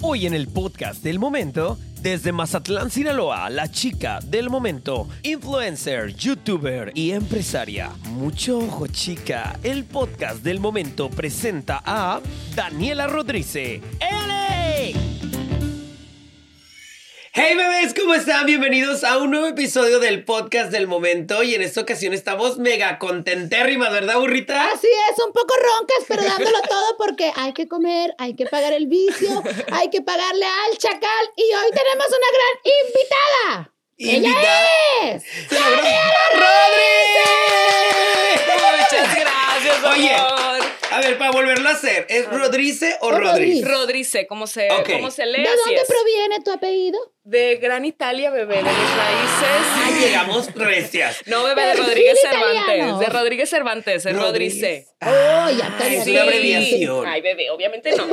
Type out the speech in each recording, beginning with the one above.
Hoy en el podcast del momento, desde Mazatlán, Sinaloa, la chica del momento, influencer, youtuber y empresaria. Mucho ojo chica, el podcast del momento presenta a Daniela Rodríguez. ¡Ele! Hey bebés, ¿cómo están? Bienvenidos a un nuevo episodio del podcast del momento y en esta ocasión estamos mega contentérrimas, ¿verdad, burrita? Así es, un poco roncas, pero dándolo todo porque hay que comer, hay que pagar el vicio, hay que pagarle al chacal y hoy tenemos una gran invitada. Invitada. ¡Ella es! Rodríguez. Muchas gracias, Oye. amor. A ver, para volverlo a hacer, ¿es Rodríguez o O Rodríguez? Rodríguez. Rodrice, ¿cómo se, Ok. cómo se lee? ¿De Así dónde es. proviene tu apellido? De Gran Italia, bebé, de mis Ah, raíces. llegamos recias. No, bebé, de Perfil Rodríguez italiano. Cervantes. De Rodríguez Cervantes, es Rodrice. Ah, Oh, ya te Es Sí. una abreviación. Ay, bebé, obviamente no.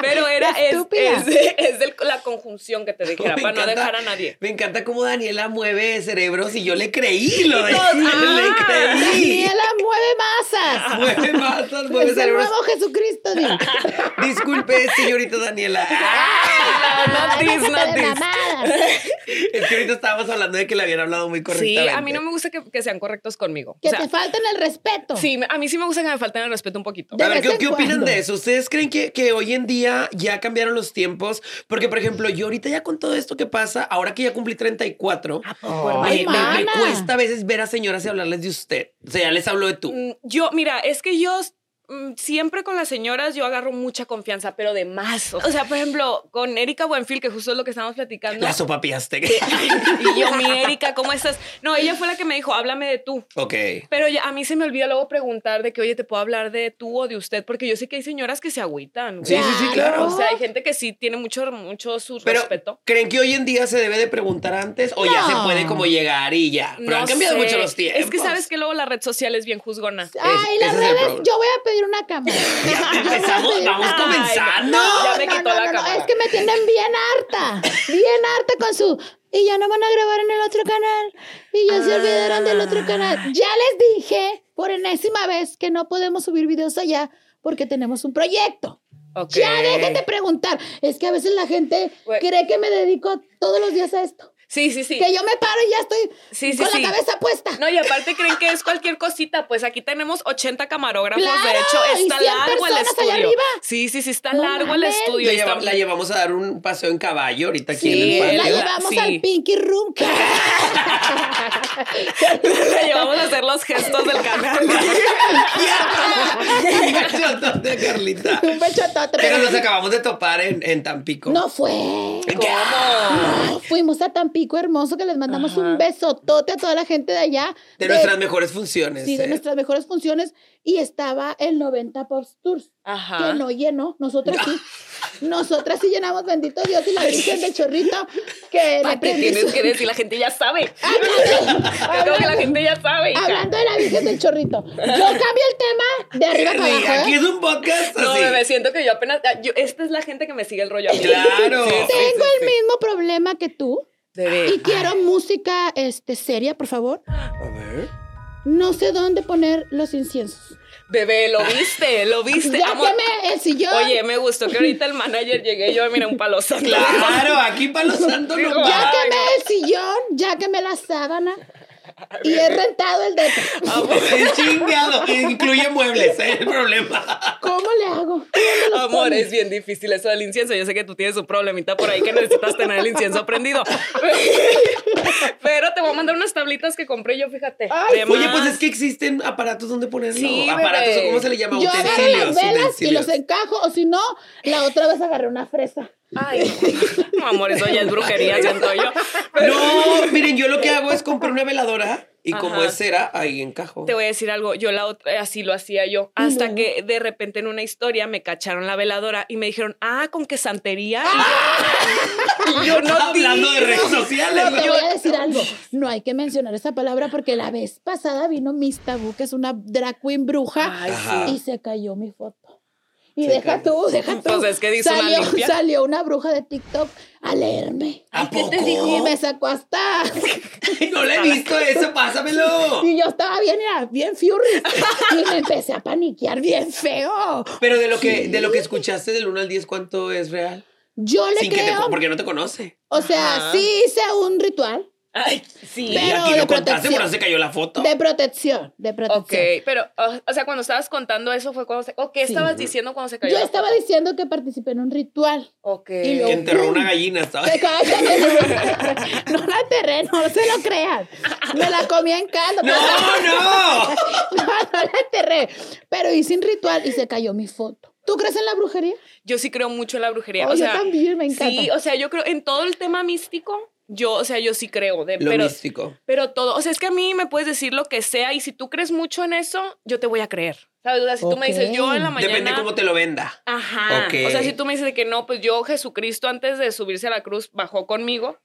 Pero era, Qué es, estúpida. es de, es de la conjunción que te dijera, Me para no encanta- dejar a nadie. Me encanta cómo Daniela mueve cerebros y yo le creí lo de Todos- Le ah. creí. Daniela mueve masas. Mueve masas, Ah, mueve Es el cerebros. nuevo Jesucristo. di. Disculpe, señorita Daniela. Ah, Ah, Ay, no, déjate notis, de notis. mamadas. Es que ahorita estábamos hablando de que le habían hablado muy Sí, correctamente. a mí no me gusta que, que sean correctos conmigo. Que O sea, te falten el respeto. sí, a mí sí me gusta que me falten el respeto un poquito. De a ver, vez ¿qué, en qué opinan cuando. de eso? ¿Ustedes creen que, que hoy en día ya cambiaron los tiempos? Porque, por ejemplo, yo ahorita ya con todo esto que pasa, ahora que ya cumplí 34, Ah, pues, me, me- me mana. cuesta a veces ver a señoras y hablarles de usted. O sea, ya les hablo de tú. Mm, Yo, mira, es que yo mm, siempre con las señoras yo agarro mucha confianza, pero de más. O sea, por ejemplo, con Erika Buenfil, que justo es lo que estamos platicando. La sopa piaste. y yo, mi Erika, ¿cómo estás? No, ella fue la que me dijo, háblame de tú. ok. Pero ya- a mí se me olvida luego preguntar de que, oye, ¿te puedo hablar de tú o de usted? Porque yo sé que hay señoras que se agüitan. güey. Sí, sí, sí, claro. O sea, hay gente que sí tiene mucho, mucho su Pero, respeto. ¿creen que hoy en día se debe de preguntar antes o ya se No. puede como llegar y ya? Pero No han cambiado sé. mucho los tiempos. Es que sabes que luego la red social es bien juzgona. Ay, Ese- las ese es el redes, problema. yo voy a pedir una cámara. Yo voy a Empezamos, pedir vamos una- comenzando. no, ya me quitó la cámara. es que me tienen bien harta, bien harta con su y ya no van a grabar en el otro canal y ya se Ah. olvidaron del otro canal. Ya les dije por enésima vez que no podemos subir videos allá porque tenemos un proyecto. Ok. Ya dejen de preguntar. Es que a veces la gente Güey. cree que me dedico todos los días a esto. Sí, sí, sí. Que yo me paro y ya estoy Sí, sí, con sí. la cabeza puesta. No, y aparte creen que es cualquier cosita. Pues aquí tenemos 80 camarógrafos. ¡Claro! de hecho, Y está 100 largo el personas allá estudio. arriba. Sí, sí, sí, está No largo el mames. estudio. La, Está- lleva- la llevamos a dar un paseo en caballo ahorita aquí Sí, en el la patio. llevamos Sí. al Pinky Room. la llevamos a hacer los gestos del canal. de Carlita. Un pechotote. Pero nos acabamos de topar en, en Tampico. No fue. ¿Cómo? No, fuimos a Tampico hermoso que les mandamos un besotote a toda la gente de allá. De nuestras mejores funciones. sí, de ¿eh? nuestras mejores funciones. Y estaba el 90 Pop Tours. Ajá. Que no llenó, nosotras sí. Nosotras sí llenamos, bendito Dios y la Virgen de Chorrito. Que le ¿Para qué prendí tienes su- Ah, que decir? La gente ya sabe. Yo creo que la Hablando- gente ya sabe, hija. Hablando de la Virgen del Chorrito. Yo cambio el tema de arriba Sí, para abajo. aquí ¿eh? es un podcast No, así. bebé, siento que yo apenas. ah, yo- esta es la gente que me sigue el rollo. a mí. Claro. Sí, sí, Tengo sí. el mismo problema que tú. Bebé. Y quiero música este, seria, por favor. A ver. No sé dónde poner los inciensos. Bebé, lo viste, lo viste. Ya amor. quemé el sillón. Oye, me gustó que ahorita el manager llegué y yo, mira, un palo santo. Claro, aquí para los santos no Digo, ya para. quemé el sillón, ya quemé la sábana. Y he rentado el de. Es chingado. Incluye muebles, ¿eh? El problema. ¿Cómo le hago? ¿Dónde los Amor, pongo? es bien difícil eso del incienso. Yo sé que tú tienes un problemita por ahí que necesitas tener el incienso prendido. Pero te voy a mandar unas tablitas que compré yo, fíjate. Ay, De Oye, más. pues es que existen aparatos donde ponerlo. Sí, aparatos, bebé. ¿o ¿cómo se le llama? Yo agarro las velas y utensilios. los encajo, o si no, la otra vez agarré una fresa. Ay, no, amor, eso ya es brujería, siento yo. No, miren, yo lo que hago es comprar una veladora y como Ajá. es cera, ahí encajo. Te voy a decir algo, yo la otra, así lo hacía yo, hasta que de repente en una historia me cacharon la veladora y me dijeron, ah, con que santería. Y yo no Hablando de digo. redes sociales. Te ¿no? voy a decir algo. No hay que mencionar esa palabra porque la vez pasada vino Miss Tabú, que es una drag queen bruja, Ay, Ajá. sí. y se cayó mi foto. Y Sí, deja tú, deja tú. Pues es que dice una salió, limpia. salió una bruja de TikTok a leerme. ¿A ¿qué te poco? Y me sacó hasta. No le he visto eso, pásamelo. Y yo estaba bien, era bien fury. Y me empecé a paniquear bien feo. Pero de lo que de lo que escuchaste del 1 al 10, ¿cuánto es real? Yo le Sin que te, creo. porque no te conoce. O sea, Ajá. sí hice un ritual Ay, sí. Y Pero aquí de lo contaste, protección. por eso se cayó la foto. de protección. De protección. Ok, pero, o, o sea, cuando estabas contando eso fue cuando se... ¿O qué Sí. estabas diciendo cuando se cayó? Yo la estaba foto? diciendo que participé en un ritual. Ok. y Que luego- enterró una gallina, ¿sabes? Que cada vez que- No la enterré, no se lo crean. Me la comí en caldo. pero- ¡No, no! No, no la enterré. Pero hice un ritual y se cayó mi foto. ¿Tú crees en la brujería? Yo sí creo mucho en la brujería. Oh, o sea, yo también, me encanta. Sí, o sea, yo creo en todo el tema místico, yo, o sea, yo sí creo, de, Lo pero, místico. pero todo, o sea, es que a mí me puedes decir lo que sea y si tú crees mucho en eso, yo te voy a creer. ¿Sabes? O sea, si tú me dices Ok. yo en la mañana Depende cómo te lo venda. Ajá. Ok. O sea, si tú me dices de que no, pues yo Jesucristo antes de subirse a la cruz bajó conmigo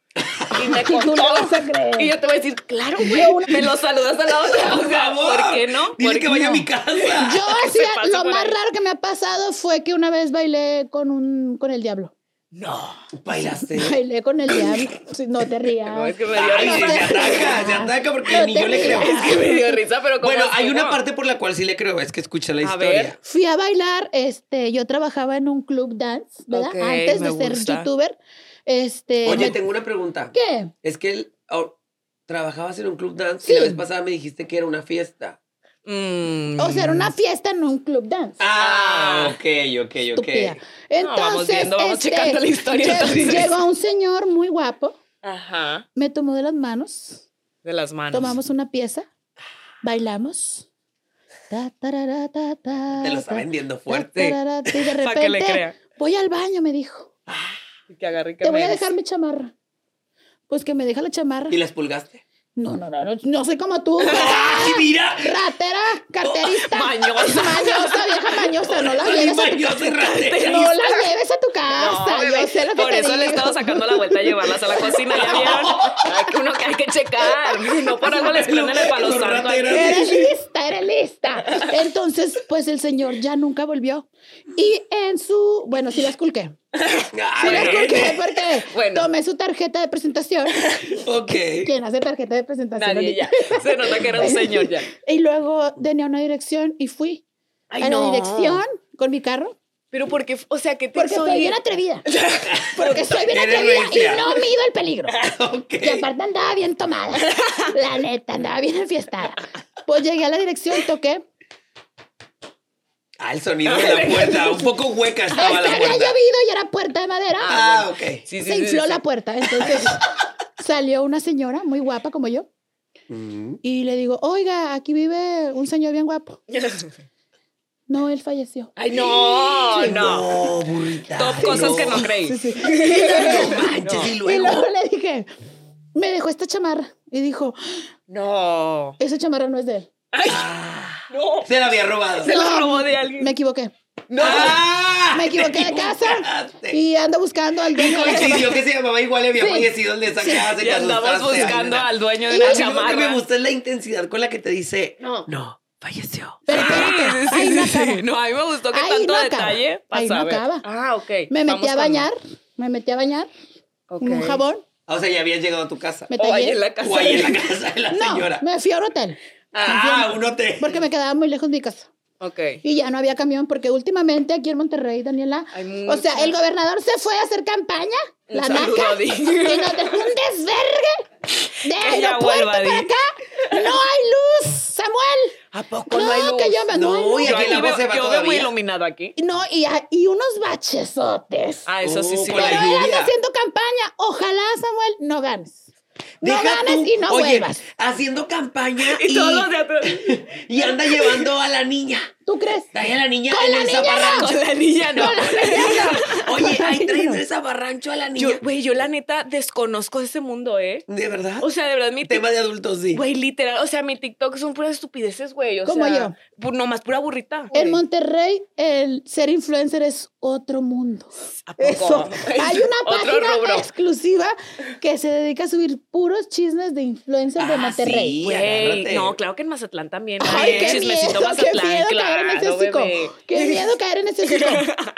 y me Y tú contó. no vas a creer. Y yo te voy a decir, claro, güey, Yo una- me lo saludas a la otra. O Por sea, favor. ¿por qué no? Dile ¿Por que qué vaya no? a mi casa. Yo ¿Qué se hacía, pasa lo por más ahí? raro que me ha pasado fue que una vez bailé con un con el diablo. No. Bailaste. Bailé con el diablo. Sí, No te rías. No, es que me dio Ay, se risa. te ataca, rías. se ataca porque No ni te yo le creo. rías. Es que me dio risa, pero como. Bueno, hay una parte por la cual sí le creo, es que escucha la A historia. ver. Fui a bailar, este, yo trabajaba en un club dance, ¿verdad? Ok, Antes de me ser gusta. youtuber. Este, Oye, Eh, me- tengo una pregunta. ¿qué? Es que el- oh, trabajabas en un club dance Sí. y la vez pasada me dijiste que era una fiesta. Mm. O sea, era una fiesta en un club dance. Ah, ok, ok, ok. Estúpida. No, vamos Entonces, viendo, vamos este, checando la historia, lle- entonces. llegó un señor muy guapo, Ajá. me tomó de las manos. De las manos. Tomamos una pieza, bailamos. Ta, tarara, ta, ta, Te lo está ta, vendiendo ta, fuerte. tarara, ta, y de Para que le repente, crea. voy al baño, me dijo. Y que agarre y que Te voy a me- dejar mi chamarra. Pues que me deja la chamarra. ¿Y las pulgaste? No, no, no, no, no soy como tú. ¡Ay, mira! Ratera, carterista. Mañosa. Mañosa, vieja mañosa. No la Ay, lleves a ma, tu yo casa. soy ratera. No la lleves a tu No, casa. bebé, yo sé lo que Por te eso le digo. estaba sacando la vuelta a llevarlas a la cocina, ¿ya vieron? Hay que uno que hay que checar. No por algo les prenden el palo Los santo. rateros. Eres lista, eres lista. Entonces, pues el señor ya nunca volvió. Y en su, bueno, sí la esculqué. Sí la Ay, esculqué porque Bueno. tomé su tarjeta de presentación. ok. ¿Quién hace tarjeta de presentación? Nadie ya. Se nota que era un señor ya. Y luego tenía una dirección y fui Ay, a la no. dirección con mi carro. Pero porque, o sea, que te Porque hizo soy ir? bien atrevida. Porque soy bien Eres atrevida recia. y no mido el peligro. Ok. Y aparte andaba bien tomada. La neta, andaba bien enfiestada. Pues llegué a la dirección, toqué. Ah, el sonido de la puerta. Un poco hueca Ah, estaba Había la puerta. llovido y era puerta de madera. Ah, ok. Sí, sí, se sí, infló sí. la puerta. Entonces salió una señora muy guapa como yo Mm. y le digo, oiga, aquí vive un señor bien guapo. No, él falleció. Ay, no, no. No, burrita. Top cosas que no creí. No manches, y Y luego. luego le dije, me dejó esta chamarra. Y dijo, No. esa chamarra no es de él. No. Se la había robado. Se la No, robó de alguien. Me equivoqué. No. ¡Ah! Me equivoqué de casa y ando buscando al dueño de la Coincidió que se llamaba igual y había Sí. fallecido el de esa casa. y Y te andamos asustaste. buscando al dueño de Y la lo Y Lo que me chamarra. gusta es la intensidad con la que te dice, No. no, falleció. Pero Sí, espérate, sí, ahí sí, no sí. acaba. No, a mí me gustó que Ahí tanto no acaba. detalle. para Ahí no saber. acaba. Ah, ok. Me metí Vamos a con- bañar, me metí a bañar Ok. con un jabón, Ah, O sea, ya habías llegado a tu casa. me O ahí tallé. en la casa. O ahí en la casa de la no, señora. me fui a un hotel Ah, un hotel. porque me quedaba muy lejos de mi casa. Ok. Y ya no había camión porque últimamente aquí en Monterrey, Daniela, Hay o sea, mucho. el gobernador se fue a hacer campaña, Un la saludo a naca, Di. y nos dejó un desvergue de aeropuerto vuelva, para Di. acá. No hay luz, Samuel. ¿A poco No, que yo me No, no, y hay Yo aquí aquí la voz veo, se va yo veo muy todavía. iluminado aquí. luz. No, y, y unos bachesotes. Ah, eso sí, Oh, sí. con la Pero lluvia. él anda haciendo campaña. Ojalá, Samuel, no ganes. No Deja ganes tú, y no oye, vuelvas. haciendo campaña y, Y todos los de atrás. y anda llevando a la niña. ¿Tú crees? Trae a la niña Con en la el niña, zaparrancho. Con la niña, no. Oye, ahí trae en No. el zaparrancho a la niña. Yo, güey, yo la neta desconozco ese mundo, ¿eh? ¿De verdad? O sea, de verdad, mi Tema TikTok. de adultos, sí. Güey, literal. O sea, mi TikTok son puras estupideces, güey. O Como sea, yo. pu- nomás pura burrita. En Monterrey, el ser influencer es otro mundo. ¿A poco? Eso. Hay una Otro página rubro. exclusiva que se dedica a subir puros chismes de influencers de Ah, Monterrey. sí, Güey, agárrate. no, claro que en Mazatlán también. Ay, Ay, qué chismecito miedo, qué Mazatlán, miedo, claro. caer en ese cuidado, hocico. bebé. Qué miedo caer en ese hocico.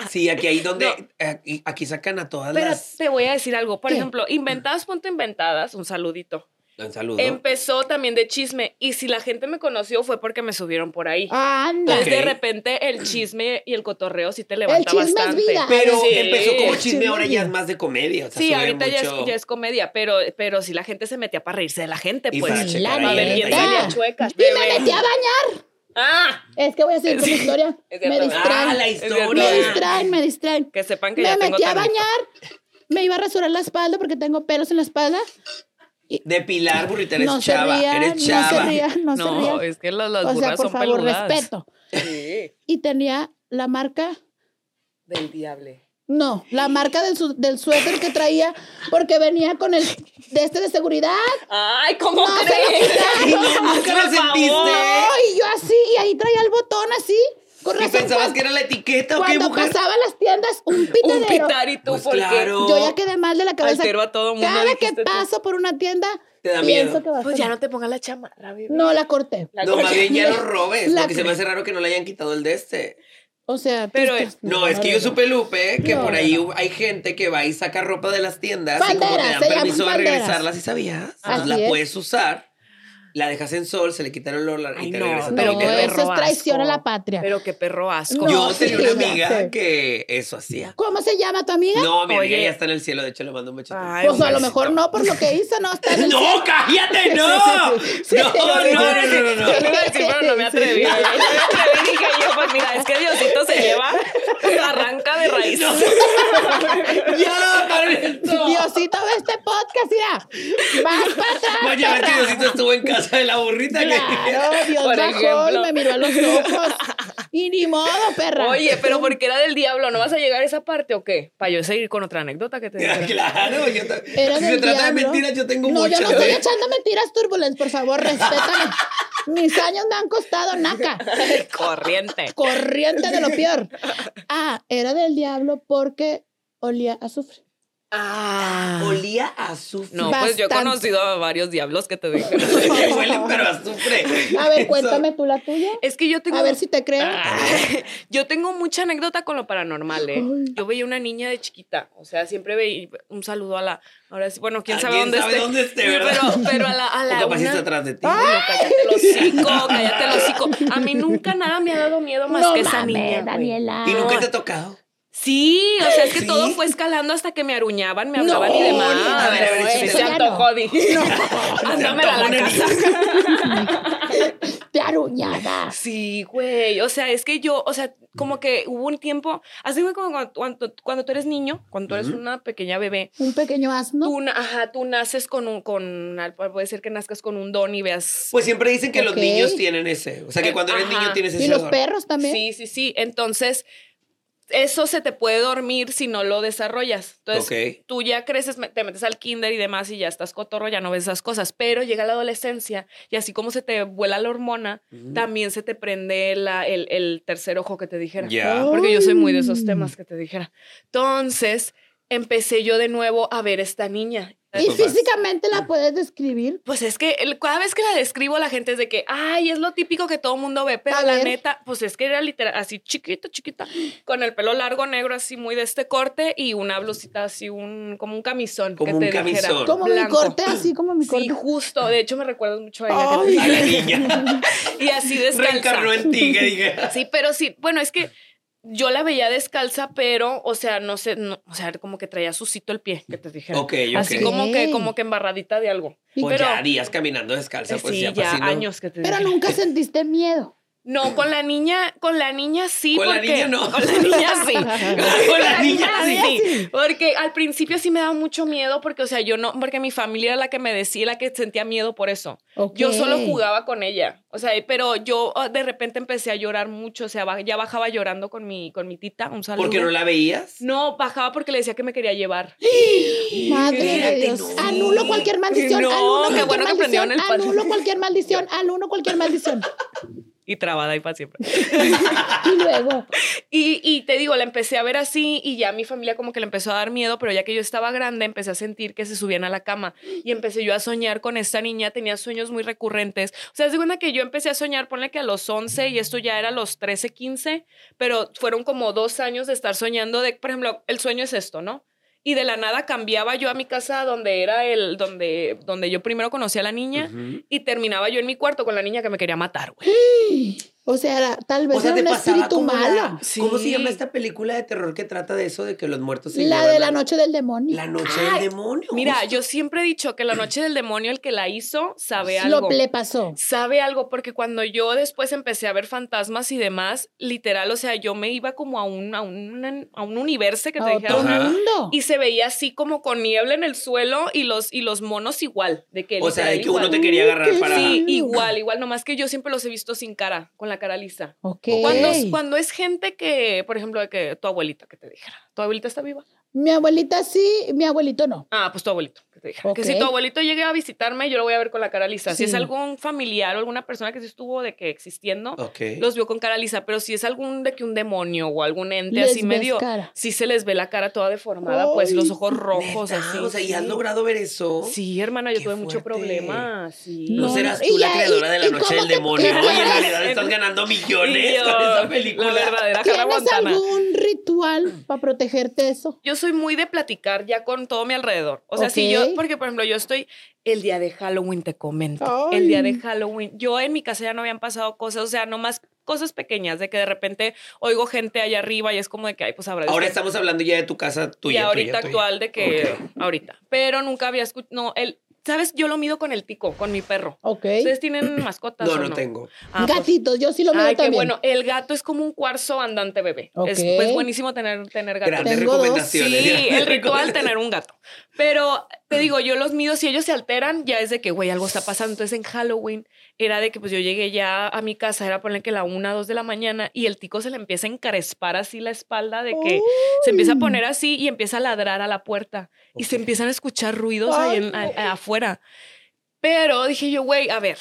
Sí, aquí ahí donde. Aquí, aquí sacan a todas Pero las. te voy a decir algo. Por ¿Qué? ejemplo, inventadas, ponte inventadas. Un saludito. Un saludo. Empezó también de chisme. Y si la gente me conoció fue porque me subieron por Ah, ahí. Anda. Entonces, de Ok. repente, el chisme y el cotorreo sí te levanta chisme es bastante. vida. Pero Sí. empezó como chisme, Chisme ahora ya es bien. más de comedia. O sea, Sí, sube ahorita ya mucho- es, ya es comedia, pero, pero si la gente se metía para reírse de la gente, Y pues. para Sí, checar la ahí el neta. ver quién detalle. salía chueca. Y me metí a bañar. ¡Ah! Es que voy a seguir con mi historia. Es Me cierto. Ah, distraen. la Me historia. distraen, me distraen. Que sepan que Me ya tengo metí a tarjeta. bañar. Me iba a rasurar la espalda porque tengo pelos en la espalda. De Pilar, burrita, eres No se chava. rían, no eres se chava. rían, no se No, rían. es que las, las O sea, burras por son favor, peludas. respeto. Sí, Y tenía la marca del diable. No, la marca del, su- del suéter que traía, porque venía con el de este de seguridad. Ay, ¿cómo No, crees? ¿Nunca lo Por favor. sentiste? No, y yo así, y ahí traía el botón así. Con ¿Y razón, pensabas cuan- que era la etiqueta o qué, cuando mujer? pasaba a las tiendas, un pitadero. Un pitar y tú, Pues porque claro. Yo ya quedé mal de la cabeza. Alteró a todo mundo, Cada que dijiste tú. paso por una tienda, Te da pienso miedo. que va a Pues ser- ya no te pongas la chamarra, bebé. No la corté. La No, más corté. bien ya La- lo robes. la- Porque se me hace raro que no le hayan quitado el de este. O sea, pues, Pero- tristes. No, es que yo supe, Lupe, que No, por no, ahí no. hu- hay gente que va y saca ropa de las tiendas y como Banderas, te dan se llaman permiso de banderas. regresarla, ¿sí sabías? Así Entonces, la es. puedes usar, la dejas en sol, se le quita el olor la- y Ay, te no, regresas. No, pero qué eso perro es traición asco. a la patria. Pero qué perro asco. No, Yo sí, tenía una sí, sí. amiga que eso hacía. ¿Cómo se llama tu amiga? No, mi amiga Oye. ya está en el cielo, de hecho le mando un mechito. Ay, pues a lo mejor no, por lo que hizo, no está en el ¡No, cállate, no! Sí, sí, sí. No, Sí, sí, no, sí, no, no, no, no. Yo le iba a decir, pero no me atreví. Yo me atreví y dije yo, pues mira, es que Diosito se lleva, arranca de raíz. ¡Ya, paren esto! Diosito ve este podcast, mira. Vas para atrás. Oye, a ver que perra. Diosito estuvo en casa de la burrita que... Claro, Dios Por bajó y ejemplo. me miró a los ojos. Y ni modo, perra. Oye, pero porque era del diablo, ¿no vas a llegar a esa parte o qué? Para yo seguir con otra anécdota que te Ya, dijera. Claro, yo ta- Era si del se trata de diablo. mentiras, yo tengo No, muchas. yo no estoy ¿eh? echando mentiras, Turbulence, por favor, respétame. Mis años me han costado naca. Corriente. Corriente de lo peor. Ah, era del diablo porque olía a azufre. Ah. Olía a azufre. No, pues yo he Bastante. conocido a varios diablos que te dijeron. Que huele, pero a azufre. A ver, Eso. cuéntame tú la tuya. Es que yo tengo. A ver si te creo. Ah, Ay, yo tengo mucha anécdota con lo paranormal, ¿eh? Ay. Yo veía una niña de chiquita, o sea, siempre veía un saludo a la. Ahora sí, bueno, quién sabe ¿Quién dónde sabe esté. dónde esté, Sí, verdad? Pero, pero a la. A O la capaz una- Ah. está atrás de ti. Ay, no, cállate el hocico, cállate el hocico. A mí nunca nada me ha dado miedo más no que esa mames, niña. güey. Daniela. y nunca te ha tocado. Sí, o sea, es que ¿Sí? todo fue escalando hasta que me aruñaban, me hablaban No, y demás. no, a ver, a ver, Sí, eso se ya no. antojó, dije. Ah, Ándamela a la Antojó una casa. Te aruñada. Sí, güey. O sea, es que yo, o sea, como que hubo un tiempo, así güey, como cuando, cuando, cuando tú eres niño, cuando tú eres Ujú. una pequeña bebé, Un pequeño asno. tú, na- ajá, tú naces con un, con, al- puede ser que nazcas con un don y veas. Pues siempre dicen que los Ok. niños tienen ese. O sea, que cuando eres Eh, Ajá. niño tienes ese Y los don. perros también. sí, sí, sí. Entonces, eso se te puede dormir si no lo desarrollas. Entonces, Ok. tú ya creces, me- te metes al kinder y demás y ya estás cotorro, ya no ves esas cosas. Pero llega la adolescencia y así como se te vuela la hormona, Ujú. mm, también se te prende la- el, el tercer ojo que te dijera. Ya. porque yo soy muy de esos Ay. temas que te dijera. Entonces, empecé yo de nuevo a ver esta niña. Y Papás. físicamente la puedes describir. Pues es que el- cada vez que la describo, la gente es de que, ay, es lo típico que todo mundo ve, pero A la ver. neta, pues es que era literal, así chiquita, chiquita, con el pelo largo, negro, así muy de este corte y una blusita así, un como un camisón. Como que un te dijera. camisón. Como mi Blanco. corte, así como mi Sí, corte. justo. De hecho, me recuerdas mucho a ella. que Ay. A la niña. te- Y así descalza. Reencarnó en ti, que dije. Sí, pero sí, bueno, es que yo la veía descalza, pero, o sea, no sé, no, o sea, como que traía sucito el pie, que te dijera. Ok, Así ok. como que, Ok. como que embarradita de algo. Y- Pues pero- ya días caminando descalza, pues sí, ya, ya, pues, si no- años que te Pero dijera. nunca sentiste miedo. No, con la niña, con la niña sí, Con la porque niña no. con la niña sí. Con la niña sí. Porque al principio sí me daba mucho miedo porque o sea, yo no porque mi familia era la que me decía, la que sentía miedo por eso. Ok. Yo solo jugaba con ella. O sea, pero yo ah, de repente empecé a llorar mucho, o sea, ba- ya bajaba llorando con mi con mi tita, un saludo. Porque no la veías. No, bajaba porque le decía que me quería llevar. Madre de Fíjate, Dios. no. Anulo cualquier maldición. No, anulo qué cualquier bueno que maldición. prendieron el pan. anulo cualquier maldición. Anulo cualquier maldición. y trabada y para siempre. Y luego, Y, y te digo, la empecé a ver así y ya mi familia como que le empezó a dar miedo, pero ya que yo estaba grande empecé a sentir que se subían a la cama y empecé yo a soñar con esta niña, tenía sueños muy recurrentes. O sea, es de cuenta que yo empecé a soñar, ponle que a los 11 y esto ya era a los 13, 15, pero fueron como dos años de estar soñando de, por ejemplo, el sueño es esto, ¿no? Y de la nada cambiaba yo a mi casa donde era el, donde, donde yo primero conocí a la niña y terminaba yo en mi cuarto con la niña que me quería matar, güey. o sea, era- tal vez O sea, era te un pasaba espíritu como malo. la- ¿Cómo se Sí. llama esta película de terror que trata de eso de que los muertos se La llevan de a- la noche del demonio. La noche del demonio. Mira, justo. yo siempre he dicho que la noche del demonio, el que la hizo, sabe Lo algo. le pasó. Sabe algo, porque cuando yo después empecé a ver fantasmas y demás, literal, o sea, yo me iba como a un, a un, a un universo que A te otro dijeron. Ajá. mundo. Y se veía así como con niebla en el suelo y los, y los monos igual. De que O sea, de literal que uno igual. te quería agarrar Sí, para. Sí, igual, igual, nomás que yo siempre los he visto sin cara, con la cara lisa. Ok. Cuando, es- cuando es gente que, por ejemplo, de que tu abuelita que te dijera, ¿tu abuelita está viva? Mi abuelita sí, mi abuelito no. Ah, pues tu abuelito, que te dijera. Ok. Que si tu abuelito llegue a visitarme, yo lo voy a ver con la cara lisa. Sí. Si es algún familiar o alguna persona que sí estuvo de que existiendo, Ok. los vio con cara lisa, pero si es algún de que un demonio o algún ente Les así ves medio, cara. sí se les ve la cara toda deformada, Ay, pues los ojos rojos Neta, así. O sea, ¿y has sí. logrado ver eso? Sí, hermana, yo Qué tuve mucho fuerte. problema. Sí. No, No, serás no. tú Y la ahí- creadora de la ¿y noche cómo del te- demonio. Oye, en Tienes- realidad estás ganando Y millones yo, con esa La película. verdadera Hannah ¿Tienes Montana. algún ritual para protegerte de eso? Yo soy muy de platicar ya con todo mi alrededor. O sea, si Ok. yo, porque por ejemplo, yo estoy el día de Halloween, te comento. Ay. El día de Halloween. Yo en mi casa ya no habían pasado cosas, o sea, nomás cosas pequeñas, de que de repente oigo gente allá arriba y es como de que, ay, pues habrá. Dios Ahora que- estamos hablando ya de tu casa tuya. y tuya, ahorita tuya. actual de que Ok. ahorita. Pero nunca había escuchado. No, el, ¿sabes? Yo lo mido con el tico, con mi perro. Ok. ¿Ustedes tienen mascotas? No, o no, tengo. Ah, pues- Gatitos, yo sí lo veo Ay, qué también. bueno. El gato es como un cuarzo andante bebé. Es, Ok. es buenísimo tener, tener gato. Grandes Tengo dos. recomendaciones. Sí, grandes el ritual recomendaciones. tener un gato. Pero te digo, yo los mido, si ellos se alteran, ya es de que, güey, algo está pasando. Entonces en Halloween era de que pues yo llegué ya a mi casa, era poner que la una, dos de la mañana y el tico se le empieza a encarespar así la espalda de que se empieza a poner así y empieza a ladrar a la puerta y se Ok. empiezan a escuchar ruidos ahí en- a- a- afuera. Pero dije yo, güey, a ver,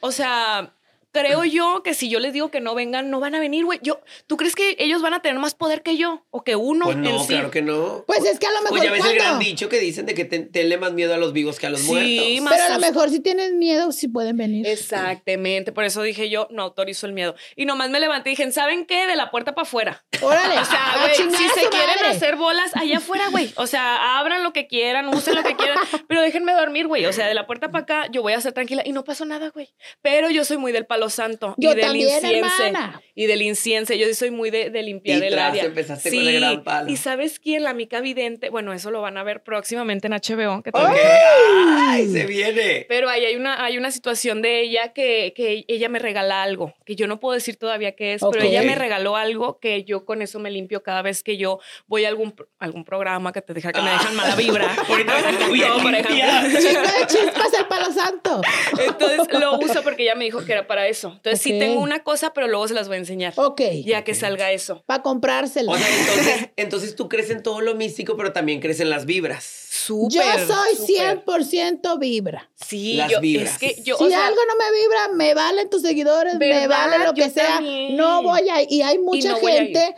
o sea, creo yo que si yo les digo que no vengan, no van a venir, güey. Yo, ¿tú crees que ellos van a tener más poder que yo o que uno? Pues no, en sí? claro que no. Pues es que a lo mejor Oye, a veces el gran cuando- dicho que dicen de que te- tenle más miedo a los vivos que a los Sí, muertos. ma- Pero a lo asusta. mejor si tienes miedo, sí pueden venir. Exactamente, por eso dije yo, no autorizo el miedo. Y nomás me levanté y dije, ¿saben qué? De la puerta para afuera. Órale. O sea, a güey, chingar si a se su quieren Ah, madre. hacer bolas, allá afuera, güey. O sea, abran lo que quieran, usen lo que quieran, pero déjenme dormir, güey. O sea, de la puerta para acá, yo voy a ser tranquila y no pasó nada, güey. Pero yo soy muy del palo santo Yo y del también, incienso. hermana. Y del incienso. Yo sí soy muy de, de limpiar Y el tras, área. empezaste con el gran palo. Y sabes quién, la mica vidente. Bueno, eso lo van a ver próximamente en HBO. Que Ok. también- ¡Ay! Se viene. pero ahí hay una, hay una situación de ella que, que ella me regala algo, que yo no puedo decir todavía qué es, Ok. pero ella me regaló algo que yo con eso me limpio cada vez que yo voy a algún, pro- algún programa que te deja que me dejan Ah. mala vibra. Ahorita me voy a No, por ejemplo. limpiar. Chingo de chispas el palo santo. Entonces lo uso porque ella me dijo que era para eso. Entonces Ok. sí tengo una cosa, pero luego se las voy a enseñar, Ok. ya que salga eso. Para comprárselo. O sea, entonces, entonces tú crees en todo lo místico, pero también crees en las vibras. yo Súper, soy súper. 100% vibra. Sí, Las yo- vibras. es que yo, si o sea, algo no me vibra, me valen tus seguidores, me ¿Verdad? vale lo Yo que sea. también. No voy a Y hay mucha no voy a gente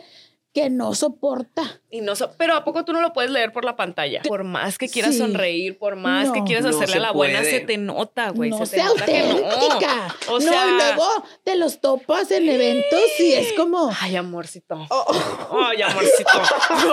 que no soporta. Y no so- pero ¿a poco tú no lo puedes leer por la pantalla? Por más que quieras Sí. sonreír, por más que No. quieras No hacerle se a la buena, puede. se te nota, Ah, güey. no se te sea nota que no. auténtica. O sea, no, y luego te los topas en eventos y es como. Ay, amorcito. Oh, Ay, amorcito.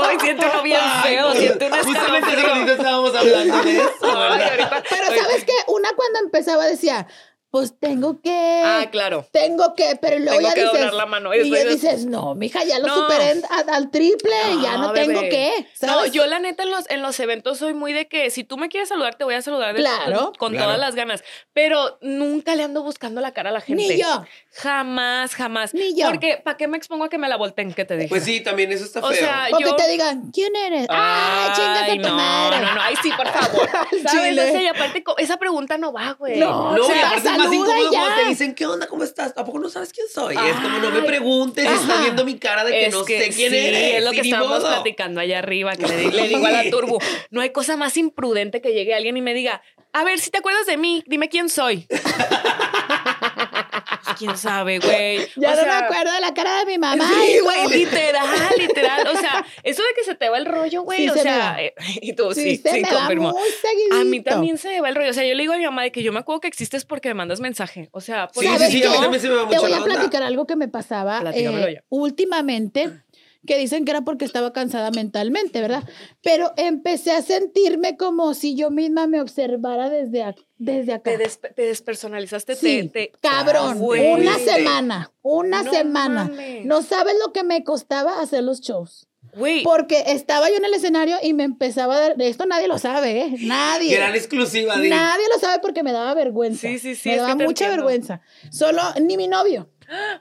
Ay, siento uno bien feo, siento un Justamente hace escalofrío. ratito estábamos hablando de eso, Ay, ¿verdad? ahorita- Pero Oye, sabes que una cuando empezaba decía, pues tengo que. Ah, claro. Tengo que, pero luego Tengo ya que dices. doblar la mano. Y, Eso ya es- dices, no, mija, ya lo No. superé en- a- al triple, ya no bebé. tengo que. No, ¿sabes? yo la neta en los, en los eventos soy muy de que si tú me quieres saludar, te voy a saludar de- Claro. con Claro. todas las ganas. Pero nunca le ando buscando la cara a la gente. Ni yo. Jamás, jamás. Ni yo. Porque, ¿para qué me expongo a que me la volteen? ¿Qué te dije? Pues sí, también eso está feo. O sea, Porque Ah, yo- te digan, ¿quién eres? ¡Ay, chingas a Ah, Ay, tu no, madre! No, no, ay, sí, por favor. Al ¿Sabes? chile. O sea, y aparte, co- esa pregunta no va, güey. No. no, o sea, y aparte es más saluda incómodo ya. cuando te dicen, ¿qué onda? ¿Cómo estás? ¿A poco no sabes quién soy? es como, no me Ay. preguntes, estás Ajá. viendo mi cara de que es no que sé quién sí, eres. es lo y que ni estábamos modo. platicando allá arriba, que le, di- le digo a la turbo. No hay cosa más imprudente que llegue alguien y me diga, a ver, si te acuerdas de mí, dime quién soy. quién sabe, güey. Ya O no sea, me acuerdo de la cara de mi mamá. Sí, y güey, todo. literal, literal. O sea, eso de que se te va el rollo, güey. Sí, o se me sea, va. eh, y tú, Sí, sí, se sí, me va confirmo. muy seguidito. A mí también se me va el rollo. O sea, yo le digo a mi mamá de que yo me acuerdo que existes porque me mandas mensaje. O sea, por Sí, sí, ¿Sabes sí, a mí qué? también se me va Te mucho voy la a onda. platicar algo que me pasaba Platícamelo eh, ya. últimamente, que dicen que era porque estaba cansada mentalmente, ¿verdad? Pero empecé a sentirme como si yo misma me observara desde, ac- desde acá. Te, despe- te despersonalizaste, Sí, te, te- cabrón, Güey. una semana, una No semana. mames. No sabes lo que me costaba hacer los shows. Güey, Porque estaba yo en el escenario y me empezaba a dar, esto nadie lo sabe, ¿eh? Nadie. Gran exclusiva, Di. Nadie lo sabe porque me daba vergüenza. Sí, sí, sí, Me es daba que te mucha entiendo. vergüenza. Solo, ni mi novio.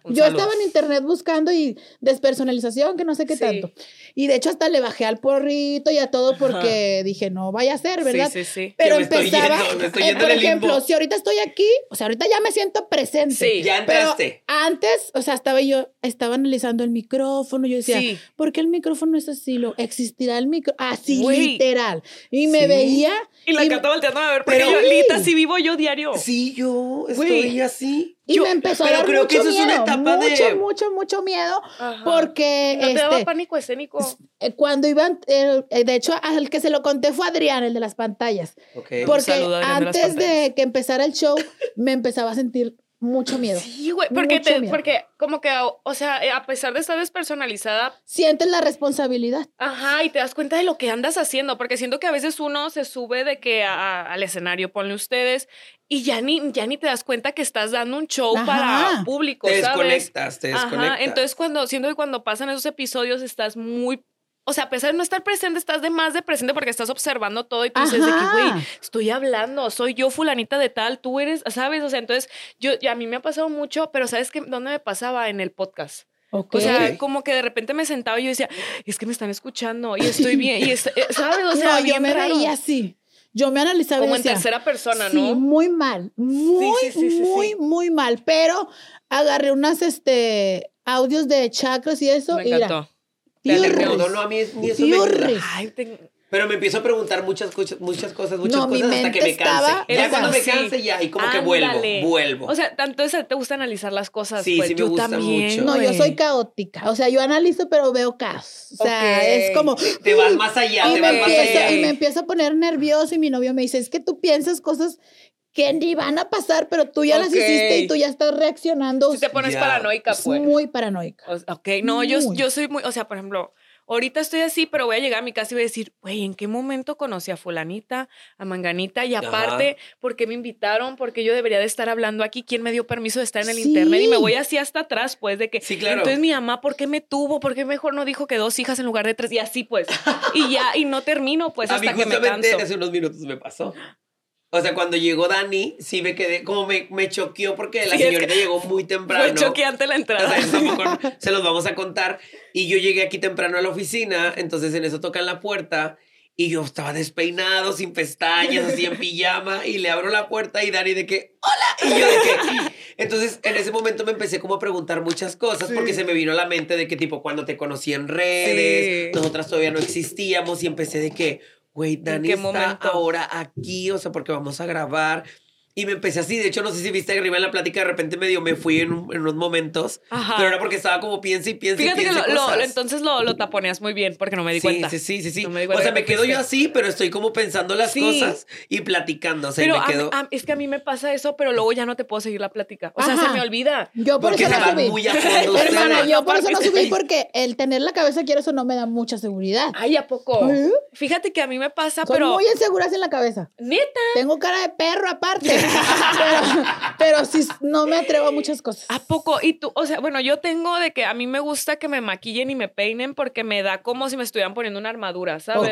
un Yo saludo. estaba en internet buscando y despersonalización, que no sé qué Sí. tanto. Y de hecho hasta le bajé al porrito y a todo porque dije, no vaya a ser, ¿verdad? Sí, sí, sí. Pero Que me estoy empezaba, yendo, me estoy eh, yendo por en el limbo. ejemplo, si ahorita estoy aquí, o sea, ahorita ya me siento presente. Sí. Ya entraste. Pero antes, o sea, estaba yo, estaba analizando el micrófono, yo decía, Sí. ¿por qué el micrófono es así? ¿Lo existirá el micrófono? Así, Güey. literal. Y me Sí. veía. Y la y- cata volteando a ver, pero Pero- yo, Lita, sí vivo yo diario. Sí, yo estoy Güey. así. Y Yo- me empezó pero a dar creo que mucho eso es una miedo, etapa de- mucho, mucho, mucho miedo, Ajá. porque No te daba este, pánico escénico. eh, cuando iban, eh, eh, de hecho, al que se lo conté fue Adrián, el de las pantallas, Ok. porque saludo a Adrián de las antes de pantallas. que empezara el show me empezaba a sentir mucho miedo. Sí, güey, porque, Mucho te, miedo. porque como que, o- o sea, eh, a pesar de estar despersonalizada, Sientes la responsabilidad. Ajá, y te das cuenta de lo que andas haciendo, porque siento que a veces uno se sube de que a- a- al escenario, ponle ustedes, y ya ni, ya ni te das cuenta que estás dando un show Ajá. para público, Te ¿sabes? desconectas, te desconectas. Ajá, entonces cuando, siento que cuando pasan esos episodios estás muy... O sea, a pesar de no estar presente, estás de más de presente porque estás observando todo y tú dices de que, Ajá. güey, estoy hablando, soy yo fulanita de tal, tú eres, ¿sabes? O sea, entonces, yo, y a mí me ha pasado mucho, pero ¿sabes qué? ¿Dónde me pasaba? En el podcast. O sea, Ok. como que de repente me sentaba y yo decía, es que me están escuchando y estoy bien, y es- eh, ¿sabes? O sea, no, yo bien me raro. reía así. Yo me analizaba y como en decía, tercera persona, Sí, ¿no? muy mal, muy, sí, sí, sí, muy, sí. muy mal. Pero agarré unas este audios de chakras y eso. Me y mira, encantó. Te diurris, atendió, no, no, a mí es- ni eso me ayuda. diurris. Ay, te- Pero me empiezo a preguntar muchas, cosas, muchas cosas, muchas No, mi cosas hasta mente que me canse. Ya estaba- Era cuando me así. canse, ya, y como que Ándale. vuelvo, vuelvo. O sea, tanto es, te gusta analizar las cosas. Sí, pues, sí me yo gusta también, mucho. No, yo güey. soy caótica. O sea, yo analizo, pero veo caos. O sea, Ok. es como. te vas mm, más allá, y, te me vas más empiezo, allá. y me empiezo a poner nervioso. Y mi novio me dice: Es que tú piensas cosas que ni van a pasar, pero tú ya las Ok. hiciste y tú ya estás reaccionando. Si te pones Ya. paranoica, Es pues. muy paranoica. O- Ok, no, yo, Muy. yo soy muy, o sea, por ejemplo, ahorita estoy así, pero voy a llegar a mi casa y voy a decir, güey, ¿en qué momento conocí a fulanita, a manganita? Y Ajá. aparte, ¿por qué me invitaron? Porque yo debería de estar hablando aquí, ¿quién me dio permiso de estar en el Sí. internet? Y me voy así hasta atrás, pues, de que, Sí, claro. entonces mi mamá, ¿por qué me tuvo? ¿Por qué mejor no dijo que dos hijas en lugar de tres? Y así, pues, y ya, y no termino, pues, a mí hasta que me Ah, justamente canso. hace unos minutos me pasó. O sea, cuando llegó Dani, sí me quedé, como me, me choqueó porque la Sí, es señorita llegó muy temprano. Fue choqueante la O entrada. sea, eso tampoco se los vamos a contar. Y yo llegué aquí temprano a la oficina, entonces en eso tocan la puerta y yo estaba despeinado, sin pestañas, así en pijama, y le abro la puerta y Dani de que, hola, y yo de que... Entonces en ese momento me empecé como a preguntar muchas cosas porque se me vino a la mente de que tipo, cuando te conocí en redes, Sí. nosotras todavía no existíamos y empecé de que, güey, Dani qué está momento? ahora aquí, o sea, porque vamos a grabar. Y me empecé así, de hecho no sé si viste arriba en la plática, de repente medio me fui en, un- en unos momentos, Ajá. pero era porque estaba como piensa y piensa Fíjate y que piensa lo, lo- cosas. entonces lo, lo taponeas muy bien porque no me di sí, cuenta. sí, sí, sí, sí. No me di o cuenta sea, que me quedo yo fuiste. así, pero estoy como pensando las Sí. cosas y platicando, o sea, y pero me a mí- quedo... a- es que a mí me pasa eso, pero luego ya no te puedo seguir la plática. O sea, Ajá. se me olvida. Yo por porque eso se la van subí. muy a fondo ustedes. Hermana, yo por eso no Aparte- subí porque el tener la cabeza quiero eso no me da mucha seguridad. Ay, ¿a poco? ¿Eh? Fíjate que a mí me Ah, pasa, Soy pero... muy inseguras en la cabeza. Neta. Tengo cara de perro aparte. pero, pero sí, no me atrevo a muchas cosas. Ah, ¿A poco? Y tú, o sea, bueno, yo tengo de que a mí me gusta que me maquillen y me peinen porque me da como si me estuvieran poniendo una armadura, ¿sabes?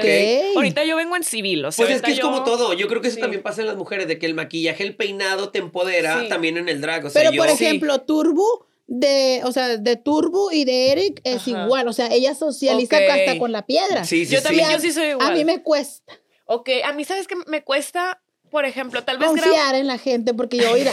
Ok. Ahorita yo vengo en civil, o sea, Pues es ahorita que es yo- como todo, yo creo que eso Sí. también pasa en las mujeres, de que el maquillaje, el peinado te empodera Sí. también en el drag, o sea, pero yo... por ejemplo, Turbo de, o sea, de Turbo y de Eric es Ajá. igual, o sea, ella socializa Ok. hasta con la piedra. Sí, sí, Yo sí. también, Y a- yo sí soy igual. A mí me cuesta Ok, a mí, ¿sabes qué? Me cuesta, por ejemplo, tal vez... grabo- confiar en la gente porque yo oira.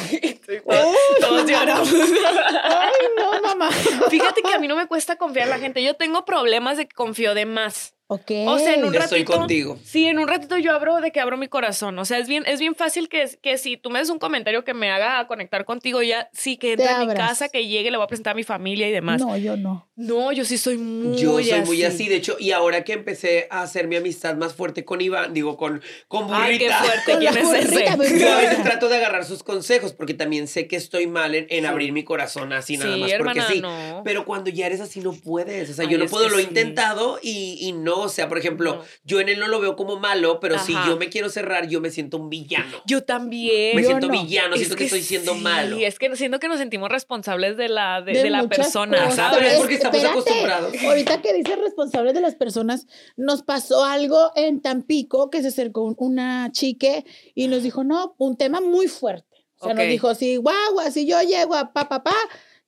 Todos- Todos lloramos. Ay, no, mamá. Fíjate que a mí no me cuesta confiar en la gente. Yo tengo problemas de que confío de más. Ok. O sea, en un Ya ratito. estoy contigo. Sí, en un ratito yo abro de que abro mi corazón. O sea, es bien, es bien fácil que, que si tú me des un comentario que me haga conectar contigo, ya sí que Te entre a mi abras. casa, que llegue, le voy a presentar a mi familia y demás. No, No, yo no. yo sí soy muy Yo soy muy así, de hecho, y ahora que empecé a hacer mi amistad más fuerte con Iván, digo, con, con Burrita. Ay, qué fuerte. Con la ¿Quién es burrita, ese? Yo a veces burrita. trato de agarrar sus consejos porque también sé que estoy mal en, en abrir mi corazón así nada Sí, más hermana, porque sí. no. Pero cuando ya eres así no puedes. O sea, Ay, yo no es puedo, que lo he sí. intentado y, y no. O sea, por ejemplo, No. yo en él no lo veo como malo, pero si Ajá. yo me quiero cerrar, yo me siento un villano. Yo también. me yo siento no. villano, Es siento que, estoy siendo sí, malo. es que siento que nos sentimos responsables de la, de, De de la muchas persona, cosas. Ajá, pero ¿sabes? es Ah, porque estamos Espérate, acostumbrados. Ahorita que dices responsables de las personas, nos pasó algo en Tampico que se acercó un- una chique y nos dijo, no, un tema muy fuerte. O sea, Ok. nos dijo, si guagua, si yo llego a pa, pa, pa,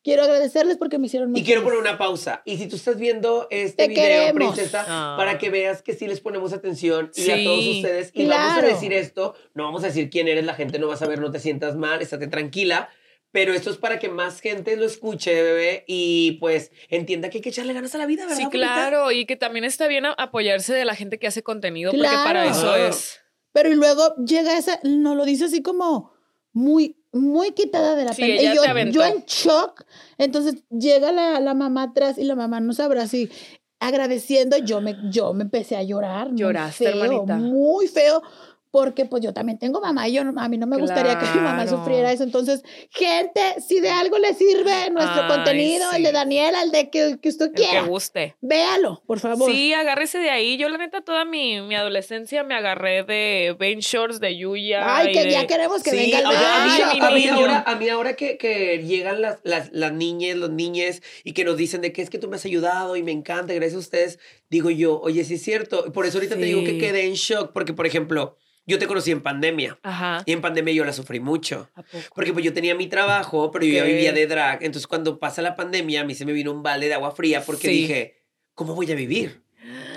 quiero agradecerles porque me hicieron muy Y quiero poner una pausa. Y si tú estás viendo este Te video, queremos. princesa, Ah. para que veas que sí les ponemos atención y a Sí. todos ustedes. Y vamos a Claro. decir esto, no vamos a decir quién eres, la gente no va a saber, no te sientas mal, estate tranquila. Pero esto es para que más gente lo escuche, bebé, y pues entienda que hay que echarle ganas a la vida, ¿verdad? Sí, bonita? claro, y que también está bien a- apoyarse de la gente que hace contenido, porque Claro. para eso Ah. es. Pero y luego llega esa, no lo dice así como muy, muy quitada de la Sí, pena. ella Y yo, te aventó. yo en shock. Entonces llega la, la mamá atrás y la mamá nos abraza y agradeciendo, yo me, yo me empecé a llorar. muy Lloraste, feo, hermanita. Muy feo. Porque pues yo también tengo mamá y yo no- a mí no me gustaría que mi mamá Claro. sufriera eso. Entonces, gente, si de algo le sirve nuestro Ay, contenido, el sí. de Daniela, el de que, que usted El que quiera, guste. véalo, por favor. Sí, agárrese de ahí. Yo, la neta, toda mi, mi adolescencia me agarré de Ben Shorts, de Yuya. Ay, y que de- ya queremos que Sí, venga el o sea, a, mí, Ay, Nacho. mi a mí niño. ahora, a mí ahora que, que llegan las, las, las niñas, los niñes, y que nos dicen de que es que tú me has ayudado y me encanta, gracias a ustedes, digo yo, oye, sí es cierto. Por eso ahorita te digo que Sí. quedé en shock, porque, por ejemplo, yo te conocí en pandemia, Ajá. y en pandemia yo la sufrí mucho. ¿A poco? Porque pues yo tenía mi trabajo, pero yo ya Ok. vivía de drag. Entonces cuando pasa la pandemia, a mí se me vino un vale de agua fría porque Sí. dije, ¿cómo voy a vivir?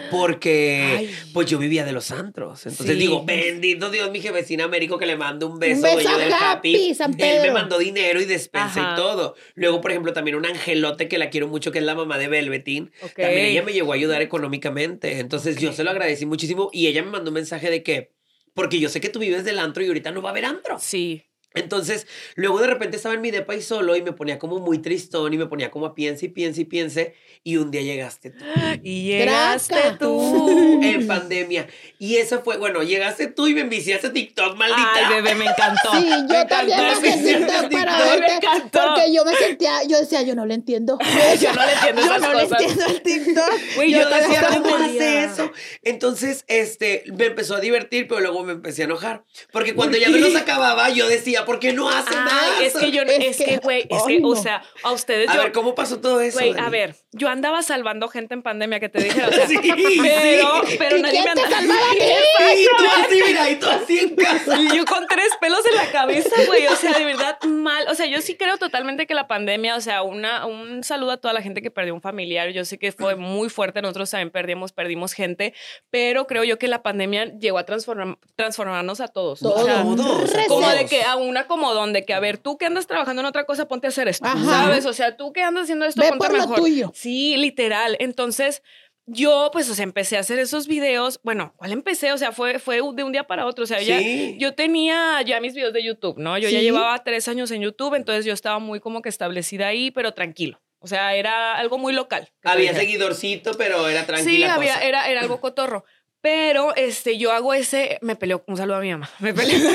Porque Ay. pues yo vivía de los antros. Entonces Sí. digo, bendito Dios, mi jefecina Américo, que le mando un beso. Un beso dueño a del Happy, San Él me Pedro. mandó dinero y despensa Ajá. y todo. Luego, por ejemplo, también un angelote que la quiero mucho, que es la mamá de Velvetín. Ok. También ella me llegó a ayudar económicamente. Entonces yo se lo agradecí muchísimo y ella me mandó un mensaje de que, porque yo sé que tú vives del antro y ahorita no va a haber antro. Sí. Entonces, luego de repente estaba en mi depa y solo y me ponía como muy tristón y me ponía como a piense y piense y piense y un día llegaste tú Y Gracias. llegaste tú. Uh, en pandemia y esa fue, bueno, llegaste tú y me enviciaste a TikTok, maldita. Ay, bebé, me encantó. Sí, yo Me también encantó me ese- necesito necesito para TikTok. Me verte. encantó. Porque yo me sentía, yo decía, yo no le entiendo. Yo no le entiendo Yo esas no le cosas. entiendo el TikTok. Güey, yo, yo también decía, ¿cómo hace aprendía. eso? Entonces, este, me empezó a divertir, pero luego me empecé a enojar. Porque cuando ya me los acababa, yo decía, ¿por qué no hace nada? Ay, Ah, es que yo, Es es que, que- güey, es ay, que, no. o sea, a ustedes A yo, ver, ¿cómo pasó todo eso? Güey, a Dani? ver, yo andaba salvando gente en pandemia que te dije, o sea, Sí, pero, sí. pero ¿Y nadie quién me te andaba. salvaba a ti? Y tú así, mira, y tú así en casa. Y yo con tres pelos en la cabeza, güey. O sea, de verdad, mal. O sea, yo sí creo totalmente que la pandemia, o sea, una, un saludo a toda la gente que perdió un familiar. Yo sé que fue muy fuerte. Nosotros también perdimos, perdimos gente. Pero creo yo que la pandemia llegó a transformar, transformarnos a todos. O sea, Todo. Todos, como todos. de que ah, a un acomodón de que a ver tú que andas trabajando en otra cosa ponte a hacer esto Ajá. sabes o sea tú que andas haciendo esto Ve ponte por lo mejor tuyo. sí literal entonces yo pues o sea empecé a hacer esos videos bueno cuál empecé o sea fue fue de un día para otro o sea ya Sí. yo tenía ya mis videos de YouTube no yo ya Sí. llevaba tres años en YouTube entonces yo estaba muy como que establecida ahí pero tranquilo o sea era algo muy local que te Había dijera. seguidorcito, pero era Sí, tranquila. había, cosa. era, era algo cotorro. Pero este, yo hago ese, me peleó, un saludo a mi mamá, me peleó.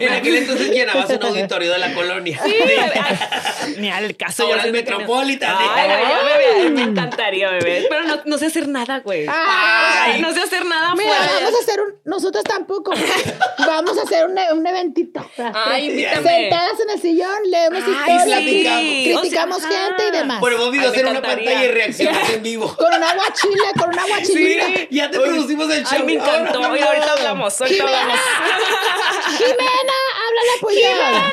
En aquel entonces llenabas un auditorio de la colonia. Sí, bebé. Ay, Ni al caso. yo Ahora soy el de que no. Metropolitan. Ay, güey, yo, bebé, me encantaría, bebé. Pero no, no sé hacer nada, güey. Ay. Ay, no sé hacer nada Ah. Mira, fuera. este vamos a hacer un, nosotros tampoco. Vamos a hacer un, un eventito. Las Ay, tres. invítame. Sentadas en el sillón, leemos Ay, historias, sí. criticamos, criticamos O sea, ajá. gente y demás. Bueno, vos videos Ay, me hacer una encantaría. pantalla de reacciones en vivo. con un agua chile, con un agua Sí, chilita. ya te producimos el show. Ay, me encantó. Ahora, Y ahorita hablamos, ahorita hablamos. Jimena, háblale apoyada.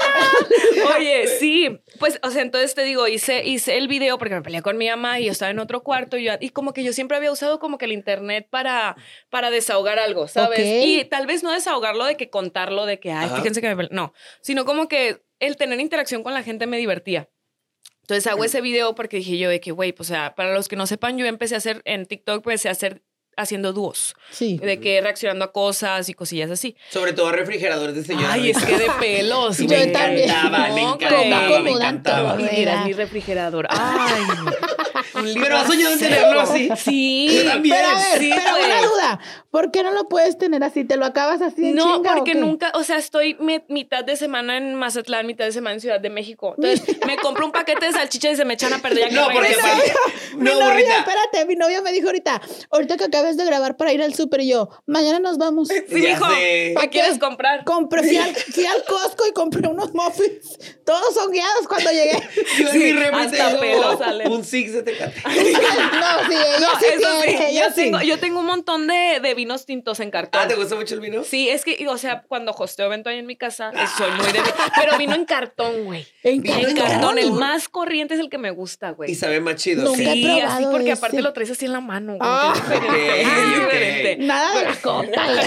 Oye, sí, pues, o sea, entonces te digo, hice, hice el video porque me peleé con mi mamá y yo estaba en otro cuarto y, yo- y como que yo siempre había usado como que el internet para, para desahogar algo, ¿sabes? Ok. Y tal vez no desahogarlo de que contarlo de que, ay, Ajá. fíjense que me peleé. No, sino como que el tener interacción con la gente me divertía. Entonces hago ese video porque dije yo de que, güey, pues, o sea, para los que no sepan, yo empecé a hacer en TikTok, empecé a hacer haciendo dúos. Sí. De que reaccionando a cosas y cosillas así. Sobre todo refrigeradores de señora. Ay, es que de pelos. Sí, Yo me güey. también. encantaba, me No, encantaba, como me acomodan encantaba. todo. güey. Y vieras mi refrigerador. Ah, Ay, un libro Pero has soñado en así. tenerlo así. Sí. Yo también. Pero a ver, Sí, pero güey. una duda. ¿Por qué no lo puedes tener así? ¿Te lo acabas así en No, chinga o porque qué? nunca, o sea, estoy me- mitad de semana en Mazatlán, mitad de semana en Ciudad de México. Entonces, me compro un paquete de salchichas y se me echan a perder ya que No, porque regreso. aparte. Mi No, novio, burrita. espérate, mi novio me dijo ahorita, ahorita que acabas de grabar para ir al súper y yo, mañana nos vamos. Sí, Ya mijo, sé. ¿qué quieres comprar? Compré, fui al, fui al Costco y compré unos muffins. Todos son guiados cuando llegué. Yo en Sí, mi refri hasta tengo pelos salen. Un six de tecate. No, sí, ella sí Eso sí, tiene, ella yo, sí. tengo, yo tengo un montón de, de vinos tintos en cartón. Ah, ¿te gusta mucho el vino? Sí, es que, o sea, cuando hosteo evento ahí en mi casa, eh, soy muy de... Pero vino en cartón, güey. En Ah. Vino En en cartón, cartón. el más corriente es el que me gusta, güey. Y sabe más chido. Nunca sí. he Sí, así probado porque ese. aparte lo traes así en la mano. güey, Ah. que es diferente, Ok, es ok. diferente. Nada de cota.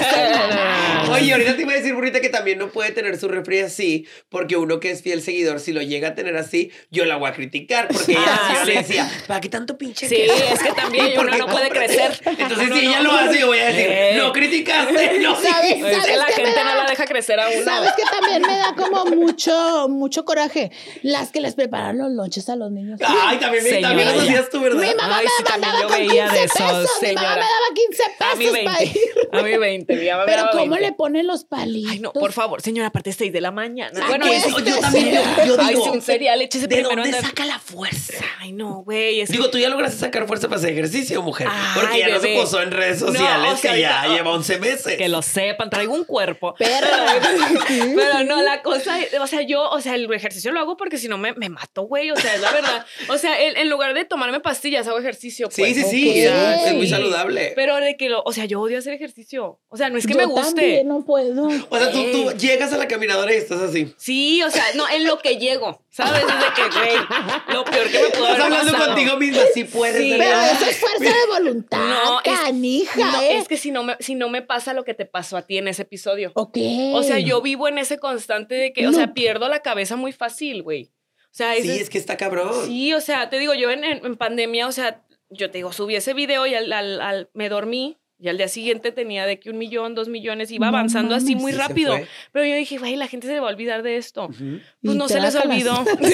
eso, Oye, ahorita te iba a decir, Burrita, que también no puede tener su refri así, porque uno que es fiel seguidor, si lo llega a tener así, yo la voy a criticar, porque Ah, ella sí, yo sí. le decía, ¿para qué tanto pinche Sí, queso? es que también ¿Y por uno qué no puede compras? crecer. Entonces, Uno si no- ella lo hace, yo voy a decir, Eh. no criticaste, no ¿Sabes? dijiste". Es que la ¿Sabes qué me da? gente no la deja crecer a uno. Sabes que también me da como mucho, mucho coraje las que les preparan los lonches a los niños. Ay, también, me- Señora, también lo ya. hacías tú, ¿verdad? Mi mamá Ay, me sí, también mandaba yo con 15 veía de esos, pesos. Mi mamá señora. me daba 15 A mí pesos para 20. ir. A mí 20. mi mamá me Pero daba ¿cómo 20. le ponen los palitos? Ay, no, por favor, señora, aparte es 6 de la mañana. Ay, Bueno, ¿qué eso- es? yo también, yo, yo Ay, digo, si un cereal, échese ¿de primero. dónde anda- saca la fuerza? Ay, no, güey. Es que- Digo, tú ya lograste sacar fuerza para hacer ejercicio, mujer. Ay, porque ya no se bebé. posó en redes No, sociales, o sea, que ya ahorita- lleva 11 meses. que lo sepan, traigo un cuerpo. Perra. Pero no, la cosa, es- o sea, yo, o sea, el ejercicio lo hago porque si no me, me mato, güey, o sea, es la verdad. O sea, en, en lugar de tomarme pastillas, hago ejercicio. Sí, pues, sí, ¿no? sí, ok. es, es muy Sí. saludable. Pero de que lo, o sea, yo odio hacer ejercicio. O sea, no es que Yo me guste. también no puedo. o sea, tú, tú Ey. llegas a la caminadora y estás así. Sí, o sea, no, en lo que llego, ¿sabes? Es de que, güey, lo peor que me puedo Estás haber hablando pasado. contigo misma, sí puedes. Sí. de Pero verdad. eso es fuerza de voluntad, No, es- canija, No, ¿eh? es que si no, me, si no me pasa lo que te pasó a ti en ese episodio. Ok. O sea, yo vivo en ese constante de que, o No. sea, pierdo la cabeza muy fácil, güey. O sea, Sí, ese- es que está cabrón. Sí, o sea, te digo, yo en, en- en pandemia, o sea, yo te digo, subí ese video y al, al- al- me dormí y al día siguiente tenía de que un millón, dos millones, iba No avanzando así mames. muy Sí, se rápido. fue. Pero yo dije, güey, la gente se le va a olvidar de esto. Ujú. Pues Mm. Y no se les olvidó. trácalas.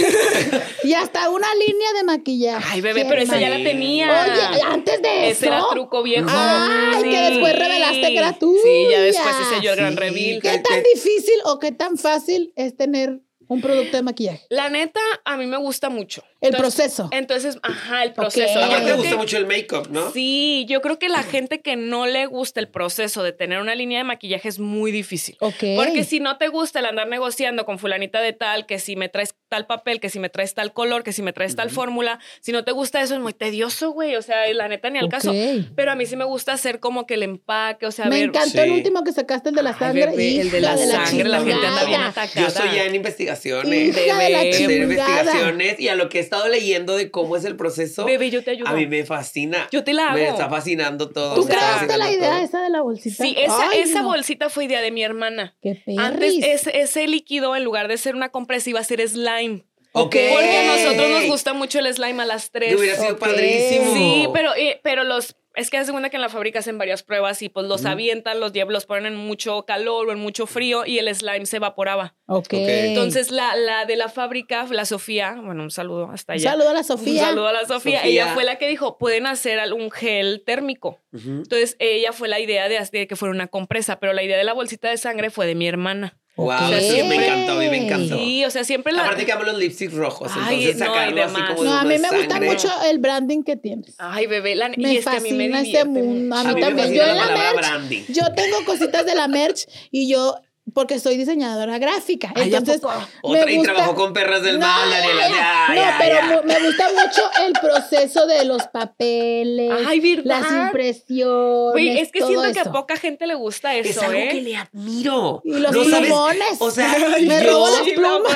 Y hasta una línea de maquillaje. Ay, bebé, pero esa ya la Sí. tenía. Oye, antes de Ese eso. era truco viejo. Ay, que después revelaste que era Sí, ya tuya. después hice yo el gran Sí. reveal. ¿Qué tan que- difícil o qué tan fácil es tener un producto de maquillaje? La neta, a mí me gusta mucho. El Entonces- eh, proceso. Entonces, ajá, el proceso. Ok. Yo Aparte, te creo gusta que- mucho el make-up, ¿no? Sí, yo creo que la gente que no le gusta el proceso de tener una línea de maquillaje es muy difícil. Ok. Porque si no te gusta el andar negociando con fulanita de tal, que si me traes tal papel, que si me traes tal color, que si me traes tal fórmula, si no te gusta eso es muy tedioso, güey. O sea, y la neta ni al caso. Ok. Pero a mí sí me gusta hacer como que el empaque, o sea, Me ver. encantó sí. el último que sacaste, el de la Ay, sangre. bebé, el de Hija la de la sangre, la gente anda bien chingada. atacada. Yo estoy ya en investigaciones. Hija de la Bebé. en chingada. investigaciones y a lo que he estado leyendo de cómo es el proceso, Bebé, yo te ayudo. a mí me fascina. Yo te la hago. Me está fascinando todo. ¿Tú me está creaste la fascinando idea todo. esa de la bolsita? Sí, esa, Ay, esa no. bolsita fue idea de mi hermana. Qué perris. Antes ese, ese líquido, en lugar de ser una compresa, iba a ser slime. Ok. Porque a nosotros nos gusta mucho el slime a las Que tres. hubiera sido Ok. padrísimo. Sí, pero, eh, pero los. Es que hace segunda que en la fábrica hacen varias pruebas y pues los avientan, los, lle- los ponen en mucho calor o en mucho frío y el slime se evaporaba. Ok. Entonces la, la de la fábrica, la Sofía, bueno, un saludo hasta Un allá. saludo a la Sofía. Un saludo a la Sofía. Sofía. Ella fue la que dijo, pueden hacer al- un gel térmico. Ujú. Entonces ella fue la idea de, de que fuera una compresa, pero la idea de la bolsita de sangre fue de mi hermana. Wow, sí, me encantó, a mí me encantó. Sí, o sea, siempre la... Aparte que amo los lipsticks rojos, Ay, entonces no, y sacarlo así demás. como de No, a una mí me gusta sangre. mucho el branding que tienes. Ay, bebé, la... Me y es que a mí me fascina ese divierte mundo, a mí A mí me también. fascina Yo la en la palabra merch- brandy. Yo tengo cositas de la merch y yo, porque soy diseñadora gráfica. Ay, ¿a entonces, poco? me Otra, y gusta- trabajó con perras del No, mal, ya, Daniela, ya, ya, no, ya, pero ya. mu- me gusta mucho el proceso de los papeles, Ay, ¿verdad? las impresiones. Güey, es que todo siento que eso. a poca gente le gusta eso, Es algo ¿eh? que le admiro. Y los ¿No sabes? plumones. O sea, me yo- robó las Sí, no, plumas.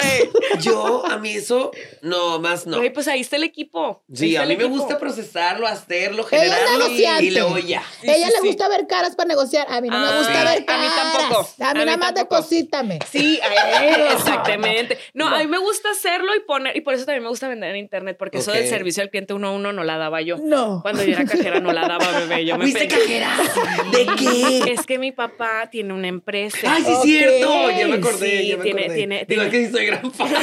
güey. Yo, a mí eso, no, más no. Güey, pues ahí está el equipo. Ahí Sí, está a el mí me equipo. gusta procesarlo, hacerlo, Ella es generarlo negociante. y luego ya. Ella sí, le sí. gusta ver caras para negociar. A mí no Ah, me gusta sí. ver A mí caras. tampoco. A mí A mí nada más de deposítame. Sí, eh, exactamente. No, a mí me gusta hacerlo y poner, y por eso también me gusta vender en internet, porque eso Ok. del servicio al cliente uno a uno no la daba yo. No. Cuando yo era cajera no la daba, bebé. Yo me ¿Fuiste pe- cajera? ¿De qué? Es que mi papá tiene una empresa. ¡Ay, sí, es Ok. cierto! Ya me acordé, Sí, ya me tiene- acordé. tiene- Digo, tiene- es que sí soy gran fan.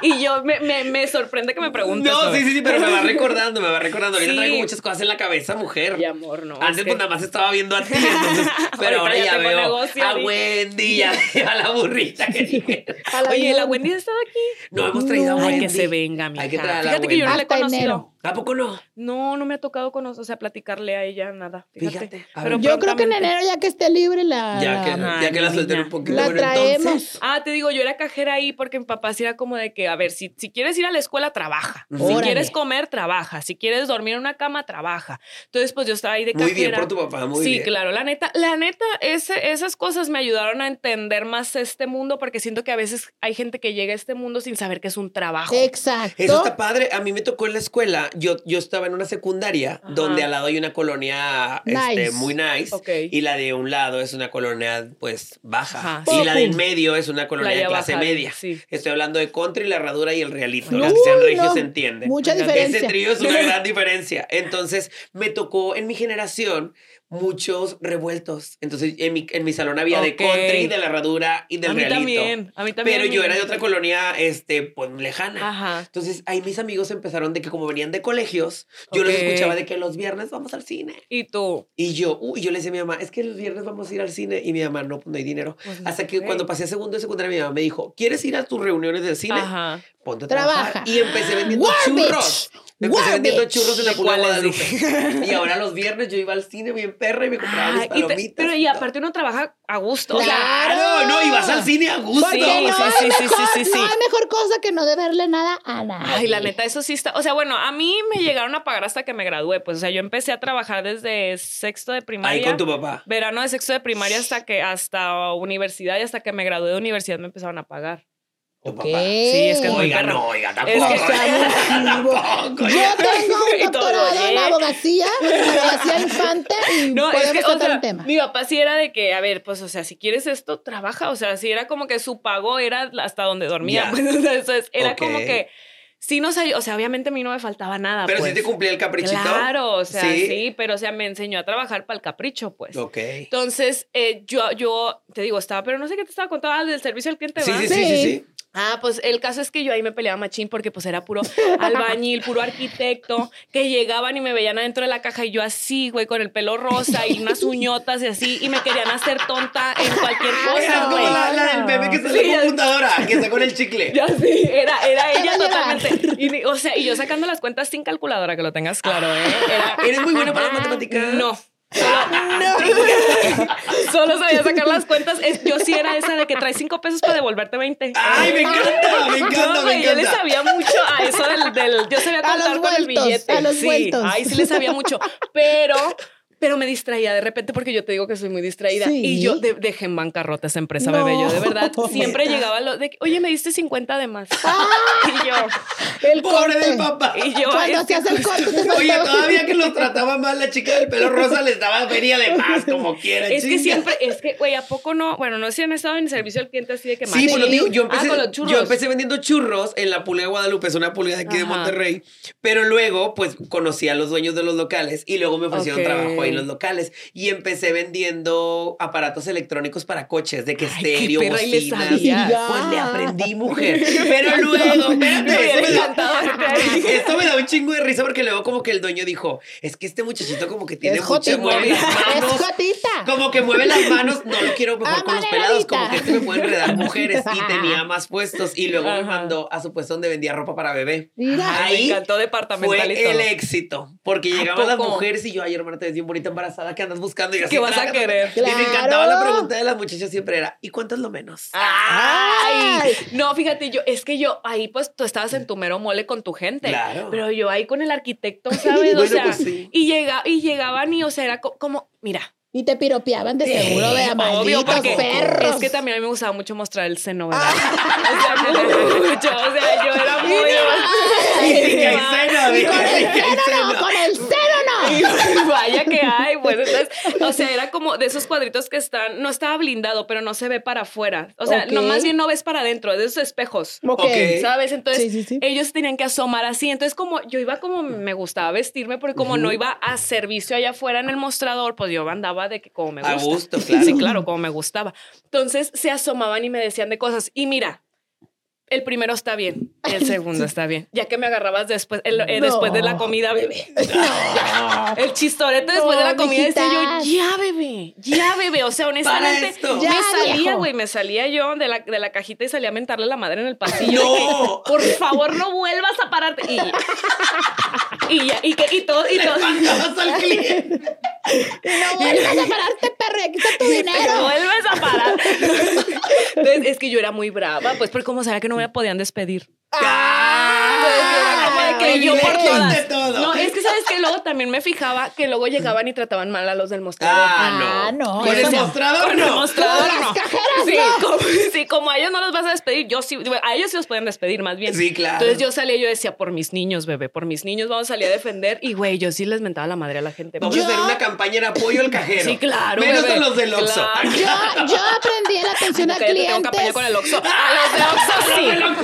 y yo me, me, me sorprende que me preguntes. No, sobre- sí, sí, sí, pero me va recordando, me va recordando. Ahorita Sí. traigo muchas cosas en la cabeza, mujer. Ay, amor, no. Antes es pues que- nada más estaba viendo a ti, entonces, pero Ahorita ahora ya ya tengo veo negocio, a Ari. Wendy y a, a la burrita que dije. A la Oye, vida- ¿la Wendy ha estado aquí? No hemos traído a No. Wendy. Ay, que se venga, mi Hay que traer a la Fíjate que yo no Wendy. la he Hasta conocido. enero. ¿A poco no? No, no me ha tocado conocer, o sea, platicarle a ella nada. Fíjate. Fíjate, a Pero ver. Yo creo que en prontamente. enero ya que esté libre la... Ya la- que, Ay, ya que la mi suelten niña. un poquito. La bueno, traemos. entonces, Ah, te digo, yo era cajera ahí porque mi papá sí era como de que, a ver, si, si quieres ir a la escuela, trabaja. Si Órale. quieres comer, trabaja. Si quieres dormir en una cama, trabaja. Entonces, pues yo estaba ahí de Muy cajera. bien por tu papá, muy sí, bien. claro, la neta, la neta, ese- esas cosas me ayudaron a entender más este mundo porque siento que a veces hay gente que llega a este mundo sin saber que es un trabajo. Exacto. Eso está padre. A mí me tocó en la escuela. Yo, yo estaba en una secundaria Ajá. donde al lado hay una colonia este, Nice. muy nice. Ok. Y la de un lado es una colonia, pues, baja. Ajá. Y la de en Popum. medio es una colonia Playa de clase baja, media. sí. Estoy hablando de contra y la herradura y el realito. Uy, Los que sean no. regios se entienden. Mucha diferencia. Ese trío es una gran diferencia. Entonces, me tocó en mi generación muchos revueltos. Entonces, en mi, en mi salón había Ok. de country, de la herradura y del a mí realito. también, a mí también. Ah. Pero yo mi- era de otra colonia, este, pues lejana. Ajá. Entonces ahí mis amigos empezaron de que como venían de colegios, yo los Ok. escuchaba de que los viernes vamos al cine. Y tú. Y yo, uy, yo le decía a mi mamá, es que los viernes vamos a ir al cine. Y mi mamá, no, pues no hay dinero. Pues no, Hasta que güey. cuando pasé a segundo de secundaria, mi mamá me dijo, ¿quieres ir a tus reuniones del cine? Ajá. Ponte a Trabaja. trabajar. Y empecé vendiendo War, churros. bitch. Empecé War, vendiendo bitch. churros en la ¿De Pulga cuáles, Guadalupe. Y ahora los viernes yo iba al cine bien perra y me compraba mis Ah, y te- palomitas. pero y todo. aparte uno trabaja a gusto. o sea, Claro, no, y vas al cine a gusto. Porque Sí, no, sí, hay sí, sí, mejor, sí, sí, no sí. hay mejor cosa que no deberle nada a nadie. Ay, la neta, eso sí está. O sea, bueno, a mí me llegaron a pagar hasta que me gradué. Pues, o sea, yo empecé a trabajar desde sexto de Ahí primaria. con tu papá. Verano de sexto de primaria hasta que hasta universidad y hasta que me gradué de universidad me empezaron a pagar. Tu ¿Qué? papá. Sí, es que es muy Oiga, perro. no, oiga, Es tampoco. que Tampoco. Yo tengo Y un todo, doctorado en ¿eh? abogacía, en abogacía infante y No, es podemos que, o tratar sea, el tema. mi papá sí era de que, a ver, pues, o sea, si quieres esto, trabaja. O sea, sí era como que su pago era hasta donde dormía. Ya. Pues, o sea, eso es- era Ok. como que sí nos ayudó. O sea, obviamente a mí no me faltaba nada. Pero pues. si te cumplía el caprichito. Claro, o sea, sí. pero o sea, me enseñó a trabajar para el capricho, pues. Ok. Entonces, eh, yo, yo te digo, estaba, pero no sé qué te estaba contando ah, del servicio al cliente, Sí, sí, ¿verdad? sí, sí, sí. Ah, pues el caso es que yo ahí me peleaba machín porque pues era puro albañil, puro arquitecto, que llegaban y me veían adentro de la caja y yo así, güey, con el pelo rosa y unas uñotas y así, y me querían hacer tonta en cualquier Oiga, es cosa, Ah, como güey. la, la del bebé que está en Sí, la ya- computadora, que está con el chicle. Ya sí, era, era Te va ella a llevar. totalmente. Y, ni- o sea, y yo sacando las cuentas sin calculadora, que lo tengas claro, ¿eh? Era- ¿Eres muy buena para las matemáticas? No. Solo, solo sabía sacar las cuentas. Es- Yo sí era esa de que traes cinco pesos para devolverte 20. ¡Ay, me encanta! ¡Me encanta! No, ¡Me güey, yo le encanta! sabía mucho a eso del, del- yo sabía A los contar con el vueltos, billete. a los sí, vueltos. Ay, sí le sabía mucho, pero pero me distraía de repente porque yo te digo que soy muy distraída Sí. y yo de- dejé en bancarrota esa empresa, No. bebé. Yo de verdad siempre Neta. llegaba lo de que, "Oye, me diste 50 de más." Ah. y yo El ¡Pobre corte. del papá! y yo Cuando es se que- hace el corte, te Oye, faltaba- todavía que los trataba mal, la chica del pelo rosa les daba feria de más, como quiera. Es que chinga. siempre, es que, güey, ¿a poco no? Bueno, no sé si han estado en servicio al cliente así de que Sí, machín. pues lo digo, yo empecé, Ah, con los churros. yo empecé vendiendo churros en la Pulga de Guadalupe, es una pulga de aquí de Ajá. Monterrey, pero luego pues conocí a los dueños de los locales y luego me ofrecieron Ok. trabajo ahí en los locales y empecé vendiendo aparatos electrónicos para coches, de que Ay, qué estéreo, perra, y le bocinas, sabías. pues le aprendí mujer, pero luego, Me espérate, hubiera eso me da- encantado verte ahí. esto me da un chingo de risa porque luego como que el dueño dijo, es que este muchachito como que tiene Es mucha jotita. mueve las manos". Es jotita. Como que mueve las manos, no lo quiero mejor Ah, con los Margarita. pelados, como que este me puede enredar mujeres. Y tenía más puestos. Y luego me Ajá. mandó a su puesto donde vendía ropa para bebé. Mira. Ay, me Ahí encantó Fue departamental y todo. el éxito, porque llegaban las poco? mujeres y yo, ay, hermana, te ves bien bonita embarazada, ¿qué andas buscando? Y yo así, ¿Qué vas a "Trágate". querer? Y me encantaba la Claro. pregunta de las muchachas, siempre era, ¿y cuánto es lo menos? Ah, Ay, Ay. no, fíjate, yo, es que yo ahí pues tú estabas en tu mero mole con tu gente. Claro. Pero yo ahí con el arquitecto, ¿sabes? o Bueno, sea, pues sí. y, llega, y llegaban y, o sea, era co- como, mira. Y te piropeaban de seguro, vea, Obvio, malditos porque perros. es que también a mí me gustaba mucho mostrar el seno, ¿verdad? O sea, mucho, o sea, yo era muy... Y sí que hay Ay, cena, Y dije, con el sí que hay cero no, cena. con el cero no. Y pues, vaya que hay, pues entonces, o sea, era como de esos cuadritos que están, no estaba blindado, pero no se ve para afuera. O sea, no Ok. más bien no ves para adentro, de esos espejos. Ok. Ok. ¿Sabes? Entonces, Sí, sí, sí. ellos tenían que asomar así. Entonces, como yo iba como me gustaba vestirme, porque como no iba a servicio allá afuera en el mostrador, pues yo andaba de que como me A gusta. gusto, claro. Sí, claro, como me gustaba. Entonces, se asomaban y me decían de cosas. Y mira, el primero está bien, el segundo está bien. Ya que me agarrabas después, el- eh, No. después de la comida, bebé. No. El chistorete después No, de la comida decía mijitas. yo, ya, bebé, ya, bebé. O sea, Para honestamente, esto. Ya, me salía, viejo. güey, me salía yo de la, de la cajita y salía a mentarle la madre en el pasillo. de que, No. Por favor, no vuelvas a pararte. Y, y ya, y, que, y todo, y todo. Espantabas al cliente. No vuelvas a pararte, perro. y Aquí está tu Te dinero. vuelves a parar. Entonces, es que yo era muy brava, pues, porque como sabía que no me podían despedir. Ah, Como de que yo por privilegios todas. de todo. No, es que sabes que luego también me fijaba que luego llegaban y trataban mal a los del mostrador. Ah, no. Ah, no. Con el Eso- mostrador Con el no. mostrador, Las no. cajeras, sí, no. Como, sí, como a ellos no los vas a despedir, yo sí, digo, a ellos sí los pueden despedir más bien. Sí, claro. Entonces yo salía y yo decía, por mis niños, bebé, por mis niños vamos a salir a defender. Y güey, yo sí les mentaba la madre a la gente. Vamos a hacer una campaña en apoyo al cajero. Sí, claro, Menos bebé. a los del Oxxo. Claro. Yo, yo aprendí la atención a Cállate, tengo campaña clientes. con el Oxxo. A los de Oxxo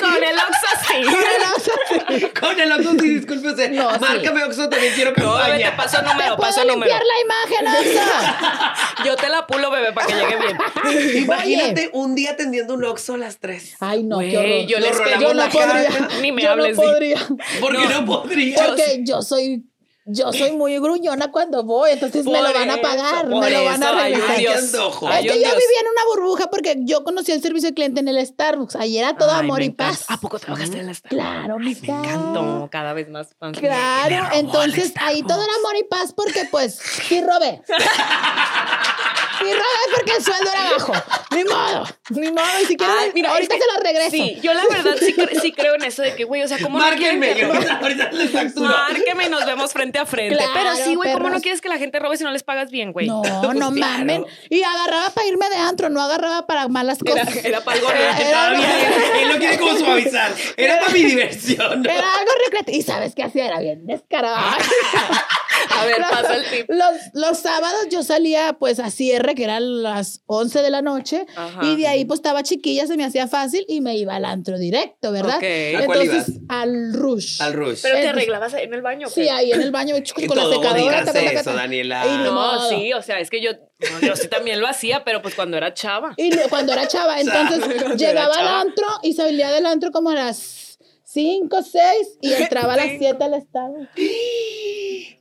Con el Oxxo, sí. sí. Con el Oxxo sí. Con el Oxxo, sí, disculpe usted. No, sí. Márcame Oxxo, también quiero No, bebé, campaña. te paso número, Te puedo paso número. limpiar la imagen, Oxo. Yo te la pulo, bebé, para que llegue bien. Imagínate un día atendiendo un Oxxo a las 3. Ay, no, Güey, qué horror. yo les rolamos Yo pego no la podría. cara. Ni me yo hables, no di. podría. Porque no, podría. Porque yo soy, yo soy muy gruñona cuando voy, entonces me lo Por van a pagar, eso, me por lo van eso, a ay, regresar. Ay, qué Dios. antojo. Ay, es que un yo Dios. vivía en una burbuja porque yo conocí el servicio al cliente en el Starbucks. Ahí era todo Ay, amor me y encanta. paz. ¿A poco trabajaste en la estancia? Claro, mi Me encantó cada vez más. Claro, entonces ahí todo era amor y paz porque pues sí robé. Sí robé porque el sueldo era bajo. Ni modo, ni modo. Y si quieres, Ay, Ah, mira, ahorita es que- se lo regreso. Sí, yo la verdad sí, cre- sí creo en eso de que, güey, o sea, ¿cómo no Márquenme. quieren yo que- ahorita les facturo. Márquenme y nos vemos frente a frente. Claro, Pero sí, güey, ¿cómo no perros. quieres que la gente robe si no les pagas bien, güey? No, Pues claro. no mamen. Y agarraba para irme de antro, no agarraba para malas Era, cosas. era para algo Era- real. era- Él lo quiere como suavizar. Era para mi diversión. Era algo recreativo. Y sabes qué hacía, era bien descarado. A ver, pasa el tip. Los, los sábados yo salía pues a cierre, que eran las 11 de la noche, Ajá. y de ahí pues estaba chiquilla, se me hacía fácil y me iba al antro directo, ¿verdad? Ok. ¿A cuál Entonces al rush. Al Rush. Pero te Entonces- arreglabas en el baño. ¿o qué? Sí, ahí en el baño chucu, Que con la todo secadora. digas taca, taca, eso, taca. Daniela. Y No, ni modo. sí, o sea, es que yo, no, yo sí también lo hacía, pero pues cuando era chava. Y no- cuando era chava, entonces Cuando llegaba era chava. al antro y salía del antro como a las 5, 6 y entraba a las 7 al estado.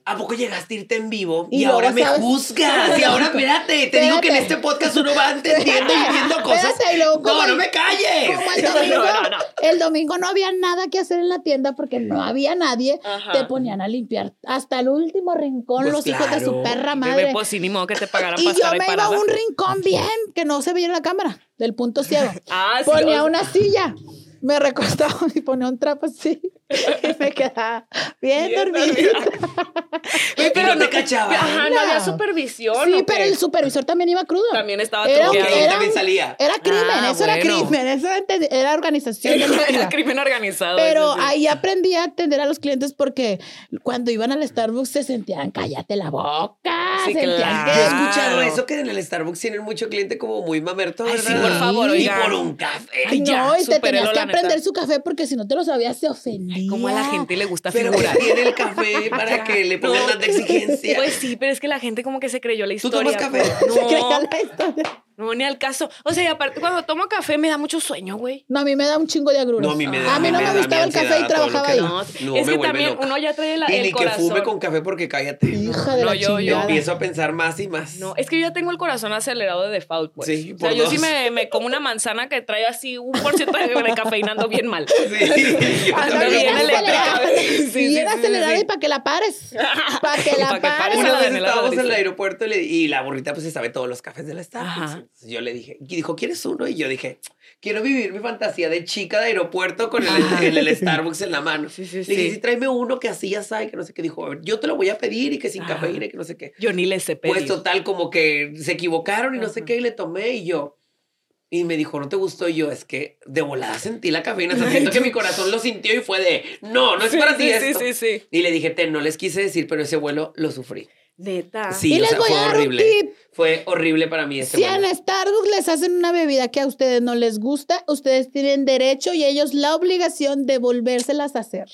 ¿A poco llegaste a irte en vivo? Y, Y luego, ahora me ¿sabes? juzgas. Y ahora, espérate, te digo que en este Espérate. podcast uno va entendiendo y viendo cosas. Espérate, y luego, no, ¿cómo no el- me calles. Como el No, no, domingo, no, no. el domingo no había nada que hacer en la tienda porque no había nadie. Ajá. Te ponían a limpiar hasta el último rincón Pues los hijos de claro. su perra Bebé, madre. pues sí, ni modo que te pagaran y para yo estar ahí me iba a parada. un rincón bien que no se veía en la cámara del punto ciego. Ah, sí, o ponía sea- una silla, me recostaba y ponía un trapo así y me quedaba bien, Bien dormida. Pero, Pero no te cachaba. Ajá, no había No. supervisión. Sí, ¿o pero qué? el supervisor también iba crudo. Ah, También estaba era, truqueado. era- También salía. Era crimen, Ah, eso era bueno. crimen, eso era, ente- era organización. delictiva. Era crimen organizado. Pero eso sí. ahí aprendí a atender a los clientes porque cuando iban al Starbucks se sentían, cállate la boca. Sí, sentían claro. Yo he que- escuchado Claro. eso que en el Starbucks tienen mucho cliente como muy mamerto, Ay, ¿verdad? sí, por favor, Y oigan. por un café. Ay, ya, no, y te superó tenías la que neta. aprender su café porque si no te lo sabías se ofendía. Como a la gente le gusta pero figurar. tiene el café para que le pongan tanta exigencia. Pues sí, pero es que la gente como que se creyó la ¿Tú tomas historia. café? Se creía No, la historia. no, ni al caso. O sea, y aparte, cuando tomo café me da mucho sueño, güey. No, a mí me da un chingo de agruras. No, a mí me da- no me me, da mi gustaba el café ansiedad, y todo lo trabajaba que ahí. da. No, No, es me que vuelve también loca. uno ya trae la- y el ni que corazón. fume con café porque cállate. Hija de No, la yo- Yo yo- chingada. empiezo a pensar más y más. No, es que yo ya tengo el corazón acelerado de default, pues. Sí, o sea, por yo dos. sí me, me como una manzana que trae así un por ciento de de cafeinando bien mal. Sí, yo Anda Andaba también. bien bien eléctrica. acelerada. Sí, sí, Bien sí, sí, acelerada sí. y para que la pares. Para que Pa' la que pares pares. a la Una vez Daniela estábamos en el Rodríguez. aeropuerto y, le- y la burrita pues se sabe todos los cafés de la Starbucks. Ajá. Entonces, Yo le dije, y dijo, ¿quieres uno? Y yo dije, quiero vivir mi fantasía de chica de aeropuerto con el, el- el Starbucks en la mano. Sí, sí, le sí. dije, sí, tráeme uno que así ya sabe, que no sé qué. Dijo, a ver, yo te lo voy a pedir y que sin Ajá. cafeína y que no sé qué. Yo ni le sé pedir. Pues total, como que se equivocaron y no sé qué, y le tomé y yo. Y me dijo, ¿no te gustó? Y yo, es que de volada sentí la cafeína. O sea, siento que mi corazón lo sintió y fue de, no, no es Sí, para ti sí, esto. Sí, sí, sí. Y le dije, Ten, no les quise decir, pero ese vuelo lo sufrí. Neta. Sí, Y o les sea, voy a fue dar un horrible. tip. Fue horrible para mí este Si en vuelo. Starbucks les hacen una bebida que a ustedes no les gusta, ustedes tienen derecho y ellos la obligación de volvérselas a hacer.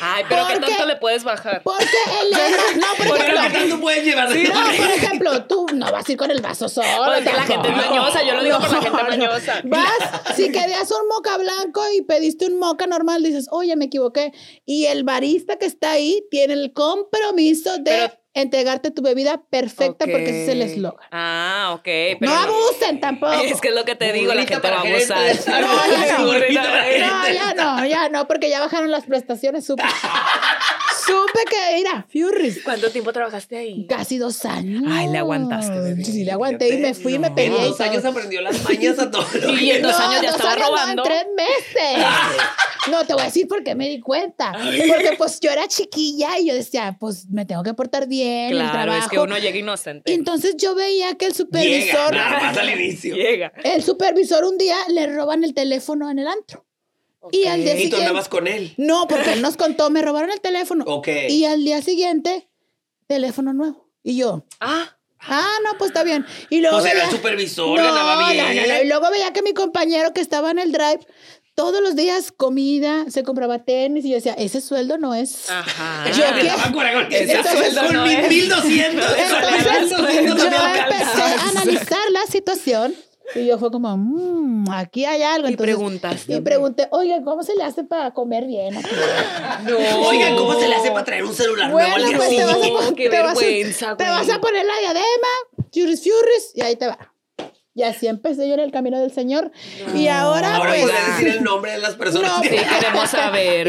Ay, pero ¿qué Porque- tanto le puedes bajar? Porque el no, por Pero ¿qué ejemplo, tanto puedes llevar de no, por ejemplo, tú no vas a ir con el vaso solo. Porque la gente es tampoco. mañosa, yo lo digo por la gente No, mañosa. Vas, si querías un moca blanco y pediste un moca normal, dices, oye, me equivoqué. Y el barista que está ahí tiene el compromiso de Pero- entregarte tu bebida perfecta porque ese es el Ok. eslogan. Ah, ok. Pero No abusen tampoco. Es que es lo que te digo, la Burrita gente va a para gerente de gozar. Starbucks. No, ya no. Burrita para No, ya no, ya no, porque ya bajaron las prestaciones. Supe, supe que era Furries. ¿Cuánto tiempo trabajaste ahí? Casi dos años. Ay, le aguantaste, bebé. Sí, le aguanté y me fui y me En peleé. y dos años todo. aprendió las mañas a todo lo Y que- en dos años ya dos estaba años no, robando. en tres meses. No, te voy a decir por qué me di cuenta. Porque pues yo era chiquilla y yo decía, pues me tengo que portar bien en el Claro, trabajo. es que uno llega inocente. Y entonces yo veía que el Llega, supervisor, nada más al inicio. Llega. el supervisor un día le roban el teléfono en el antro. Y al Y día tú siguiente... andabas con él. No, porque él nos contó, me robaron el teléfono. Ok. Y al día siguiente, teléfono nuevo. Y yo, Ah, ah, no, pues está bien. Y luego Pues era veía- el supervisor, No, ganaba bien. no, no, no. Y luego veía que mi compañero que estaba en el drive, todos los días comida, se compraba tenis. Y yo decía, ese sueldo no es. Ah, ajá. Yo Me ¿qué? daba coraje porque decía, Entonces, con no, mis ¿eh? 1200. Entonces, con mis yo 1200 también empecé alcanza. a analizar la situación. Y yo fue como, "Mm, aquí hay algo. Y Entonces, preguntas. Y pregunté, oiga, ¿cómo se le hace para comer bien? aquí?" No. Oigan, ¿cómo se le hace para traer un celular nuevo al Bueno, día pues te vas, a, siguiente? pon- qué te, vas a- vergüenza, te vas güey. a poner la diadema, churris furris, y ahí te va. Y así empecé yo en el camino del Señor. Y ahora, Ahora pues. podrás decir el nombre de las personas. No, pues, que- Sí, queremos saber,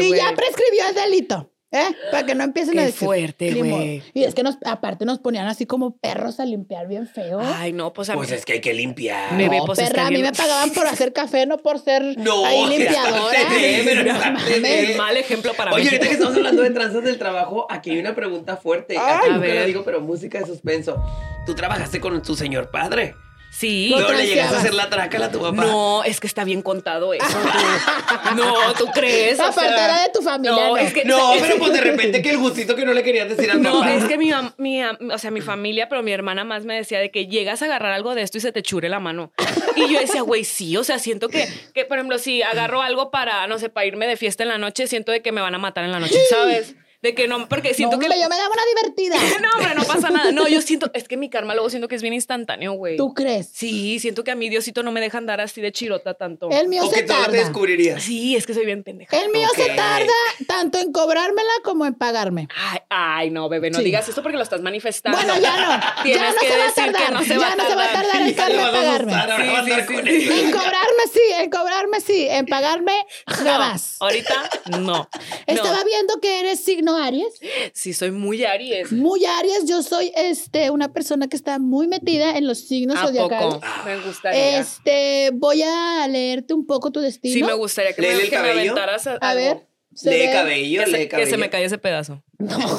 y güey. ya prescribió el delito, ¿eh? Para que no empiecen a Qué decir. fuerte, Ni modo. güey. Y es que nos, aparte nos ponían así como perros a limpiar bien feo. Ay, no, pues a Pues es que hay que limpiar. Me- bebé, no, pues, está perra, a mí bien. me pagaban por hacer café, no por ser No, ahí que limpiadora. está bien, pero está mames. bien. mal ejemplo para Oye, mí. ahorita que estamos hablando de tranzas del trabajo, aquí hay una pregunta fuerte. Aquí Ay. nunca A ver. lo digo, pero música de suspenso. ¿Tú trabajaste con tu señor padre? Sí. Lo ¿No le llegaste a transeabas. hacer la trácala a tu papá? No, es que está bien contado eso. tú. No, ¿tú crees? O Aparte sea, era de tu familia, No, ¿no? es que. No, es- pero pues de repente que el gustito que no le querías decir al No, papá. es que mi, mam- mi, am- o sea, mi familia, pero mi hermana más me decía de que llegas a agarrar algo de esto y se te chure la mano. Y yo decía, güey, sí, o sea, siento que, que, por ejemplo, si agarro algo para, no sé, para irme de fiesta en la noche, siento de que me van a matar en la noche, ¿sabes? De que no, porque siento No, que... hombre, yo me daba una divertida. No, hombre, no pasa nada. No, yo siento, es que mi karma luego siento que es bien instantáneo, güey. ¿Tú crees? Sí, siento que a mí Diosito no me deja andar así de chirota tanto. El mío o que se todo te tarda. descubrirías. Sí, es que soy bien pendeja. El mío se Ok. tarda tanto en cobrármela como en pagarme. Ay, ay, no, bebé, no Sí. digas esto porque lo estás manifestando. Bueno, ya no. Ya Tienes no que se va a decir que tardar. no se va a ya no se va a tardar. tardar en Ya lo Carmen vas a asustar, pagarme. ahora va a andar con eso. En cobrarme sí, en cobrarme sí, en pagarme No, jamás. ahorita no. Estaba No. viendo que eres signo Aries. Sí, soy muy Aries. Muy Aries, yo soy este una persona que está muy metida en los signos ¿A poco? zodiacales. Me gustaría. Este, voy a leerte un poco tu destino. sí, me gustaría que, me, Léele el que me cabello. aventaras a, A ver, algo. se Lee ve- cabello, Que lee se, que cabello. se me caiga ese pedazo.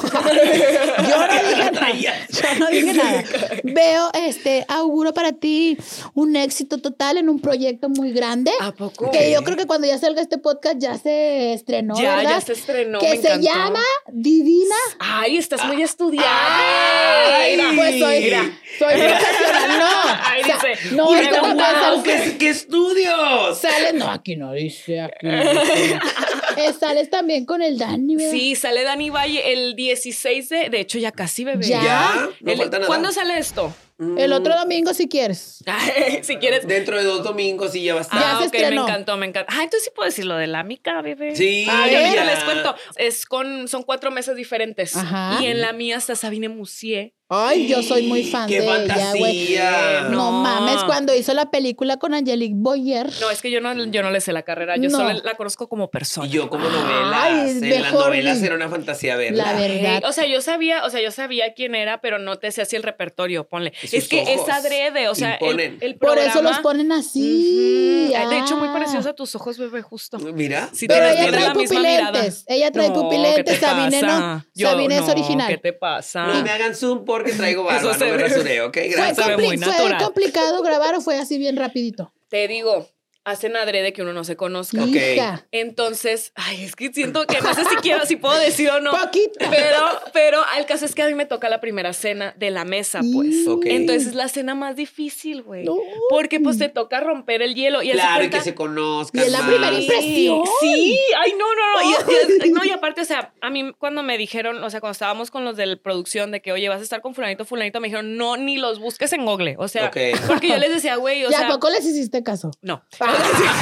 Yo no dije nada. Traía. Yo no dije nada. Veo, este, auguro para ti un éxito total en un proyecto muy grande. ¿A poco? Que yo creo que cuando ya salga este podcast ya se estrenó. ya, ¿verdad? ya se estrenó. Que me se encantó. llama Divina. Ay, estás muy estudiada. Ah. Ay, Mira. Pues soy, Mira. soy profesional. No. Ahí O sea, dice, no, una esto no puede pregunta, ser ¡Wow! ¿Qué, qué estudios! Sales, no, aquí no dice, aquí no dice. Eh, sales también con el Dani, ¿verdad? Sí, sale Dani Valle el 16 de... De hecho, ya casi, bebé. Ya. Ya, no El- falta nada. Mm. ¿Cuándo sale esto? El otro domingo, si quieres. si quieres... Dentro de dos domingos y ya va a estar. Ya ah, se ok, estrenó. me encantó, me encantó. Ah, entonces sí puedo decir lo de la mica, bebé. Sí, Ay, A ahorita ver. les cuento. Es con, son cuatro mesas diferentes. Ajá. Y en la mía está Sabine Musier. Ay, yo soy muy fan ¡Qué de ella, güey. fantasía! No. No mames, cuando hizo la película con Angelique Boyer. No, es que yo no, yo no le sé la carrera. Yo No. solo la conozco como Y persona. yo como novelas, Ay, en las mejor novelas ni- era una fantasía la verla. verdad. O sea, yo sabía, o sea, yo sabía quién era, pero no te sé así el repertorio, ponle. Sus es que es ojos adrede, o sea, el, imponen. el Por programa. eso los ponen así. Ujú. De hecho, muy Ah. parecidos a tus ojos, bebé, justo. Mira. Si Pero te ella tiene trae la misma pupilentes, mirada. ella trae pupilentes, ¿qué te Sabine no, pasa? Yo, Sabine es no, original. ¿Qué te pasa? No me hagan zoom porque traigo barba, Eso no se me ve. rasuré, ¿ok? ah. ¿Fue, Gracias. se ve compli- muy fue natural. complicado grabar o fue así bien rapidito? te digo, hacen adrede que uno no se conozca. Ok. Hija. Entonces, ay, es que siento que no sé si quiero, si puedo decir o no. Poquito. Pero, pero al caso es que a mí me toca la primera cena de la mesa, pues. Ok. Entonces es la cena más difícil, güey. Mm, No. Porque pues te toca romper el hielo. Y haz de Claro, y cuenta- que se conozcan. Y es la más. primera impresión. Sí, ay, no, no, no. Y, Ay. y- no, y aparte, o sea, a mí cuando me dijeron, o sea, cuando estábamos con los de producción de que, oye, vas a estar con fulanito, fulanito, me dijeron, no, ni los busques en Google. O sea, Ok. porque yo les decía, güey, o ¿Y a sea, poco les hiciste caso? no. Ah,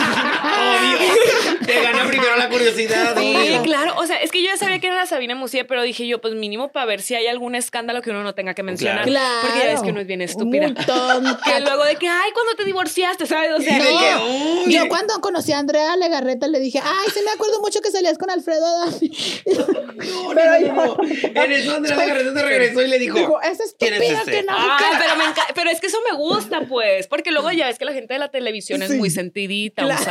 Obvio. Te gana primero la curiosidad. Sí, obvio. claro. O sea, es que yo ya sabía que era la Sabina Musier, pero dije yo, pues mínimo para ver si hay algún escándalo que uno no tenga que mencionar. Claro. Porque ya ves que uno es bien estúpida. Muy tonta. Que luego de que, ay, cuando te divorciaste, ¿sabes? O sea, Y de no. que, uy, Yo cuando conocí a Andrea Legarreta le dije, ay, se me acuerdo mucho que salías con Alfredo Adame. no, Pero no, no, no. En eso Andrea Legarreta regresó y le dijo, Digo, es Ah, ¿quién es estúpida este? que no. Ay, pero, me encanta- pero es que eso me gusta, pues, porque luego ya ves que la gente de la televisión es Sí. muy sentidita, un Claro.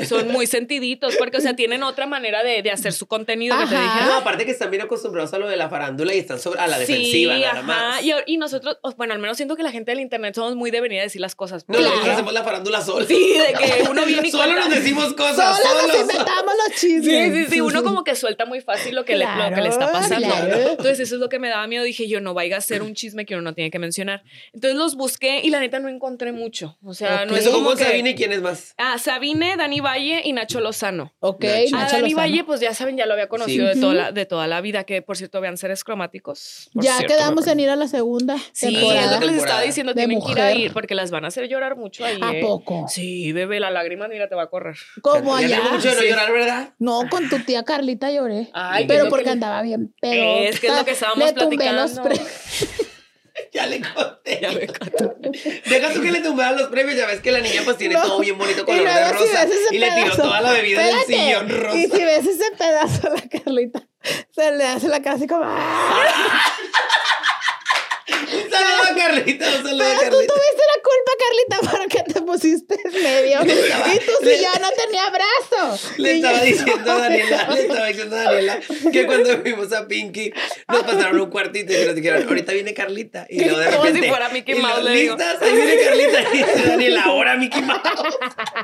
saludo. Son muy sentiditos, porque, o sea, tienen otra manera de, de hacer su contenido que te Ajá. dije. No, aparte que están bien acostumbrados a lo de la farándula y están sobre, a la defensiva, "Ah". sí, nada más. ajá. Y, y nosotros, oh, bueno, al menos siento que la gente del internet somos muy de venir a decir las cosas. No, pues. nosotros hacemos la farándula sola. Sí, de que uno viene y Solo cuenta. nos decimos cosas. Solo nos solos. inventamos los chismes. Sí, sí, sí, uno como que suelta muy fácil lo que, le, lo que le está Claro, pasando. claro. Entonces eso es lo que me daba miedo. Dije yo, no vaya a ser un chisme que uno no tiene que mencionar. Entonces los busqué y la neta no encontré mucho. O sea, no es Eso como como que... Sabine y quién es más. Ah, Sabine, Dani Valle y Nacho Lozano. Ok, Nacho. A Nacho Dani Lozano. Valle, pues ya saben, ya lo había conocido Sí. de, toda la, de toda la vida, que por cierto vean seres cromáticos. por Ya cierto, quedamos vean. en ir a la segunda Sí, es temporada. lo que les Temporada. estaba diciendo, De tienen que ir a mujer. ir porque las van a hacer llorar mucho ahí. ¿A eh. poco? Sí, bebé, la lágrima, mira, te va a correr. Como Ya allá. tengo mucho de no llorar, ¿verdad? No, con tu tía Carlita lloré. Ay, pero que es lo porque que- andaba bien pero Es que es lo que estábamos le tumbé los platicando. pre- Ya le conté. Ya me contó. Deja tú que le tumbaran los premios, ya ves que la niña pues tiene No. todo bien bonito Y color de luego si rosa. ves ese y le tiró pedazo- toda la bebida Espérate, del sillón rosa. Y si ves ese pedazo a la Carlita, se le hace la cara así como... "Ah". Un saludo a Carlita, un saludo a Pero tú Carlita. tuviste la culpa, Carlita, porque te pusiste en medio. Y tú si yo no tenía brazo. Le Y yo- estaba diciendo a Daniela, le estaba diciendo a Daniela que cuando fuimos a Pinky nos pasaron un cuartito y que nos dijeron, ahorita viene Carlita. Y luego de Como si repente, fuera Mickey y luego, Mouse, le digo. ¿Listas? Ahí viene Carlita. Y dice Daniela, ahora Mickey Mouse.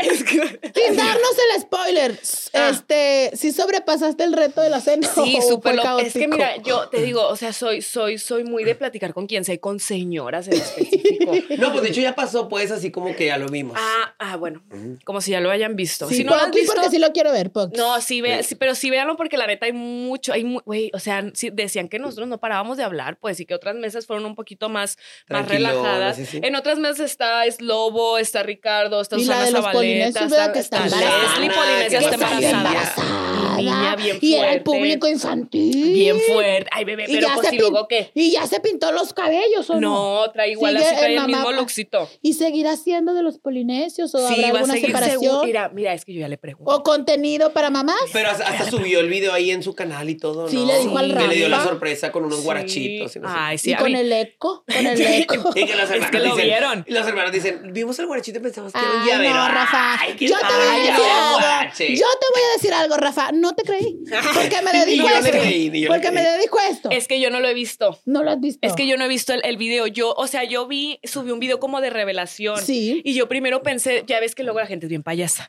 Es que... Sin darnos el spoiler, Ah. este, si sobrepasaste el reto de la cena. Sí, o súper Oh, fue loco. Es que caótico? mira, yo te digo, o sea, soy, soy, soy muy de platicar con quien sea y con señoras en específico. No, pues de hecho ya pasó pues así como que ya lo vimos. Ah, ah, bueno, Mm. como si ya lo hayan visto. Sí, si no lo han Pocky, visto. porque sí lo quiero ver, Pocky. No, sí, ve, sí, pero sí véanlo porque la neta hay mucho, hay mu- güey, o sea, sí, decían que nosotros no parábamos de hablar, pues, y que otras mesas fueron un poquito más, más Tranquilonas, relajadas. sí, sí. En otras mesas está es Lobo, está Ricardo, está Y la Susana de los Zabaleta, polinesios, ¿verdad? está, Que está está Leslie embarazada, Polinesia que está salió embarazada. embarazada. Y niña bien Y era el fuerte. público infantil. Bien fuerte. Ay, bebé, pero pues si pin- luego qué. y ya se pintó los cabellos, ¿o no? No, trae igual Sigue así, trae el el mismo mamá- lookcito. ¿Y seguirá siendo de los polinesios o Sí, habrá va a alguna seguir seguro. separación? Oh, Mira, mira, es que yo ya le pregunto. ¿O contenido para mamás? Pero hasta, hasta subió el video ahí en su canal y todo, ¿no? Sí, le dijo al Que le dio la Rafa. sorpresa con unos guarachitos y no sé qué. Ay, sí, y a con mí- el eco, con el eco. Y que los Es que hermanos lo dicen- vieron. Ah, y los hermanos dicen, vimos el guarachito y pensamos que era un Ay, llavero. no, Rafa. Ay, qué yo te voy a padre, decir un algo. guarache. Yo te voy a decir algo, Rafa. No te creí. Porque me Ni dedico a yo le esto. creí, ni yo le porque me creí. dedico a esto. Es que yo no lo he visto. No lo has visto. Es que yo no he visto el, el video. Yo, o sea, yo vi, subí un video como de revelación. Sí. Y yo primero pensé, ya ves que luego la gente es bien payasa.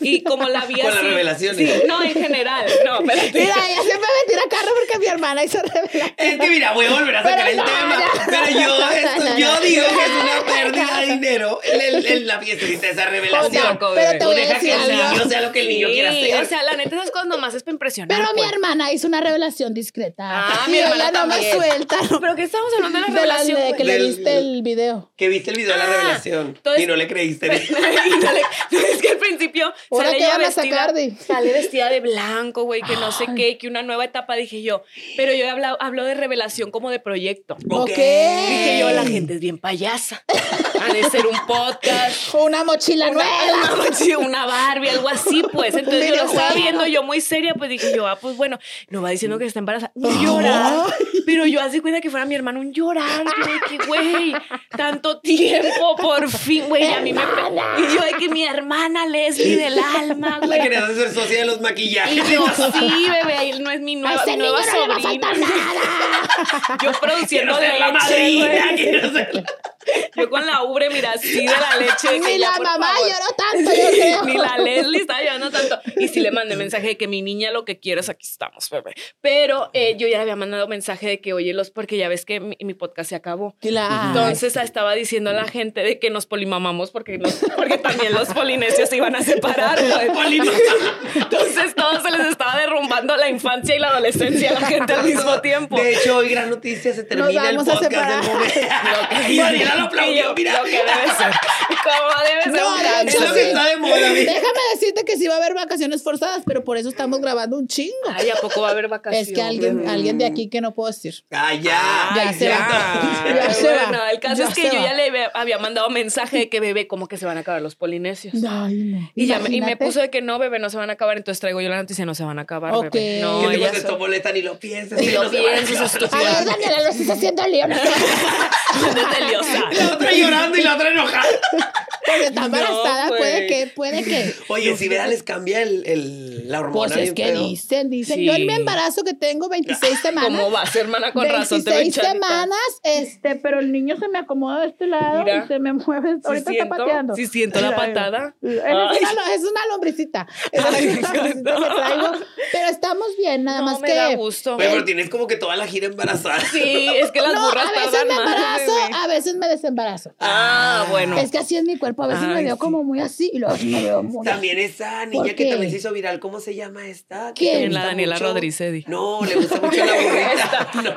Y como la vi Con las así. revelaciones. Sí, no, en general. No, espérate. Mira, ella siempre me tira carro porque mi hermana hizo revelación. Es que mira, voy a volver a sacar Pero el no, tema. no, pero yo, no, esto- no, yo no. digo que es una pérdida de dinero el- el- el- la fiestecita, esa revelación. Tampoco, pero te Tú voy a deja decir que el algo. niño sea lo que el niño quiera Sí, hacer. O sea, la neta, esas cosas nomás es para impresionar. Pero mi pues. hermana hizo una revelación discreta. Ah, mi Y hermana ella no me también. suelta. no, Pero que estamos hablando de la de la- revelación. de que pues. le Del- diste el video. que viste el video de la Ah, revelación entonces- y no le creíste. Y sale- es que al principio Ahora, sale ¿qué ella van a vestida, sacar de- sale vestida de blanco, güey, que no sé qué, que una nueva etapa, dije yo. Pero yo hablo, hablo de revelación como de proyecto. Ok. Dije yo, la gente es bien payasa. Ha de ser un podcast. Una mochila Una, una, nueva. mochi- una Barbie, algo así, pues. Entonces yo lo estaba Videojuego. viendo yo muy seria, pues dije yo, ah, pues bueno, no va diciendo que está embarazada. Un llorar. Pero yo así cuenta que fuera mi hermano un llorar, güey, que güey, tanto tiempo, por fin, güey, y a mí me. Y yo de que mi hermana Leslie del alma, La güey. querías hacer socia de los Y maquillajes. yo, sí, bebé, ahí no es mi A nueva, ese mi niño nueva no le va a sobrina. faltar nada. Yo Quiero produciendo ser la leche, güey. madrina. Quiero ser la... Yo con la ubre, mira, así de la leche. de que Ni ya, la por mamá favor. lloró tanto, yo creo. Ni la Leslie estaba llorando tanto. Y si le mandé mensaje de que mi niña lo que quieres, aquí estamos, bebé. Pero eh, yo ya le había mandado mensaje de que, oye, los, porque ya ves que mi, mi podcast se acabó. Ah, Claro. Entonces estaba diciendo a la gente de que nos polimamamos porque, los- porque también los polinesios se iban a separar. güey. Entonces todo se les estaba derrumbando la infancia y la adolescencia a la gente al mismo tiempo. De hecho, hoy gran noticia, se termina el vamos a podcast del separar. momento. y Mariela lo aplaudió, Yo- mira. Lo que debe ser. Como debe ser. No, un de gran- hecho, Es lo que sí. está de moda, mi- Déjame decirte que sí va a haber vacaciones forzadas, pero por eso estamos grabando un chingo. Ay, ¿a poco va a haber vacaciones? Es que alguien, alguien de aquí que no puedo decir. Ah, ya. Ya se va. Ay, Ya se va. bueno, el caso Ya es que se yo va. ya le ve- había mandado mensaje de que bebé, como que se van a acabar los polinesios. Ay, no. Y, ya me, y me Imagínate. puso de que no, bebé, no se van a acabar. Entonces traigo yo la noticia, no se van a acabar, Ok. bebé. No, Que ¿Qué tipo ella te sola. molesta ni lo piensas. Ni que lo no se va a piensas, acabar. estúpida. A ver, Daniela, lo estás haciendo lío. ¿no? Ándate, liosa. La otra llorando y la otra enojada. Porque está No, embarazada, güey. puede que, puede que. Oye, si Vera les cambia el, el- la hormona. Pues bien es que feo. dicen, dicen. Sí. Yo en mi embarazo que tengo 26 semanas. ¿Cómo vas, hermana? Con razón te veo 26 hinchadita. semanas, este, pero el niño se me acomoda de este lado Mira. y se me mueve. Sí Ahorita siento, está pateando. sí siento la Mira, patada. Es Ay. una, es una lombricita. Es una Ay, lombricita que no. traigo. Pero estamos bien, nada No, más me que. da gusto. Güey, pero tienes como que toda la gira embarazada. Sí, es que las No, burras a veces tardan me más. embarazo, bebé. a veces me desembarazo. Ah, bueno. Es que así es mi cuerpo. A veces Ay, me veo sí. como muy así y luego me veo muy. También esa niña ¿Por que qué? también se hizo viral, ¿cómo se llama esta? ¿Quién? Que le En la gusta Daniela Rodríguez, Eddie. No, le gusta mucho la burrita. No.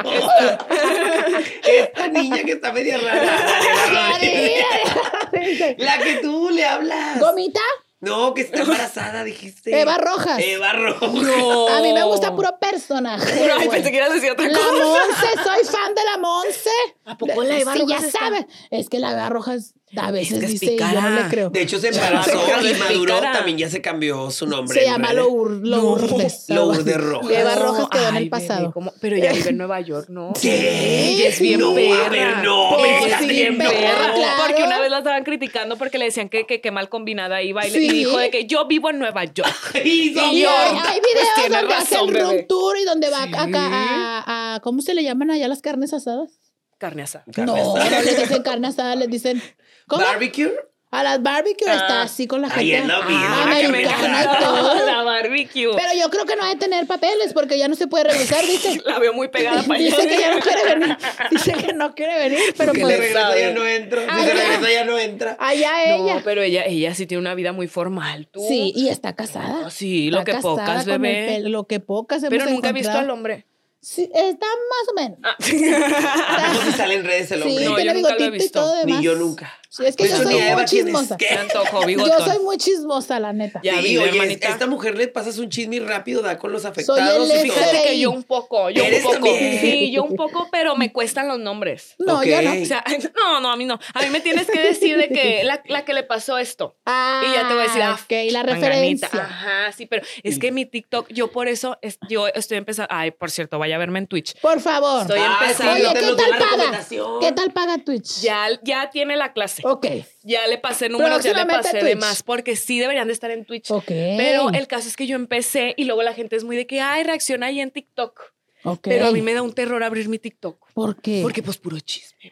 Esta niña que está media rara. Daniela Rodríguez. La que tú le hablas. Gomita, No, que está embarazada, dijiste. Eva Rojas. Eva Rojas. No. A mí me gusta puro personaje. Ay, güey. pensé que ibas a decir otra La cosa. Monse, soy fan de la Monse. ¿A poco la Eva Sí, Rojas ya está? sabes. Es que la Eva Rojas a veces que es dice, y yo no picada. le creo. De hecho, se embarazó Deja de y maduró. picar a- También ya se cambió su nombre. Se en llama redes. Lour- Lourdes. Lourdes Rojas. Eva Rojas quedó en Ay, el pasado. bebé, ¿cómo? Pero ella vive en Nueva York, ¿no? ¿Qué? Ella es bien no, perra. A ver, no, Pues me estás sí, bien perra, perra. claro. Porque una vez la estaban criticando porque le decían que, que, que mal combinada iba y, le- y Sí. dijo de que yo vivo en Nueva York. Y son Y hay, gordas. hay Pues videos tiene donde hace razón, el room bebé. tour y donde va acá a, a- ¿Cómo se le llaman allá las carnes asadas? Carne asada. Carne no, asada. no les dicen carne asada, les dicen. ¿Cómo? ¿Barbecue? a las barbecue Ah. está así con la Ahí es gente. lo mismo, la Ah, me carne encanta asada. todo. La barbecue. Pero yo creo que no ha de tener papeles porque ya no se puede regresar, dice. la veo muy pegada para allá. Dice que ya no quiere venir. Dice que no quiere venir, pero Ah, Que le pues regresa sabe. ya no entra. Si Ay, se ya. regresa ya no entra. allá No, ella. pero ella, ella sí tiene una vida muy formal. ¿Tú? Sí, y está casada. Ah, sí, lo Está que casada pocas, con el bebé. pelo, Lo que pocas hemos Pero nunca he visto al encontrado. hombre. Sí, está más o menos. Ah. ¿A poco se sale en redes el Sí, hombre? No, tiene yo nunca lo he bigotito y visto. todo Ni demás. yo nunca. Sí, es que De yo hecho, soy ni a muy Eva, este ¿quién es? chismosa. ¿Qué? Se antojó Yo bigotón. soy muy chismosa, la neta. Ya Sí, vine, oye, hermanita. esta mujer le pasas un chisme y rápido, da con los el afectados. y ex todo. Fíjate que Sí. yo un poco, yo un Eres poco. también. Sí, yo un poco, pero me cuestan los nombres. No, Ok. yo no. O sea, no, no, a mí no. A mí me tienes que decir de que la, la que le pasó esto. Ah, Y ya te voy a decir, ah, ok, la manganita. Ah. referencia. Ajá, sí, pero es Mm. que mi TikTok, yo por eso, es- yo estoy empezando. Ay, por cierto, vaya a verme en Twitch. Por favor. Estoy Ah, empezando. sí, Oye, no te ¿qué nos dio la tal paga? recomendación. ¿Qué tal paga Twitch? Ya, ya tiene la clase. Ok. Ya le pasé números, ya le Oh. Próximamente pasé Twitch. de más, porque sí deberían de estar en Twitch. Ok. Pero el caso es que yo empecé y luego la gente es muy de que, ay, reacciona ahí en TikTok. Ok. Pero a mí me da un terror abrir mi Tiktok. ¿Por qué? Porque pues puro chisme.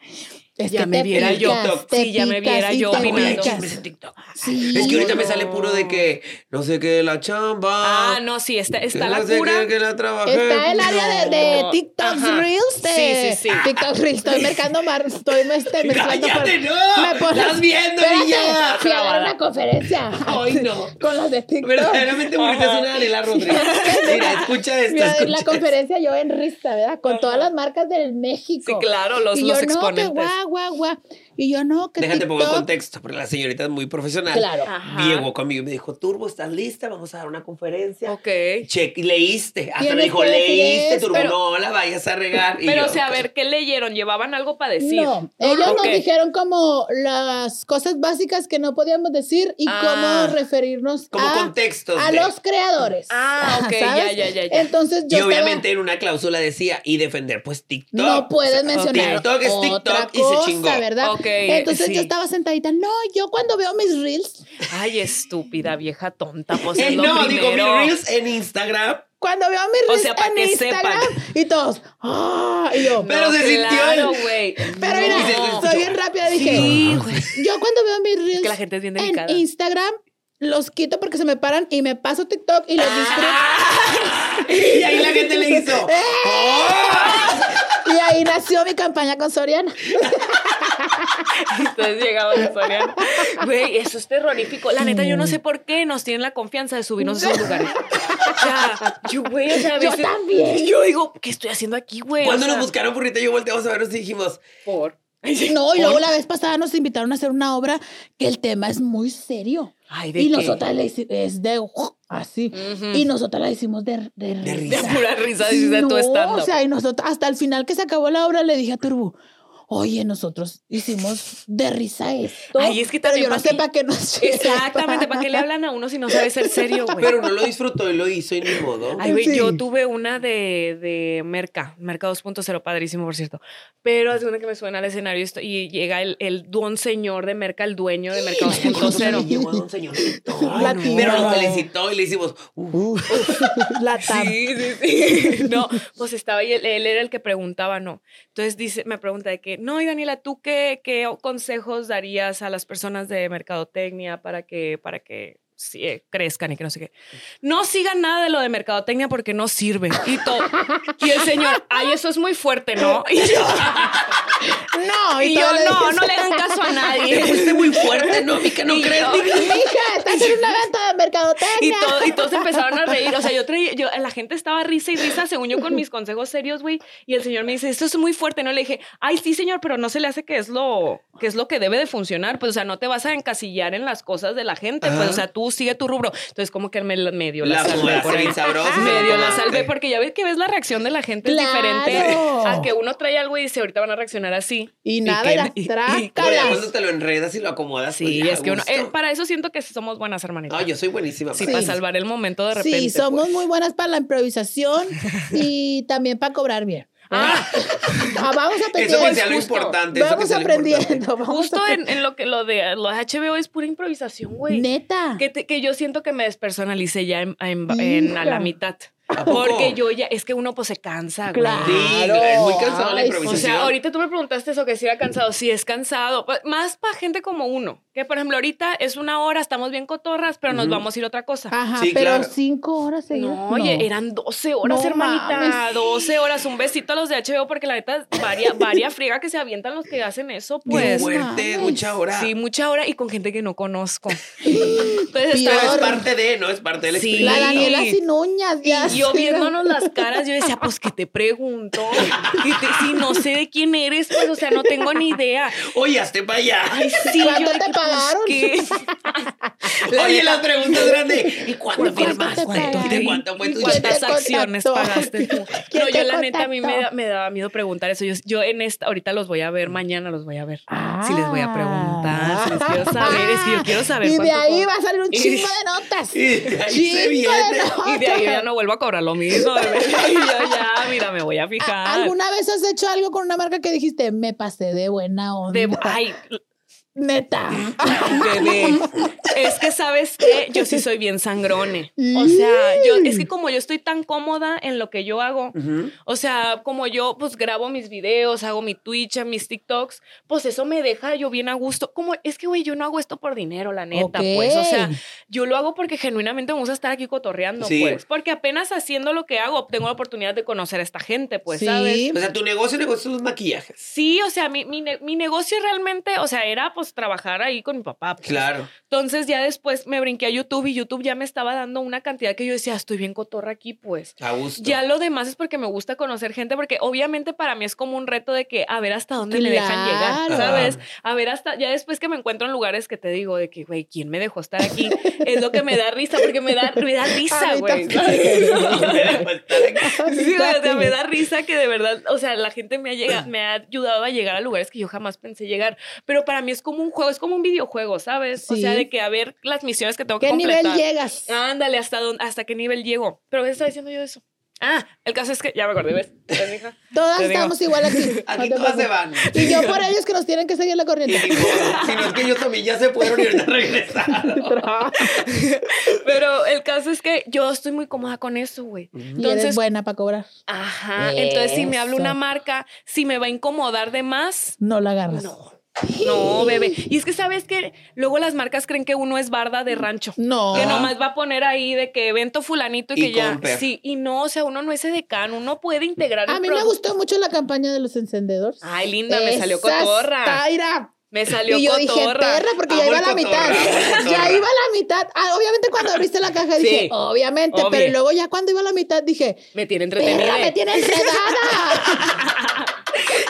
Es ya que me te viera yo. picas, te Sí, ya me picas viera y yo te Oye, opinando. Ah, picas. chismes en TikTok. Sí. Es que ahorita me no. sale puro de que no sé qué la chamba. Ah, no, sí, está, que está la no sé cura. qué que la trabajé. Está el área de, de No. TikTok Ajá. Reels. de- Sí, sí, sí. TikTok Reels. Estoy mercando mar. Estoy me- este, mezclando. par- ¡Cállate, no! Me pones- ¡Estás viendo, Espérate, niña! Fui a dar Clavada. una conferencia. Ay, no. Con los de TikTok. Verdaderamente burrita es una Daniela Rodríguez. Mira, escucha esto. Mira, en escucha la esto. conferencia yo en risa, ¿verdad? Con todas las marcas del México. Sí, claro, los- y los yo, no, que exponentes. guau, guau, guau. Y yo no, que Déjate pongo en TikTok. contexto, porque la señorita es muy profesional. Claro. Ajá. Llegó conmigo y me dijo, Turbo, ¿estás lista? Vamos a dar una conferencia. Ok. Check, leíste. Hasta Tienes me dijo, que decir leíste, esto. Turbo, Pero- no la vayas a regar. Y Pero, yo, o sea, a "Ok". ver, ¿qué leyeron? ¿Llevaban algo para decir? No, ellos Ok. nos dijeron como las cosas básicas que no podíamos decir y Ah. cómo referirnos Como a, contextos ah, a de- los creadores. Ah, ok, ya, ¿sabes? ya, ya, ya. Entonces yo Y estaba- obviamente en una cláusula decía, y defender, pues TikTok. no puedes mencionar TikTok es otra TikTok y se cosa, chingó. ¿verdad? Ok. Ok, Entonces sí. yo estaba sentadita. No, yo cuando veo mis reels, Ay, estúpida vieja tonta. Pues Eh, es lo no, digo, mis primero. reels en Instagram. cuando veo mis O reels sea, para en que Instagram sepan. y todos, ah, y yo. No, Pero se sintió claro, el- güey. Pero No. mira, Dices, soy bien rápida, dije. Sí, güey. Yo cuando veo mis reels que la gente es bien delicada. en Instagram, los quito porque se me paran y me paso TikTok y los disfruto. Eh, Y ahí Ah, la gente le hizo. "Oh". Y ahí nació mi campaña con Soriana. Entonces llegaba el Soriano. Güey, eso es terrorífico. La neta, yo no sé por qué nos tienen la confianza de subirnos a esos lugares. O sea, yo, güey, o sea, a Yo veces- también. Yo digo, ¿qué estoy haciendo aquí, güey? Cuando O sea, nos buscaron burrita, yo volteamos a vernos y dijimos, Por. No, y luego la vez pasada nos invitaron a hacer una obra que el tema es muy serio. Ay, ¿de Y qué? nosotras le hicimos, es de ¡oh! así. Ujú. Y nosotras la hicimos de, de, De risa. pura risa, dices no, tú estando. O sea, y nosotros, hasta el final que se acabó la obra, le dije a Turbo, oye, nosotros hicimos de risa esto. Ay, es que pero también yo no pa' sé qué- para qué nos. Exactamente, ¿para qué le hablan a uno si no sabe ser serio, güey? pero no lo disfrutó y lo hizo y ni modo. Ay, güey, Sí. yo tuve una de, de Merca, Merca 2.0, padrísimo, por cierto. Pero hace una que me suena al escenario y esto- y llega el, el don señor de Merca, el dueño de Merca Entonces le 2.0. llegó a un señorcito. La Pero lo tía. felicitó y le hicimos, uh, La tab- Sí, sí, sí. No, pues estaba ahí, él, él era el que preguntaba, no. Entonces dice, me pregunta de que, no, y Daniela, ¿tú qué, qué consejos darías a las personas de mercadotecnia para que, para que sí, eh, crezcan y que no sé qué? No sigan nada de lo de mercadotecnia porque no sirve. Y todo. Y el señor, ay, eso es muy fuerte, ¿no? Y yo, No, y yo, todo le no, dije, no le hagan caso a te nadie. fuiste este muy fuerte, ¿no? Mica, no Y crees. yo- Mica? Mija, estás en una venta de Y, mercadotecnia. todo- y todos empezaron a reír. O sea, yo traía, yo, la gente estaba risa y risa, según yo, con mis consejos serios, güey. Y el señor me dice, esto es muy fuerte, ¿no? Le dije, ay, sí, señor, pero no se le hace que es lo que, es lo que debe de funcionar. Pues, o sea, no te vas a encasillar en las cosas de la gente. Pues, Ajá. o sea, tú sigue tu rubro. Entonces, como que me, me dio la, La salve por fumaste ahí. bien sabrosa. Me dio la tomaste. salve porque ya ves que ves la reacción de la gente es diferente Claro. a que uno trae algo y dice, ahorita van a reaccionar así. Y nada, que- era y- y- Pero ya trácalas. cuando te lo enredas y lo acomodas, Sí, pues ya, es que uno, gusto. eh, para eso siento que somos buenas hermanitas. Ah, yo soy buenísima. pues, Sí, para para eso. salvar el momento de repente. pues. Sí, somos muy buenas para la improvisación y también para cobrar bien. Ah, Ah, vamos Eso aprendiendo. que sea lo justo. importante. eso que Vamos sea lo importante. aprendiendo. vamos Justo aprendiendo. en, en lo que lo de lo de HBO es pura improvisación, güey. Neta. Que, te- que yo siento que me despersonalicé ya en, en- en- a la Hija. mitad. ¿A poco? Porque yo ya, es que uno pues se cansa, güey. Claro. Sí, es muy cansado la Ay, O improvisación. sea, ahorita tú me preguntaste eso, que si era cansado. Sí, es cansado. Pues, Más para gente como uno. Que, por ejemplo, ahorita es una hora, estamos bien cotorras, pero nos Ujú. vamos a ir a otra cosa. Ajá, Sí, pero claro. cinco horas seguidas. No, oye, eran 12 horas, No hermanita. mames. 12 horas. Un besito a los de HBO, porque la neta, varia, varia friega que se avientan los que hacen eso, Qué pues. fuerte, mames. mucha hora. Sí, mucha hora y con gente que no conozco. Peor. Entonces Pero estaba- es parte de, ¿no? Es parte del Sí. La experimento. Daniela sin uñas. ya y yo sé. viéndonos las caras, yo decía, pues que te pregunto, Y te- si no sé de quién eres, pues, o sea, no tengo ni idea. Oye, hazte para allá. Ay, sí, ¿Cuánto yo te de que, pues, pagaron? ¿qué? La Oye, neta, las preguntas grandes. ¿Y cuándo ¿Cuánto firmas? te ¿Cuánto pagan? te cuánto fue tu ¿Cuánto cheque? ¿Cuántas te acciones contactó? pagaste tú? ¿Quién No, te yo la neta a mí me, contactó? da- me daba miedo preguntar eso. Yo, yo en esta, ahorita los voy a ver, mañana los voy a ver. Ah. Si les voy a preguntar, si les quiero saber, es que yo quiero saber. Y de cuánto ahí cobro. va a salir un Y- chingo de notas. Y de ahí Chingo se viene. Y de ahí ya no vuelvo a cobrar lo mismo. de verdad. Y yo ya, mira, me voy a ¿A- fijar. ¿Alguna vez has hecho algo con una marca que dijiste, me pasé de buena onda? De, ay, Neta. bebé. Es que sabes que yo sí soy bien sangrone. O sea, yo, es que como yo estoy tan cómoda en lo que yo hago, Ujú. o sea, como yo pues grabo mis videos, hago mi Twitch, mis TikToks, pues eso me deja yo bien a gusto. Como es que, güey, yo no hago esto por dinero, la neta, pues. O sea, Ok. yo lo hago porque genuinamente me gusta estar aquí cotorreando, Sí. pues. Porque apenas haciendo lo que hago, tengo la oportunidad de conocer a esta gente, pues, Sí. ¿sabes? O sea, tu negocio, negocio son los maquillajes. Sí, o sea, mi, mi, ne- mi negocio realmente, o sea, era pues trabajar ahí con mi papá. pues. Claro. Entonces ya después me brinqué a YouTube y YouTube ya me estaba dando una cantidad que yo decía, "Ah, estoy bien cotorra aquí, pues. A gusto. Ya lo demás es porque me gusta conocer gente, porque obviamente para mí es como un reto de que a ver hasta dónde me dejan llegar, Claro. ¿sabes? A ver hasta, ya después que me encuentro en lugares que te digo de que, güey, ¿quién me dejó estar aquí? es lo que me da risa, porque me da, me da A risa, mí güey. Sí, güey, o sea, me da risa que de verdad, o sea, la gente me ha, llega- me ha ayudado a llegar a lugares que yo jamás pensé llegar. Pero para mí es como un juego, es como un videojuego, ¿sabes? O Sí. sea, de que a ver las misiones que tengo que ¿Qué completar. Ah, nivel llegas? Ándale, hasta, dónde, hasta qué nivel llego. Pero ¿qué está diciendo yo de eso? Ah, el caso es que, ya me acordé, ¿ves? ¿Ves, mija? Todas Te digo. estamos igual aquí. Aquí No te todas se preocupes. van. Y yo por ellos que nos tienen que seguir la Y ni corriente. modo, si no es que ellos también ya se fueron y ahorita regresaron. Pero el caso es que yo estoy muy cómoda con eso, güey. Y eres Entonces, buena para cobrar. ajá. Entonces, si me habla una Eso. marca, si me va a incomodar de más, No la agarras. no. No, bebé. Y es que sabes que luego las marcas creen que uno es barda de rancho. No. Que nomás va a poner ahí de que evento fulanito y, Y que ya. compra. Sí, y no, o sea, uno no es edecán, uno puede integrar. A el mí me producto. gustó mucho la campaña de los encendedores. Ay, linda, me salió Esa cotorra. está, mira. Me salió Y yo dije, cotorra. perra, porque ya Amo iba a el la mitad. cotorra, amo el cotorra. Ya iba a la mitad. Ah, obviamente cuando abriste la caja dije, Sí. obviamente, Obvio. pero luego ya cuando iba a la mitad dije, me tiene perra, entretenida. me tiene enredada.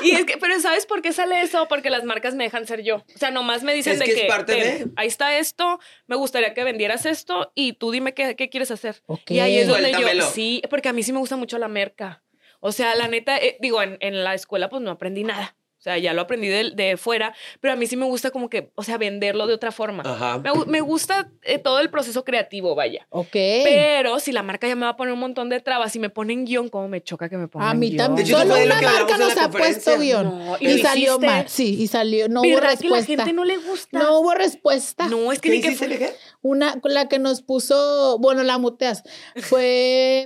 Y es que, pero ¿sabes por qué sale eso? Porque las marcas me dejan ser yo. O sea, nomás me dicen Es de que que, es parte "Ten, de- ahí está esto, me gustaría que vendieras esto y tú dime qué, qué quieres hacer. Ok. Y ahí es donde Suéltamelo. yo, sí, porque a mí sí me gusta mucho la merca. O sea, la neta, eh, digo, en, en la escuela pues no aprendí nada. O sea, ya lo aprendí de, de fuera, pero a mí sí me gusta como que, o sea, venderlo de otra forma. Ajá. Me, gu- me gusta eh, todo el proceso creativo, vaya. ok. Pero si la marca ya me va a poner un montón de trabas y me ponen guión, ¿cómo me choca que me pongan Ah, a mí guión? también. De hecho, eso Solo fue de lo una que marca hablamos en la nos ha puesto conferencia. guión. No, y y lo salió hiciste. mal. Sí, y salió. No hubo ¿Verdad que la respuesta. gente no le gusta? No hubo respuesta. No, es que ¿Qué ni que hiciste, fue- Lejé? Una, la que nos puso, bueno, la muteas, fue.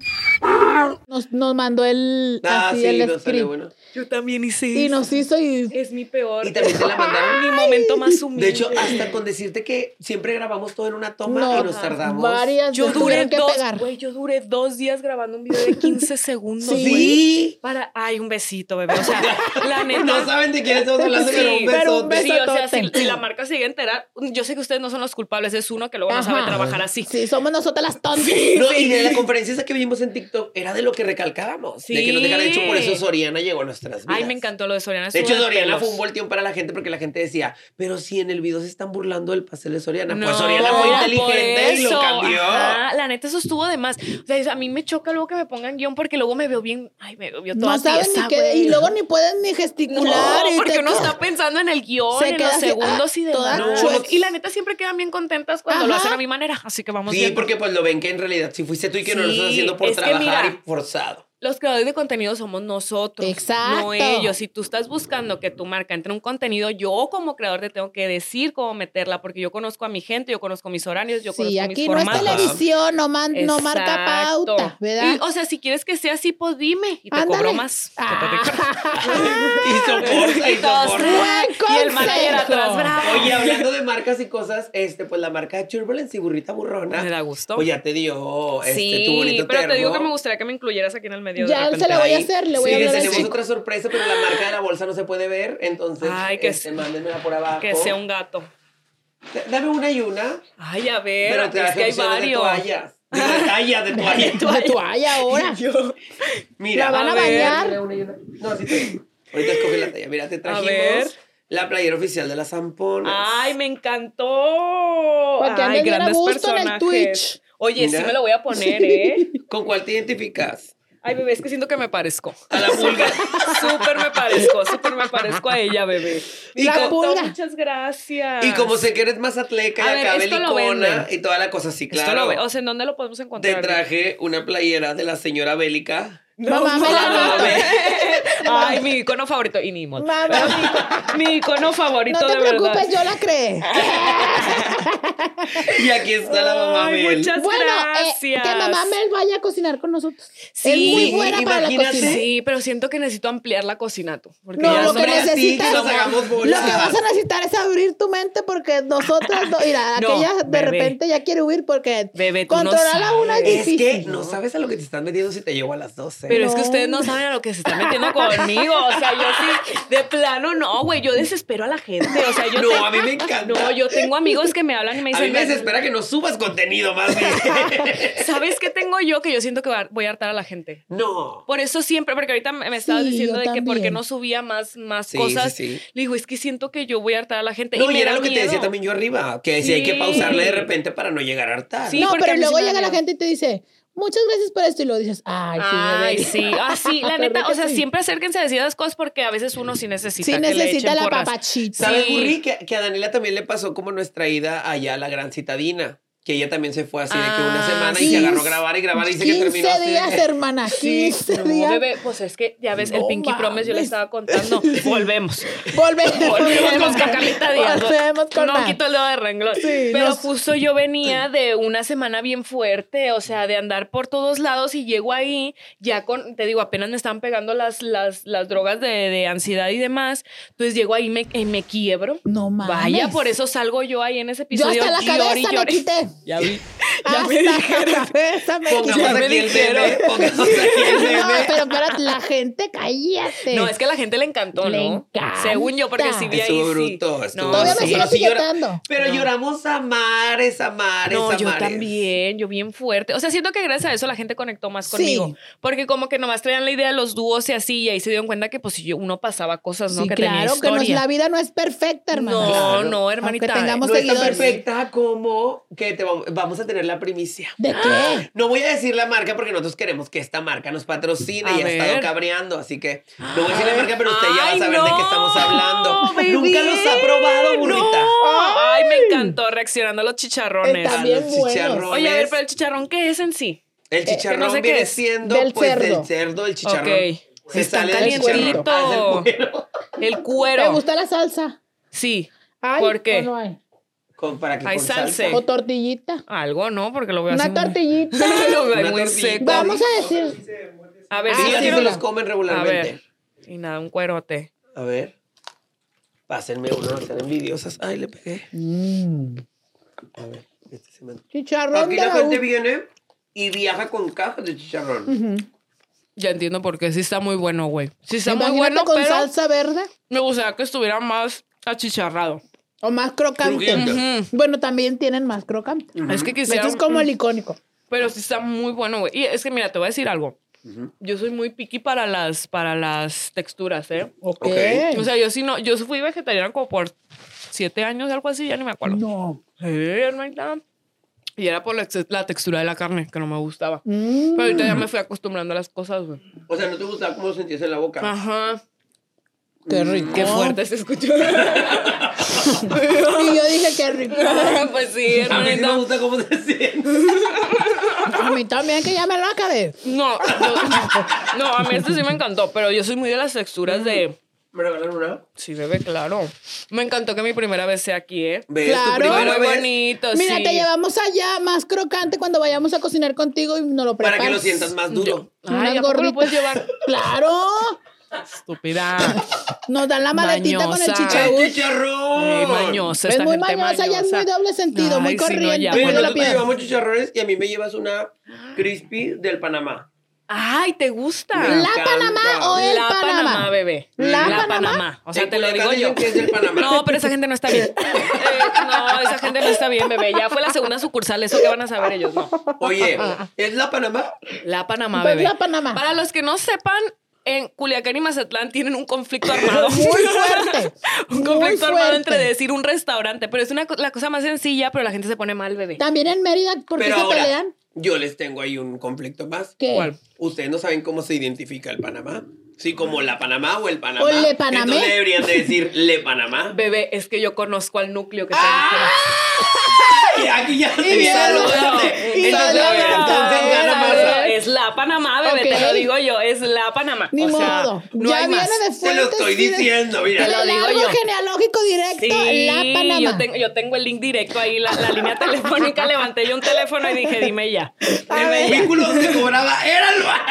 Nos, nos mandó el. Ah, así sí, el no script. salió bueno. Yo también hice Y nos hizo y. Es mi peor. Y también te la mandaron. mi momento más humilde. De hecho, hasta con decirte que siempre grabamos todo en una toma No, y nos tardamos. Varias yo veces duré tuvieron que dos, pegar. güey, yo duré dos días grabando un video de 15 segundos, Sí. güey. Sí. Para, ay, un besito, bebé. O sea, la neta. No saben de quién estamos hablando, Sí, pero un beso. pero un beso. Sí, o sea, si, besotote. si la marca sigue entera, yo sé que ustedes no son los culpables, es uno que luego no sabe Ajá. trabajar así. Sí, somos nosotras las tontas. No, y de la conferencia esa que vimos en TikTok era de lo que recalcábamos. De que nos dejaron de hecho, por eso Soriana llegó a nuestras vidas. Ay, me encantó lo de Soriana. De estuvo hecho, Soriana pelos. fue un volteón para la gente porque la gente decía, pero si en el video se están burlando del pastel de Soriana. No, pues Soriana fue por inteligente y lo eso. cambió. Ajá, la neta, eso estuvo de más. O sea, a mí me choca luego que me pongan guión porque luego me veo bien. Ay, me veo bien toda No saben tiesa, ni qué. güey. Y luego ni pueden ni No, gesticular. y porque te- uno está pensando en el guión, Se en queda los así, segundos ah, y toda demás. chueca. Y la neta siempre quedan bien contentas cuando lo Ajá. hacen a mi manera. Así que vamos Sí, viendo. porque pues lo ven que en realidad si fuiste tú y que no lo estás Sí, haciendo por es que trabajar mira. y forzado. los creadores de contenido somos nosotros. Exacto. No ellos. Si tú estás buscando que tu marca entre en un contenido, yo como creador te tengo que decir cómo meterla, porque yo conozco a mi gente, yo conozco mis horarios, yo Sí, conozco mis aquí no es formatos. televisión, no, man- no marca Exacto. pauta, ¿verdad? Y, o sea, si quieres que sea así, pues dime. Y te Ándale. Ah, cobro más. Y soporta, y Y todos, "Ah, soporta. ¡Buen Y el manager consejo! atrás, bravo. Oye, hablando de marcas y cosas, este, pues la marca de Turbulence y Burrita Burrona. Me da gusto. Pues ya te dio este, tu sí, bonito pero te digo termo. que me gustaría que me incluyeras aquí en el medio. Ya de repente. se la voy a Ahí. hacer, le voy Sí, a hablar les a tenemos ese. otra sorpresa, pero la marca de la bolsa no se puede ver, entonces Ay, que este, se- mándenmela por abajo. Que sea un gato. D- Dame una y una, Ay, a ver, pero te es que hay opciones varios. de toallas. De talla, de toalla. De toalla ahora. Mira, La van a ver, bañar. dame una y una. No, sí te... Ahorita escoge la talla. Mira, te trajimos ver. la playera oficial de las zamponas. Ay, me encantó. Para que Ay, andes bien a grandes gusto en el personajes. Twitch. Oye, Mira. sí me lo voy a poner, ¿eh? ¿Con cuál te identificas? Ay, bebé, es que siento que me parezco. A la pulga. Súper me parezco, súper me parezco a ella, bebé. Y La con- pu- Pulga. Muchas gracias. Y como sé que eres más atleca A y ver, acá esto lo belicona venden. y toda la cosa así, Esto claro. lo ve- o sea, ¿en dónde lo podemos te encontrar? traje una playera de la señora bélica. No Mamá, me la mames. meto. Ay, mi icono favorito. Y Nimo. Mamá, Mi icono favorito no te de verdad. preocupes, yo la creé. Y aquí está la mamá Ay, Mel. muchas Bueno, eh, gracias. que mamá Mel vaya a cocinar con nosotros. Sí, es muy buena para la imagínate. cocina. Sí, pero siento que necesito ampliar la cocina tú. Porque No, ya lo no que hombre, me- así, necesitas, que nos hagamos lo que bolas. vas a necesitar es abrir tu mente porque nosotras, no- mira, No, aquella de bebé. repente ya quiere huir porque Bebé, tú no controlar a una sabes. es Es difícil. que no sabes a lo que te están metiendo si te llevo a las 12. Pero es que No. ustedes no saben a lo que se están metiendo conmigo. O sea, yo sí, de plano, no, güey. Yo desespero a la gente. O sea, yo. No, te- a mí me encanta. No, yo tengo amigos que me hablan y me a mí dicen. me desespera que no subas contenido más bien. ¿Sabes qué tengo yo? Que yo siento que va- voy a hartar a la gente. no. Por eso siempre, porque ahorita me me estabas Sí, diciendo yo de que por qué también. no subía más, más Sí, cosas. sí, sí. Le digo, es que siento que yo voy a hartar a la gente. No, y y, me era da lo que te decía miedo. también yo arriba, que decía hay que Sí. pausarle de repente para no llegar a hartar. Sí, no, porque a pero mí sí luego me da llega la miedo. gente y te dice, muchas gracias por esto, y luego dices, ay, sí, Ay, bebé". sí, Ah, así, la ¿Verdad neta, que o sea, sí? siempre acérquense a decir las cosas porque a veces uno sí necesita. Sí que le necesita echen la porras. papachita. ¿Sabes, Sí. Burri? Que, que a Daniela también le pasó como nuestra ida allá a la gran citadina. que ella también se fue así de que una Ah, semana y se agarró a 15 grabar y grabar y dice que terminó así de días, que- hermana, 15 No, días. bebé, pues es que ya ves, No el Pinky Promise yo le mames. estaba contando. Volvemos. Volvemos, Volvemos con Carlita Díaz. Volvemos con No la- quito el dedo de renglón. Sí, Pero nos- justo yo venía de una semana bien fuerte, o sea, de andar por todos lados y llego ahí, ya con, te digo, apenas me estaban pegando las, las, las drogas de, de ansiedad y demás. Entonces llego ahí y me, y me quiebro. No mames. Vaya, por eso salgo yo ahí en ese Yo episodio. hasta la llore y cabeza me llore. quité. Ya vi. Ya hasta me la cabeza me Pongamos quité. me aquí el dijeron. meme, pongamos aquí el No, meme. pero espérate, la gente, cállate. No, es que a la gente le encantó, Le ¿no? encanta. Según yo, porque sí vi ahí. Estuvo sí. bruto, estuvo Todavía sí, me sigo sí llora- pilletando. Pero No. lloramos a mares, a mares, No, a yo mares. también, yo bien fuerte. O sea, siento que gracias a eso la gente conectó más Sí. conmigo. Porque como que nomás traían la idea de los dúos y así, y ahí se dieron cuenta que pues yo, uno pasaba cosas, Pues ¿no? Sí, que tenía claro, que no historia. es- la vida no es perfecta, hermana. no, Claro. no, hermanita. Aunque tengamos No está seguidores. perfecta como que te vamos, vamos a tener la primicia. ¿De qué? No voy a decir la marca porque nosotros queremos que esta marca nos patrocine A y ha estado ver. cabreando, así que no voy a decir la marca, pero usted ya va a Ay, saber de qué no, estamos hablando. bebé. Nunca los ha probado, No. burrita. Ay, me encantó reaccionando a los chicharrones. Está A bien los buenos. chicharrones. Oye, a ver, pero el chicharrón, ¿qué es en sí? El chicharrón no sé qué viene es. siendo Del pues cerdo. del cerdo, el chicharrón. Ok. Se Está sale del chicharrón. calientito. Ah, es del cuero. El ¿Te cuero. gusta la salsa? Sí. Ay, ¿Por qué? ¿o no hay? Con- para que Ay, con salsa. O tortillita. Algo, ¿no? Porque lo veo Pues así. Una muy- tortillita. lo veo Una muy tortilla. seco. Vamos a decir. A ver, Ah, Sí, sí, así sí, se sí. los comen A ver. regularmente. Y nada, un cuerote. A ver. Pásenme uno, no sean envidiosas. Ay, le pegué. Mm, A ver, este se me... Chicharrón Aquí de la la gente U. viene y viaja con cajas de chicharrón. Mm. Ya entiendo por qué. Sí está muy bueno, güey. Sí está muy Imagínate bueno, con pero salsa verde me gustaría que estuviera más achicharrado. o más crocante. Crujiente. Ujú. Bueno, también tienen más crocante. Es que Esto quisiera... es como el icónico. Pero sí está muy bueno, güey. Y es que, mira, te voy a decir algo. Yo soy muy picky para las, para las texturas, ¿eh? Ok. Ok. O sea, yo sí no... Yo fui vegetariana como por siete años, algo así, ya ni me acuerdo. no. Sí, hermanita. Y era por la, ex- la textura de la carne, que no me gustaba. Mm, Pero ahorita ya me fui acostumbrando a las cosas, güey. O sea, ¿no te gustaba cómo sentías en la boca? Ajá. Oh. qué rico. Qué fuerte se escuchó. Y yo dije qué rico. pues A mí sí me sí, hermanita. gusta cómo se siente. A mí también que ya me lo acabé. No, yo- no, a mí este sí me encantó, pero yo soy muy de las texturas Mm. de. ¿Me regalan una? Sí, bebé, claro. Me encantó que mi primera vez sea aquí, ¿eh? ¿Ves? Claro. Tu primera Muy vez bonito, Mira, sí. te llevamos allá más crocante cuando vayamos a cocinar contigo y nos lo para preparas. que lo sientas más Yo- duro. Unas Ay, ¿a poco lo gorditas. puedes llevar? Claro. Estúpida. Nos dan la maletita Mañosa. con el ¡El chicharrón. chicharrón! Muy mañosa. Es esta muy gente mañosa, ya es muy mañosa. doble sentido, Ay, muy si no, corriente. ya, pues, muy Pero de la nosotros piedra. llevamos chicharrones y a mí me llevas una crispy del Panamá. Ay, ¿te gusta? Me ¿La Panamá o el La Panamá? bebé. ¿La Panamá? Panamá? O sea, En te lo Culiacán digo yo. dicen que es del Panamá. No, pero esa gente no está bien. Eh, no, esa gente no está bien, bebé. Ya fue la segunda sucursal, eso que van a saber ellos, no. Oye, ¿es la Panamá? La Panamá, Pues bebé. la Panamá. Para los que no sepan, en Culiacán y Mazatlán tienen un conflicto armado. Muy fuerte. un muy conflicto armado fuerte. entre decir un restaurante, pero es una co- la cosa más sencilla, pero la gente se pone mal, bebé. También en Mérida, ¿por qué Pero se ahora, pelean? yo les tengo ahí un conflicto más. ¿Qué? ¿Cuál? Ustedes no saben cómo se identifica el Panamá. Sí, como la Panamá o el Panamá. O le Panamé. Entonces deberían de decir le Panamá. Bebé, es que yo conozco al núcleo que este Ay, Aquí ya Y se vieron. saludo. Entonces, Ah, Y a ver, saludo. entonces gana Maza. Es la Panamá, bebé, Ok. te lo digo yo, es la Panamá. Ni O sea, modo. no ya hay viene más. de Te lo fuentes. estoy y de- diciendo, Te mira. lo digo yo. genealógico directo, la Panamá. Yo tengo, yo tengo el link directo ahí, la, la línea telefónica. Levanté yo un teléfono y dije, dime ya. A El ver, vehículo donde cobraba era el bar.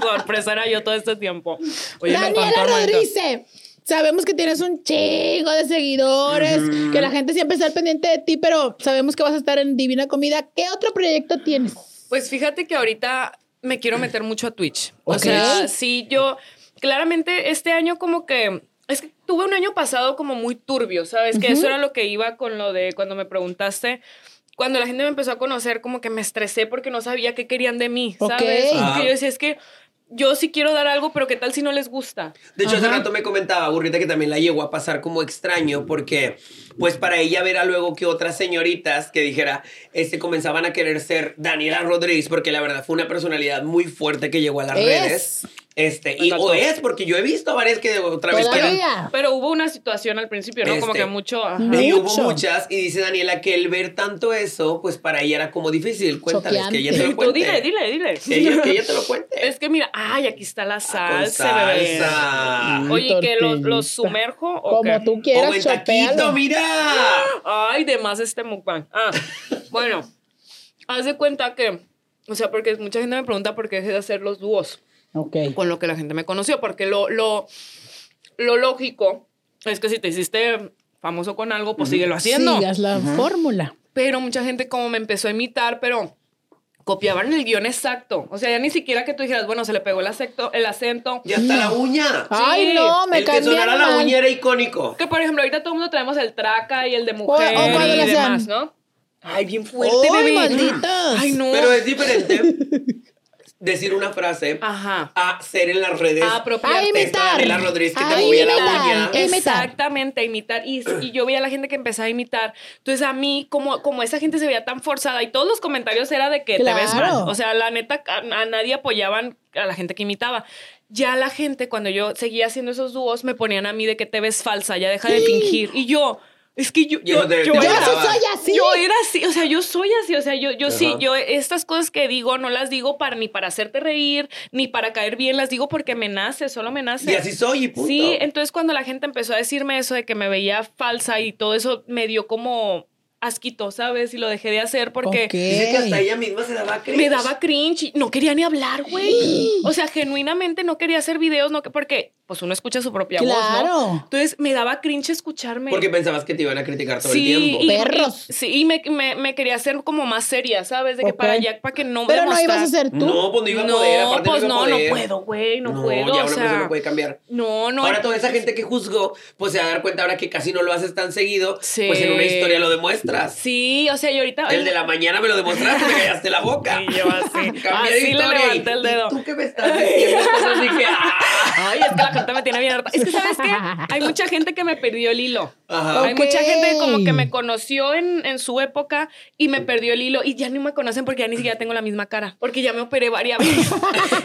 Sorpresa era yo todo este tiempo. me encantó, Daniela hermanita. Rodríguez. Sabemos que tienes un chingo de seguidores, que la gente siempre está al pendiente de ti, pero sabemos que vas a estar en Divina Comida. ¿Qué otro proyecto tienes? Pues fíjate que ahorita me quiero meter mucho a Twitch. O Ok. sea, sí, yo claramente este año como que... Es que tuve un año pasado como muy turbio, ¿sabes? Que eso era lo que iba con lo de cuando me preguntaste. Cuando la gente me empezó a conocer, como que me estresé porque no sabía qué querían de mí, Ok. ¿sabes? Como Ah. que yo decía, es que yo sí quiero dar algo, pero ¿qué tal si no les gusta? De hecho, hace rato me comentaba, burrita, que también la llegó a pasar como extraño, porque pues para ella verá luego que otras señoritas que dijera, este, comenzaban a querer ser Daniela Rodríguez, porque la verdad fue una personalidad muy fuerte que llegó a las Es. redes. Este, y, Exacto. o es, porque yo he visto varias que otra vez quedan. Todavía. Pero hubo una situación al principio, ¿no? Como Este. que mucho. ajá. Mucho. Y hubo muchas, y dice Daniela que el ver tanto eso, pues para ella era como difícil. Cuéntales, que ella te Choqueante. lo Y tú cuente. dile, dile, dile. Que ella, que ella te lo cuente. Es que mira, ay, aquí está la Ah, Con salsa, bebé. salsa. Oye, que los Tortillita. sumerjo o qué? Como tú Como quieras, el taquito, chopealo. mira. Ay, de más este mukbang. Ah, bueno, haz de cuenta que, o sea, porque mucha gente me pregunta por qué dejé de hacer los dúos Ok. con lo que la gente me conoció, porque lo, lo, lo lógico es que si te hiciste famoso con algo, pues síguelo haciendo. Sigas la fórmula. Pero mucha gente como me empezó a imitar, pero copiaban el guión exacto. O sea, ya ni siquiera que tú dijeras, bueno, se le pegó el acento, el acento. Ya está la uña. Ay, no, me el que sonara cambiaron la mal. uña era icónico. Que por ejemplo, ahorita todo el mundo traemos el traca y el de mujer Pues, o cuando y le hacían- demás, ¿no? Ay, bien fuerte, ¡Ay, bebé. malditos! Ay, no. Pero es diferente decir una frase Ah. Ajá. a ser en las redes. A Ay, apropiarte. Te mi- está Daniela Rodríguez que te Ay, movía la uña. imitar. imitar. Exactamente, imitar. Y, y yo veía a la gente que empezaba a imitar. Entonces, a mí, como, como esa gente se veía tan forzada y todos los comentarios era de que te ves Claro. mal. O sea, la neta, a, a nadie apoyaban a la gente que imitaba. Ya la gente, cuando yo seguía haciendo esos dúos, me ponían a mí de que te ves falsa, ya deja de fingir. Y yo, es que yo. Yo de- Yo Bueno, sí estaba- soy así. Yo era así, o sea, yo soy así, o sea, yo, yo sí, Ajá. yo estas cosas que digo no las digo para ni para hacerte reír, ni para caer bien, las digo porque me nace, solo me nace. Y así soy y punto. Sí, entonces cuando la gente empezó a decirme eso de que me veía falsa y todo eso, me dio como asquito, ¿sabes? Y lo dejé de hacer porque Dice que hasta Ok. ella misma se daba cringe. me daba cringe y no quería ni hablar, güey. O sea, genuinamente no quería hacer videos, no que porque pues uno escucha su propia voz, ¿no? Claro. Entonces me daba cringe escucharme. Porque pensabas que te iban a criticar todo el Sí, tiempo. y, Perros. y- sí, y me, me- me quería hacer como más seria, ¿sabes? De que Ok. para Jack, para que no Pero no demostrar- ibas a ser tú. No, pues no iba a poder. aparte pues no, no, iba a no poder. puedo, güey, no, puedo. ya o una sea, persona no puede cambiar. No, no. ahora toda esa gente que juzgó, pues se va a dar cuenta ahora que casi no lo haces tan seguido, Sí. pues en una historia lo demuestras. Sí, o sea, y ahorita. El de la mañana me lo demostraste, me callaste la boca. Y yo así, Cambié de así le historia y- levanté el dedo. ¿y ¿Tú qué me estás diciendo? Cosas así que, ah. Ay, es que la gente me tiene bien harta. Es que, ¿sabes qué? Hay mucha gente que me perdió el hilo. Ajá. Hay mucha Ok. gente que como que me conoció en, en su época y me perdió el hilo y ya ni me conocen porque ya ni siquiera tengo la misma cara, porque ya me operé varias veces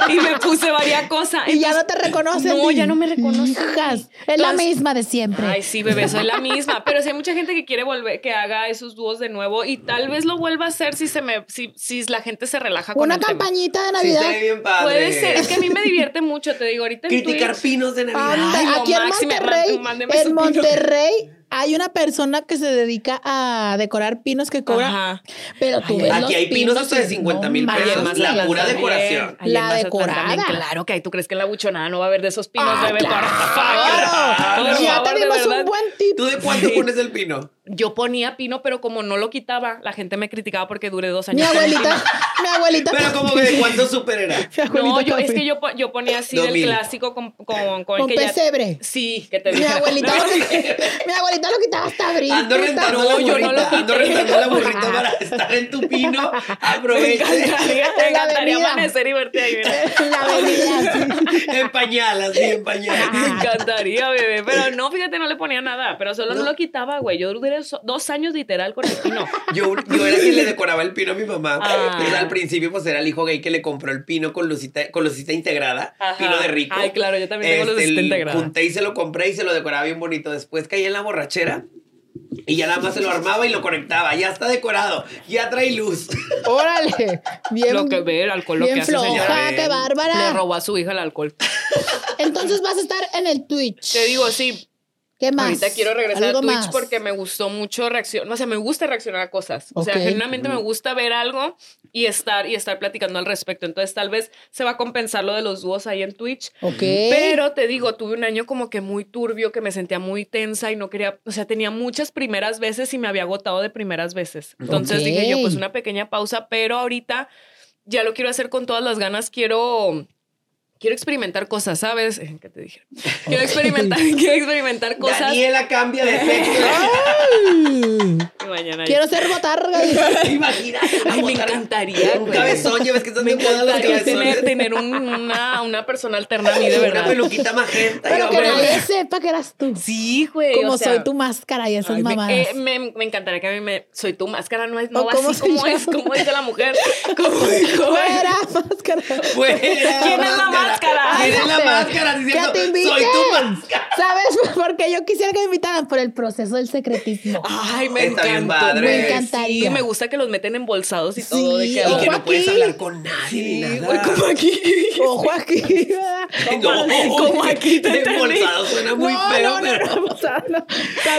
y me puse varias cosas. Y ya Entonces- no te reconocen. No, Di. ya no me reconocen. Hijas, es la Entonces- misma de siempre. Ay, sí, bebé, soy la misma. Pero si hay mucha gente que quiere volver, que haga esos dúos de nuevo y tal vez lo vuelva a hacer si se me, si, si la gente se relaja con Una el tema. campañita de Sí, Navidad. estaría bien padre. Puede ser, es que a mí me divierte mucho, te digo, ahorita en Criticar Twitch- pinos de Navidad. Anda, Ay, lo aquí en máximo, Monterrey, mande- mándeme su en pino. Monterrey hay una persona que se dedica a decorar pinos que cobra. Ajá. Pero tú Ay, ves los Aquí hay pinos hasta de y 50 mil no Ay, en pesos. manches. La Mazatlán pura también. decoración. Ay, en La Mazatlán decorada. también, Claro que tú crees que en la buchonada no va a haber de esos pinos, Ah, bebé, claro. por favor. Por Ya favor, de tenemos un verdad. buen tip. ¿Tú de cuánto pones el pino? Yo ponía pino, pero como no lo quitaba, la gente me criticaba porque duré dos años. Mi abuelita, mi abuelita. Pero como que de cuánto super era. Mi abuelita No, yo, es café. que yo, po- yo ponía así Dos del mil. clásico con, con, con el Con que ya- pesebre. Sí, que te Mi dije. abuelita, lo, mi abuelita lo quitaba hasta abril. Ando rentando la No, yo no lo burrita, ando quité. Ah. rentando la burrita para estar en tu pino. Me Aprovecha. encantaría, me En la encantaría avenida. amanecer y verte ahí, mira. La abuelita, sí. En pañalas, sí, en Me Ah, pañalas. encantaría, bebé. Pero no, fíjate, no le ponía nada. Pero solo no, lo quitaba, güey. Yo duré so- dos años literal con el pino. Yo, yo era quien le decoraba el pino a mi mamá. Ah. Pues, al principio, pues era el hijo gay que le compró el pino con lucita, con lucita integrada, Ajá. pino de rico. Ay, claro, yo también tengo lucita lo integrada. Junté y se lo compré y se lo decoraba bien bonito. Después caí en la borrachera y ya nada más se lo armaba y lo conectaba. Ya está decorado, ya trae luz. Órale. Bien, Lo que ve, el alcohol, lo bien que hace, floja, señora. qué Le bárbara. robó a su hija el alcohol. Entonces vas a estar en el Twitch. Te digo, sí, ¿Qué más? Ahorita quiero regresar a ¿Algo Twitch más? porque me gustó mucho reaccionar. O sea, me gusta reaccionar a cosas. O sea, Ok. generalmente me gusta ver algo y estar, y estar platicando al respecto. Entonces, tal vez se va a compensar lo de los dúos ahí en Twitch. Ok. Pero te digo, tuve un año como que muy turbio, que me sentía muy tensa y no quería, o sea, tenía muchas primeras veces y me había agotado de primeras veces. Entonces Ok. dije yo, pues una pequeña pausa, pero ahorita ya lo quiero hacer con todas las ganas, quiero... Quiero experimentar cosas, ¿sabes? Eh, ¿Qué te dije? Quiero experimentar, quiero experimentar cosas. Daniela cambia de sexo. Y mañana Quiero ser botarga. Imagínate. una Ay, me botarga. encantaría, Un güey. cabezón, ya ves que están Me de moda los encantaría tener, cabezones. tener un- una, una persona alterna a mí, de Una verdad. peluquita magenta. Pero yo que creo. nadie sepa que eras tú. Sí, güey. como o sea, soy tu máscara y esas ay, me- mamadas. eh, me, me encantaría que a mí me. Soy tu máscara, no es. No, ¿O cómo así se como es, llama? como dice la mujer. Como, como- Fuera, máscara. Fuera, ¿Quién es la máscara. Tiene la Cállate. máscara diciendo, ¡Que te inviten! soy tu máscara. ¿Sabes por qué yo quisiera que me invitaran? Por el proceso del secretismo. Ay, me Está bien encantó. padre. Me encantaría. Sí, me gusta que los meten embolsados y todo. De Sí, que, o Y que no Ojo puedes aquí. hablar con nadie ni Sí, nada. güey, como aquí. Ojo aquí, ¿verdad? No, como aquí te entendí. Embolsado suena muy No, feo, no, no, pero... no, o sea, no.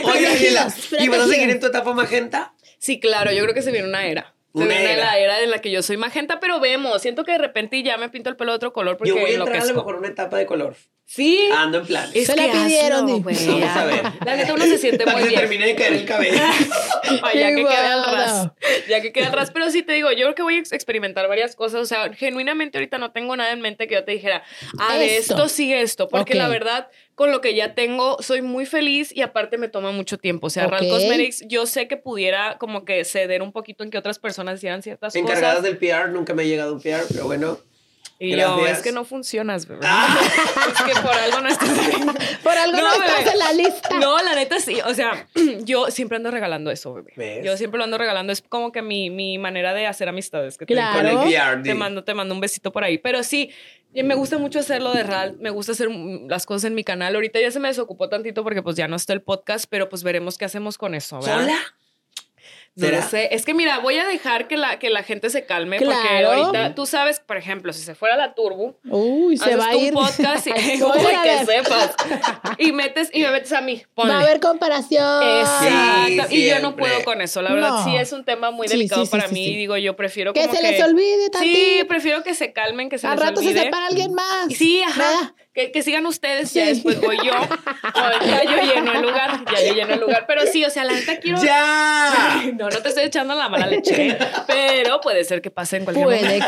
Oye, Ángela, Protegidos, ¿y vas a seguir protegidos. en tu etapa magenta? Sí, claro, yo creo que se viene una era. Se Una viene era. la era en la que yo soy magenta, pero vemos. Siento que de repente ya me pinto el pelo de otro color porque Yo voy a entrar a lo enloquezco. mejor en una etapa de color. Sí. Ando en plan. Se la pidieron y- güey. Vamos a ver. La neta uno se siente Para muy que se bien. termine de caer el cabello. Ay, ya Qué que queda el ras. bárbaro. Ya que queda el ras. Pero sí te digo, yo creo que voy a ex- experimentar varias cosas. O sea, genuinamente ahorita no tengo nada en mente que yo te dijera, ah, de Esto. esto sí esto. Porque Ok. la verdad, con lo que ya tengo, soy muy feliz y aparte me toma mucho tiempo. O sea, Real Ok. Cosmetics, yo sé que pudiera como que ceder un poquito en que otras personas hicieran ciertas Encargadas del cosas. PR, nunca me ha llegado un PR, pero bueno. Y yo, Gracias. es que no funcionas, bebé. Ah. es que por algo no estás ahí. Por algo no, bebé. estás en la lista. No, la neta sí. O sea, yo siempre ando regalando eso, bebé. ¿Ves? Yo siempre lo ando regalando. Es como que mi, mi manera de hacer amistades. Que te- Claro. Ah, Con el PR. Te di. mando, te mando un besito por ahí. Pero sí, y me gusta mucho hacerlo de real. Me gusta hacer mm, las cosas en mi canal. Ahorita ya se me desocupó tantito porque pues ya no está el podcast, pero pues veremos qué hacemos con eso. ¿verdad? ¿Sola? No lo ¿Será? sé. Es que mira, voy a dejar que la, que la gente se calme porque Claro. ahorita tú sabes, por ejemplo, si se fuera la Turbo, Uy, se haces va a tú un ir. podcast y, Ay, Uy, voy a que ver. sepas. Y metes y me metes a mí. Ponle. Va a haber comparación. Exacto. Sí, y yo no siempre. puedo con eso. La verdad, No. sí es un tema muy Sí, delicado sí, sí, para sí, mí. sí. Digo, yo prefiero Que como se les olvide tantito. Sí, prefiero que se calmen, que se Al les rato olvide. se separa alguien más. Sí, ajá. ¿Verdad? Que, que sigan ustedes, ya Sí. después voy yo. O ya yo lleno el lugar, ya yo lleno el lugar. Pero sí, o sea, la neta quiero. ¡Ya! No, no te estoy echando la mala leche, ¿eh? pero puede ser que pase en cualquier Puede momento.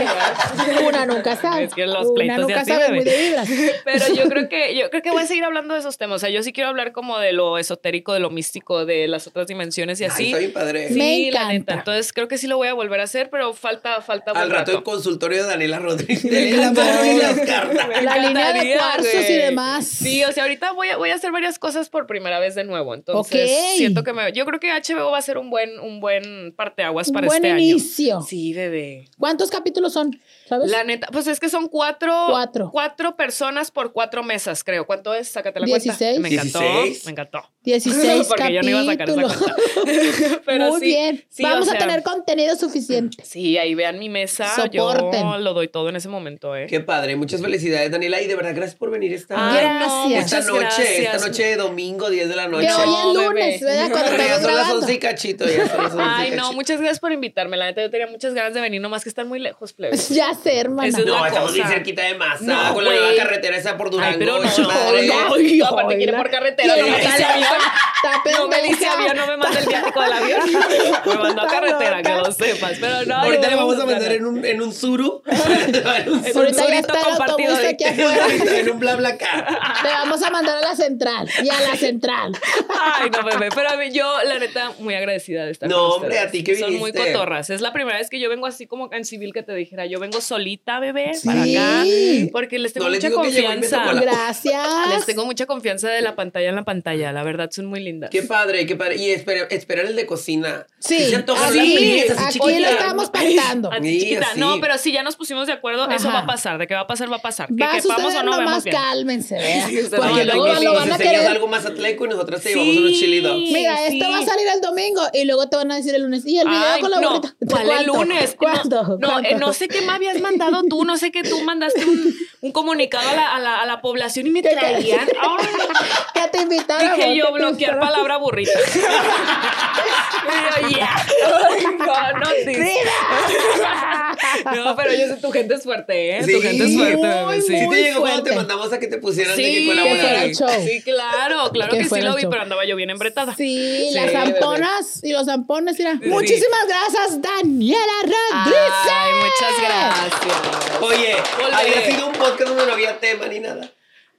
que una nunca sabe. Es que los una pleitos de nunca así, sabe bebé. muy de vibras. Pero yo creo que yo creo que voy a seguir hablando de esos temas. O sea, yo sí quiero hablar como de lo esotérico, de lo místico, de las otras dimensiones y Ay, así. está bien padre. Sí, Me la encanta. neta. Entonces creo que sí lo voy a volver a hacer, pero falta, falta Al buen rato el consultorio de Daniela Rodríguez. Me la encantó. mano y las cartas. La línea de encantaría, cuarzos güey. y demás. Sí, o sea, ahorita voy a, voy a hacer varias cosas por primera vez de nuevo. Entonces, Ok. siento que me. Yo creo que HBO va a ser un buen, un buen parteaguas Un para buen este inicio. año. Sí, bebé. ¿Cuántos capítulos son? ¿Sabes? La neta, pues es que son cuatro, Cuatro. personas por cuatro mesas, creo. ¿Cuánto es? Sácate la Dieciséis. cuenta. Me encantó. Dieciséis. Me encantó. 16 Porque yo no iba a sacar esa capítulos. Pero Muy sí, bien. sí, Vamos o a sea, tener contenido suficiente. Sí, ahí vean mi mesa. Yo Soporten. lo doy todo en ese momento, ¿eh? Qué padre. Muchas felicidades, Daniela. Y de verdad, gracias por venir esta, Ay, Gracias. no, esta Ah, muchas noche. gracias. Esta noche de domingo, 10 de la Que hoy noche. es No, lunes, bebé. ¿verdad? Cuando ya estamos son las grabando. 11 y cachito. Ya son las 11 y Ay, cachito. no, muchas gracias por invitarme. La neta, yo tenía muchas ganas de venir, nomás que están muy lejos, plebes. Ya sé, hermana. Eso es No, la estamos bien cosa. cerquita de masa. No, con la nueva güey. carretera esa por Durango. Ay, pero no, esa madre. no, Ay, no, aparte quiere hola. por carretera, no me Sí. dice avión. "Ah, No me dice avión, no me manda el viático del avión. Me mandó a carretera, que lo sepas. Pero no. Ahorita le vamos a mandar mandar en un, en un suru. en un Es suru. Ahorita ya surito está el compartido autobús de- aquí afuera. en un bla bla car. Te vamos a mandar a la central y a la central. Ay, no, bebé. Pero a mí, yo, la neta, muy agradecida de estar No, con hombre, ustedes. a ti que Son muy viniste. cotorras. Es la primera vez que yo vengo así como en civil que te dijera, yo vengo solita, bebé, Sí. para acá. Porque les tengo No, les mucha digo que llegó y me confianza. tocó la- Les Gracias. tengo mucha confianza de la pantalla en la pantalla. La verdad, son muy lindas. Qué padre, qué padre. Y espera- esperar el de cocina. Sí, Se antoja así, la pieza, así aquí chiquita. lo estamos pactando. A Sí, ti, chiquita. así. No, pero si ya nos pusimos de acuerdo, eso Ajá. va a pasar. De qué va a pasar, va a pasar. Que Va a quepamos o suceder no, vemos nomás, bien. cálmense. ¿verdad? Sí, o sea, Porque Oye, no, luego Ricky, lo nos van a enseñas querer. algo más atlético y nosotros te llevamos unos chili dogs. Mira, Sí, esto sí. va a salir el domingo y luego te van a decir el lunes. Y el video Ay, con la no, burrita. ¿cuál el ¿Cuánto? lunes? ¿Cuánto? No, no, eh, ¿Cuánto? no sé qué me habías mandado tú, no sé qué tú mandaste un, un comunicado a la, a la- a la población y me traían. Ay, Que te invitaron. dije que yo, te bloquear invitaron. palabra burrita. Pero ya. Ay, no, no, sí. No, pero yo sé, tu gente es fuerte, ¿eh? Sí. Tu gente es fuerte, bebé, Muy, sí. Sí, muy te llegó cuando te fuerte. mandamos a que te pusieran de que Sí, colaborar. que fuera el show. sí, claro, claro Que que sí fuera lo el vi, show. pero andaba yo bien embretada. Sí, Sí, las bebé. zamponas y los zampones. mira. Muchísimas gracias, Daniela Rodríguez. Ay, muchas gracias. Oye, Ole. había sido un podcast donde no había tema ni nada.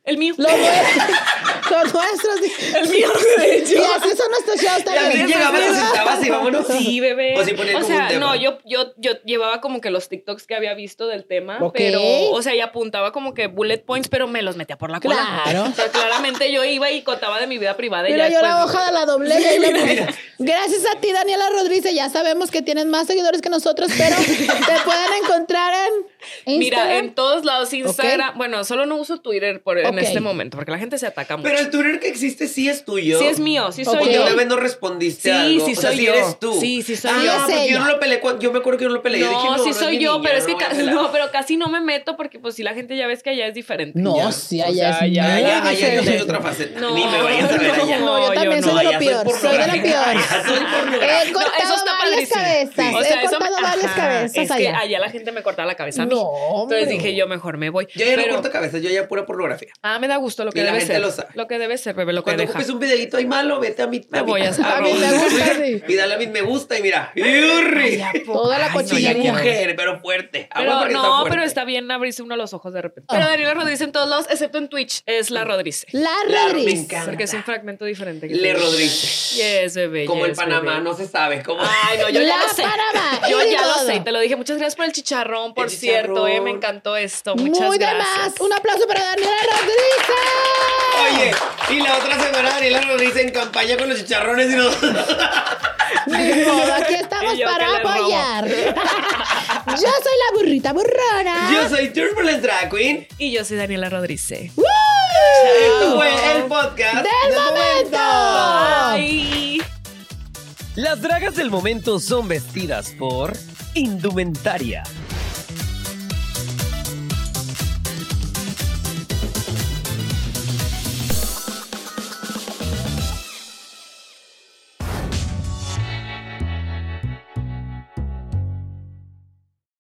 El mío. Los nuestros. los nuestros. El mío, de hecho. Y así son nuestros shows Ya también. bien llegaba, te sentabas y vámonos. Sí, bebé. O sí ponía como un sea, tema. no, yo, yo, yo llevaba como que los TikToks que había visto del tema, Ok. pero, o sea, y apuntaba como que bullet points, pero me los metía por la cola. Claro. O sea, claramente yo iba y contaba de mi vida privada y Mira, ya yo la después- hoja de la doblez. Gracias a ti, Daniela Rodríguez. Ya sabemos que tienes más seguidores que nosotros, pero te pueden encontrar en Instagram. Mira, en todos lados, Instagram. Bueno, solo no uso Twitter por, en Ok. este momento, porque la gente se ataca mucho. Pero el Twitter que existe sí es tuyo. sí es mío, sí soy Ok. Porque yo. una vez no respondiste Sí, algo. sí o sea, soy sí yo. eres tú. Sí, sí soy ah, yo. Sí es porque yo ella. no lo peleé. cuando- Yo me acuerdo que yo no lo peleé. Yo dije, No, sí es soy mi yo, niña, pero es que voy a ca- pelar. no, pero casi no me meto porque pues si la gente ya ves que allá es diferente. no, ya. sí, O allá sea, es ya, Ah, muy ya, ah, ya, yo soy diferente. otra faceta. No, Ni me vayas a ver no, allá. No, yo No, también yo soy de no, lo ya soy peor. Soy de lo pornográfica. peor. Ya soy pornográfica. He Ah, cortado varias cabezas. Sí. He cortado varias ajá, cabezas Es que allá. allá la gente me cortaba la cabeza a mí. No, hombre. Entonces dije, yo mejor me voy. Yo ya no Pero- corto cabezas, yo ya pura pornografía. Ah, me da gusto lo que Y la debe gente ser. lo sabe. que debe ser, bebé, lo que Cuando deja. ocupes un videito ahí malo, vete a mi. Me voy a- A mí me gusta así. Y dale a mis me gusta y mira. ¡Yurri! Toda la Soy cochina. quiero. mujer, pero fuerte. Ah, bueno, Pero porque no, fuerte. pero está bien abrirse uno los ojos de repente. Ah. Pero Daniela Rodríguez en todos lados, excepto en Twitch, es la Rodríguez. La La- me Rodríguez. encanta. Porque es un fragmento diferente. que Le tiene. Rodríguez. Yes, bebé. Como el yes, Panamá, bebé. no se sabe. Como... Ay, no, yo ya La lo sé. Panamá, Yo y ya lo todo. sé, te lo dije. Muchas gracias por el chicharrón, por El cierto, eh, chicharrón. me encantó esto. Muchas Muy de gracias. más. Un aplauso para Daniela Rodríguez. Oye, y la otra semana Daniela Rodríguez en campaña con los chicharrones y nos. Ni modo, aquí estamos Y yo para que le robo. apoyar. yo soy la burrita Ah. burrona. Yo soy Turbulence Drag Queen. Y yo soy Daniela Rodríguez. ¡Woo! Esto fue el podcast ¡Del momento! Bye. Las dragas del momento son vestidas por indumentaria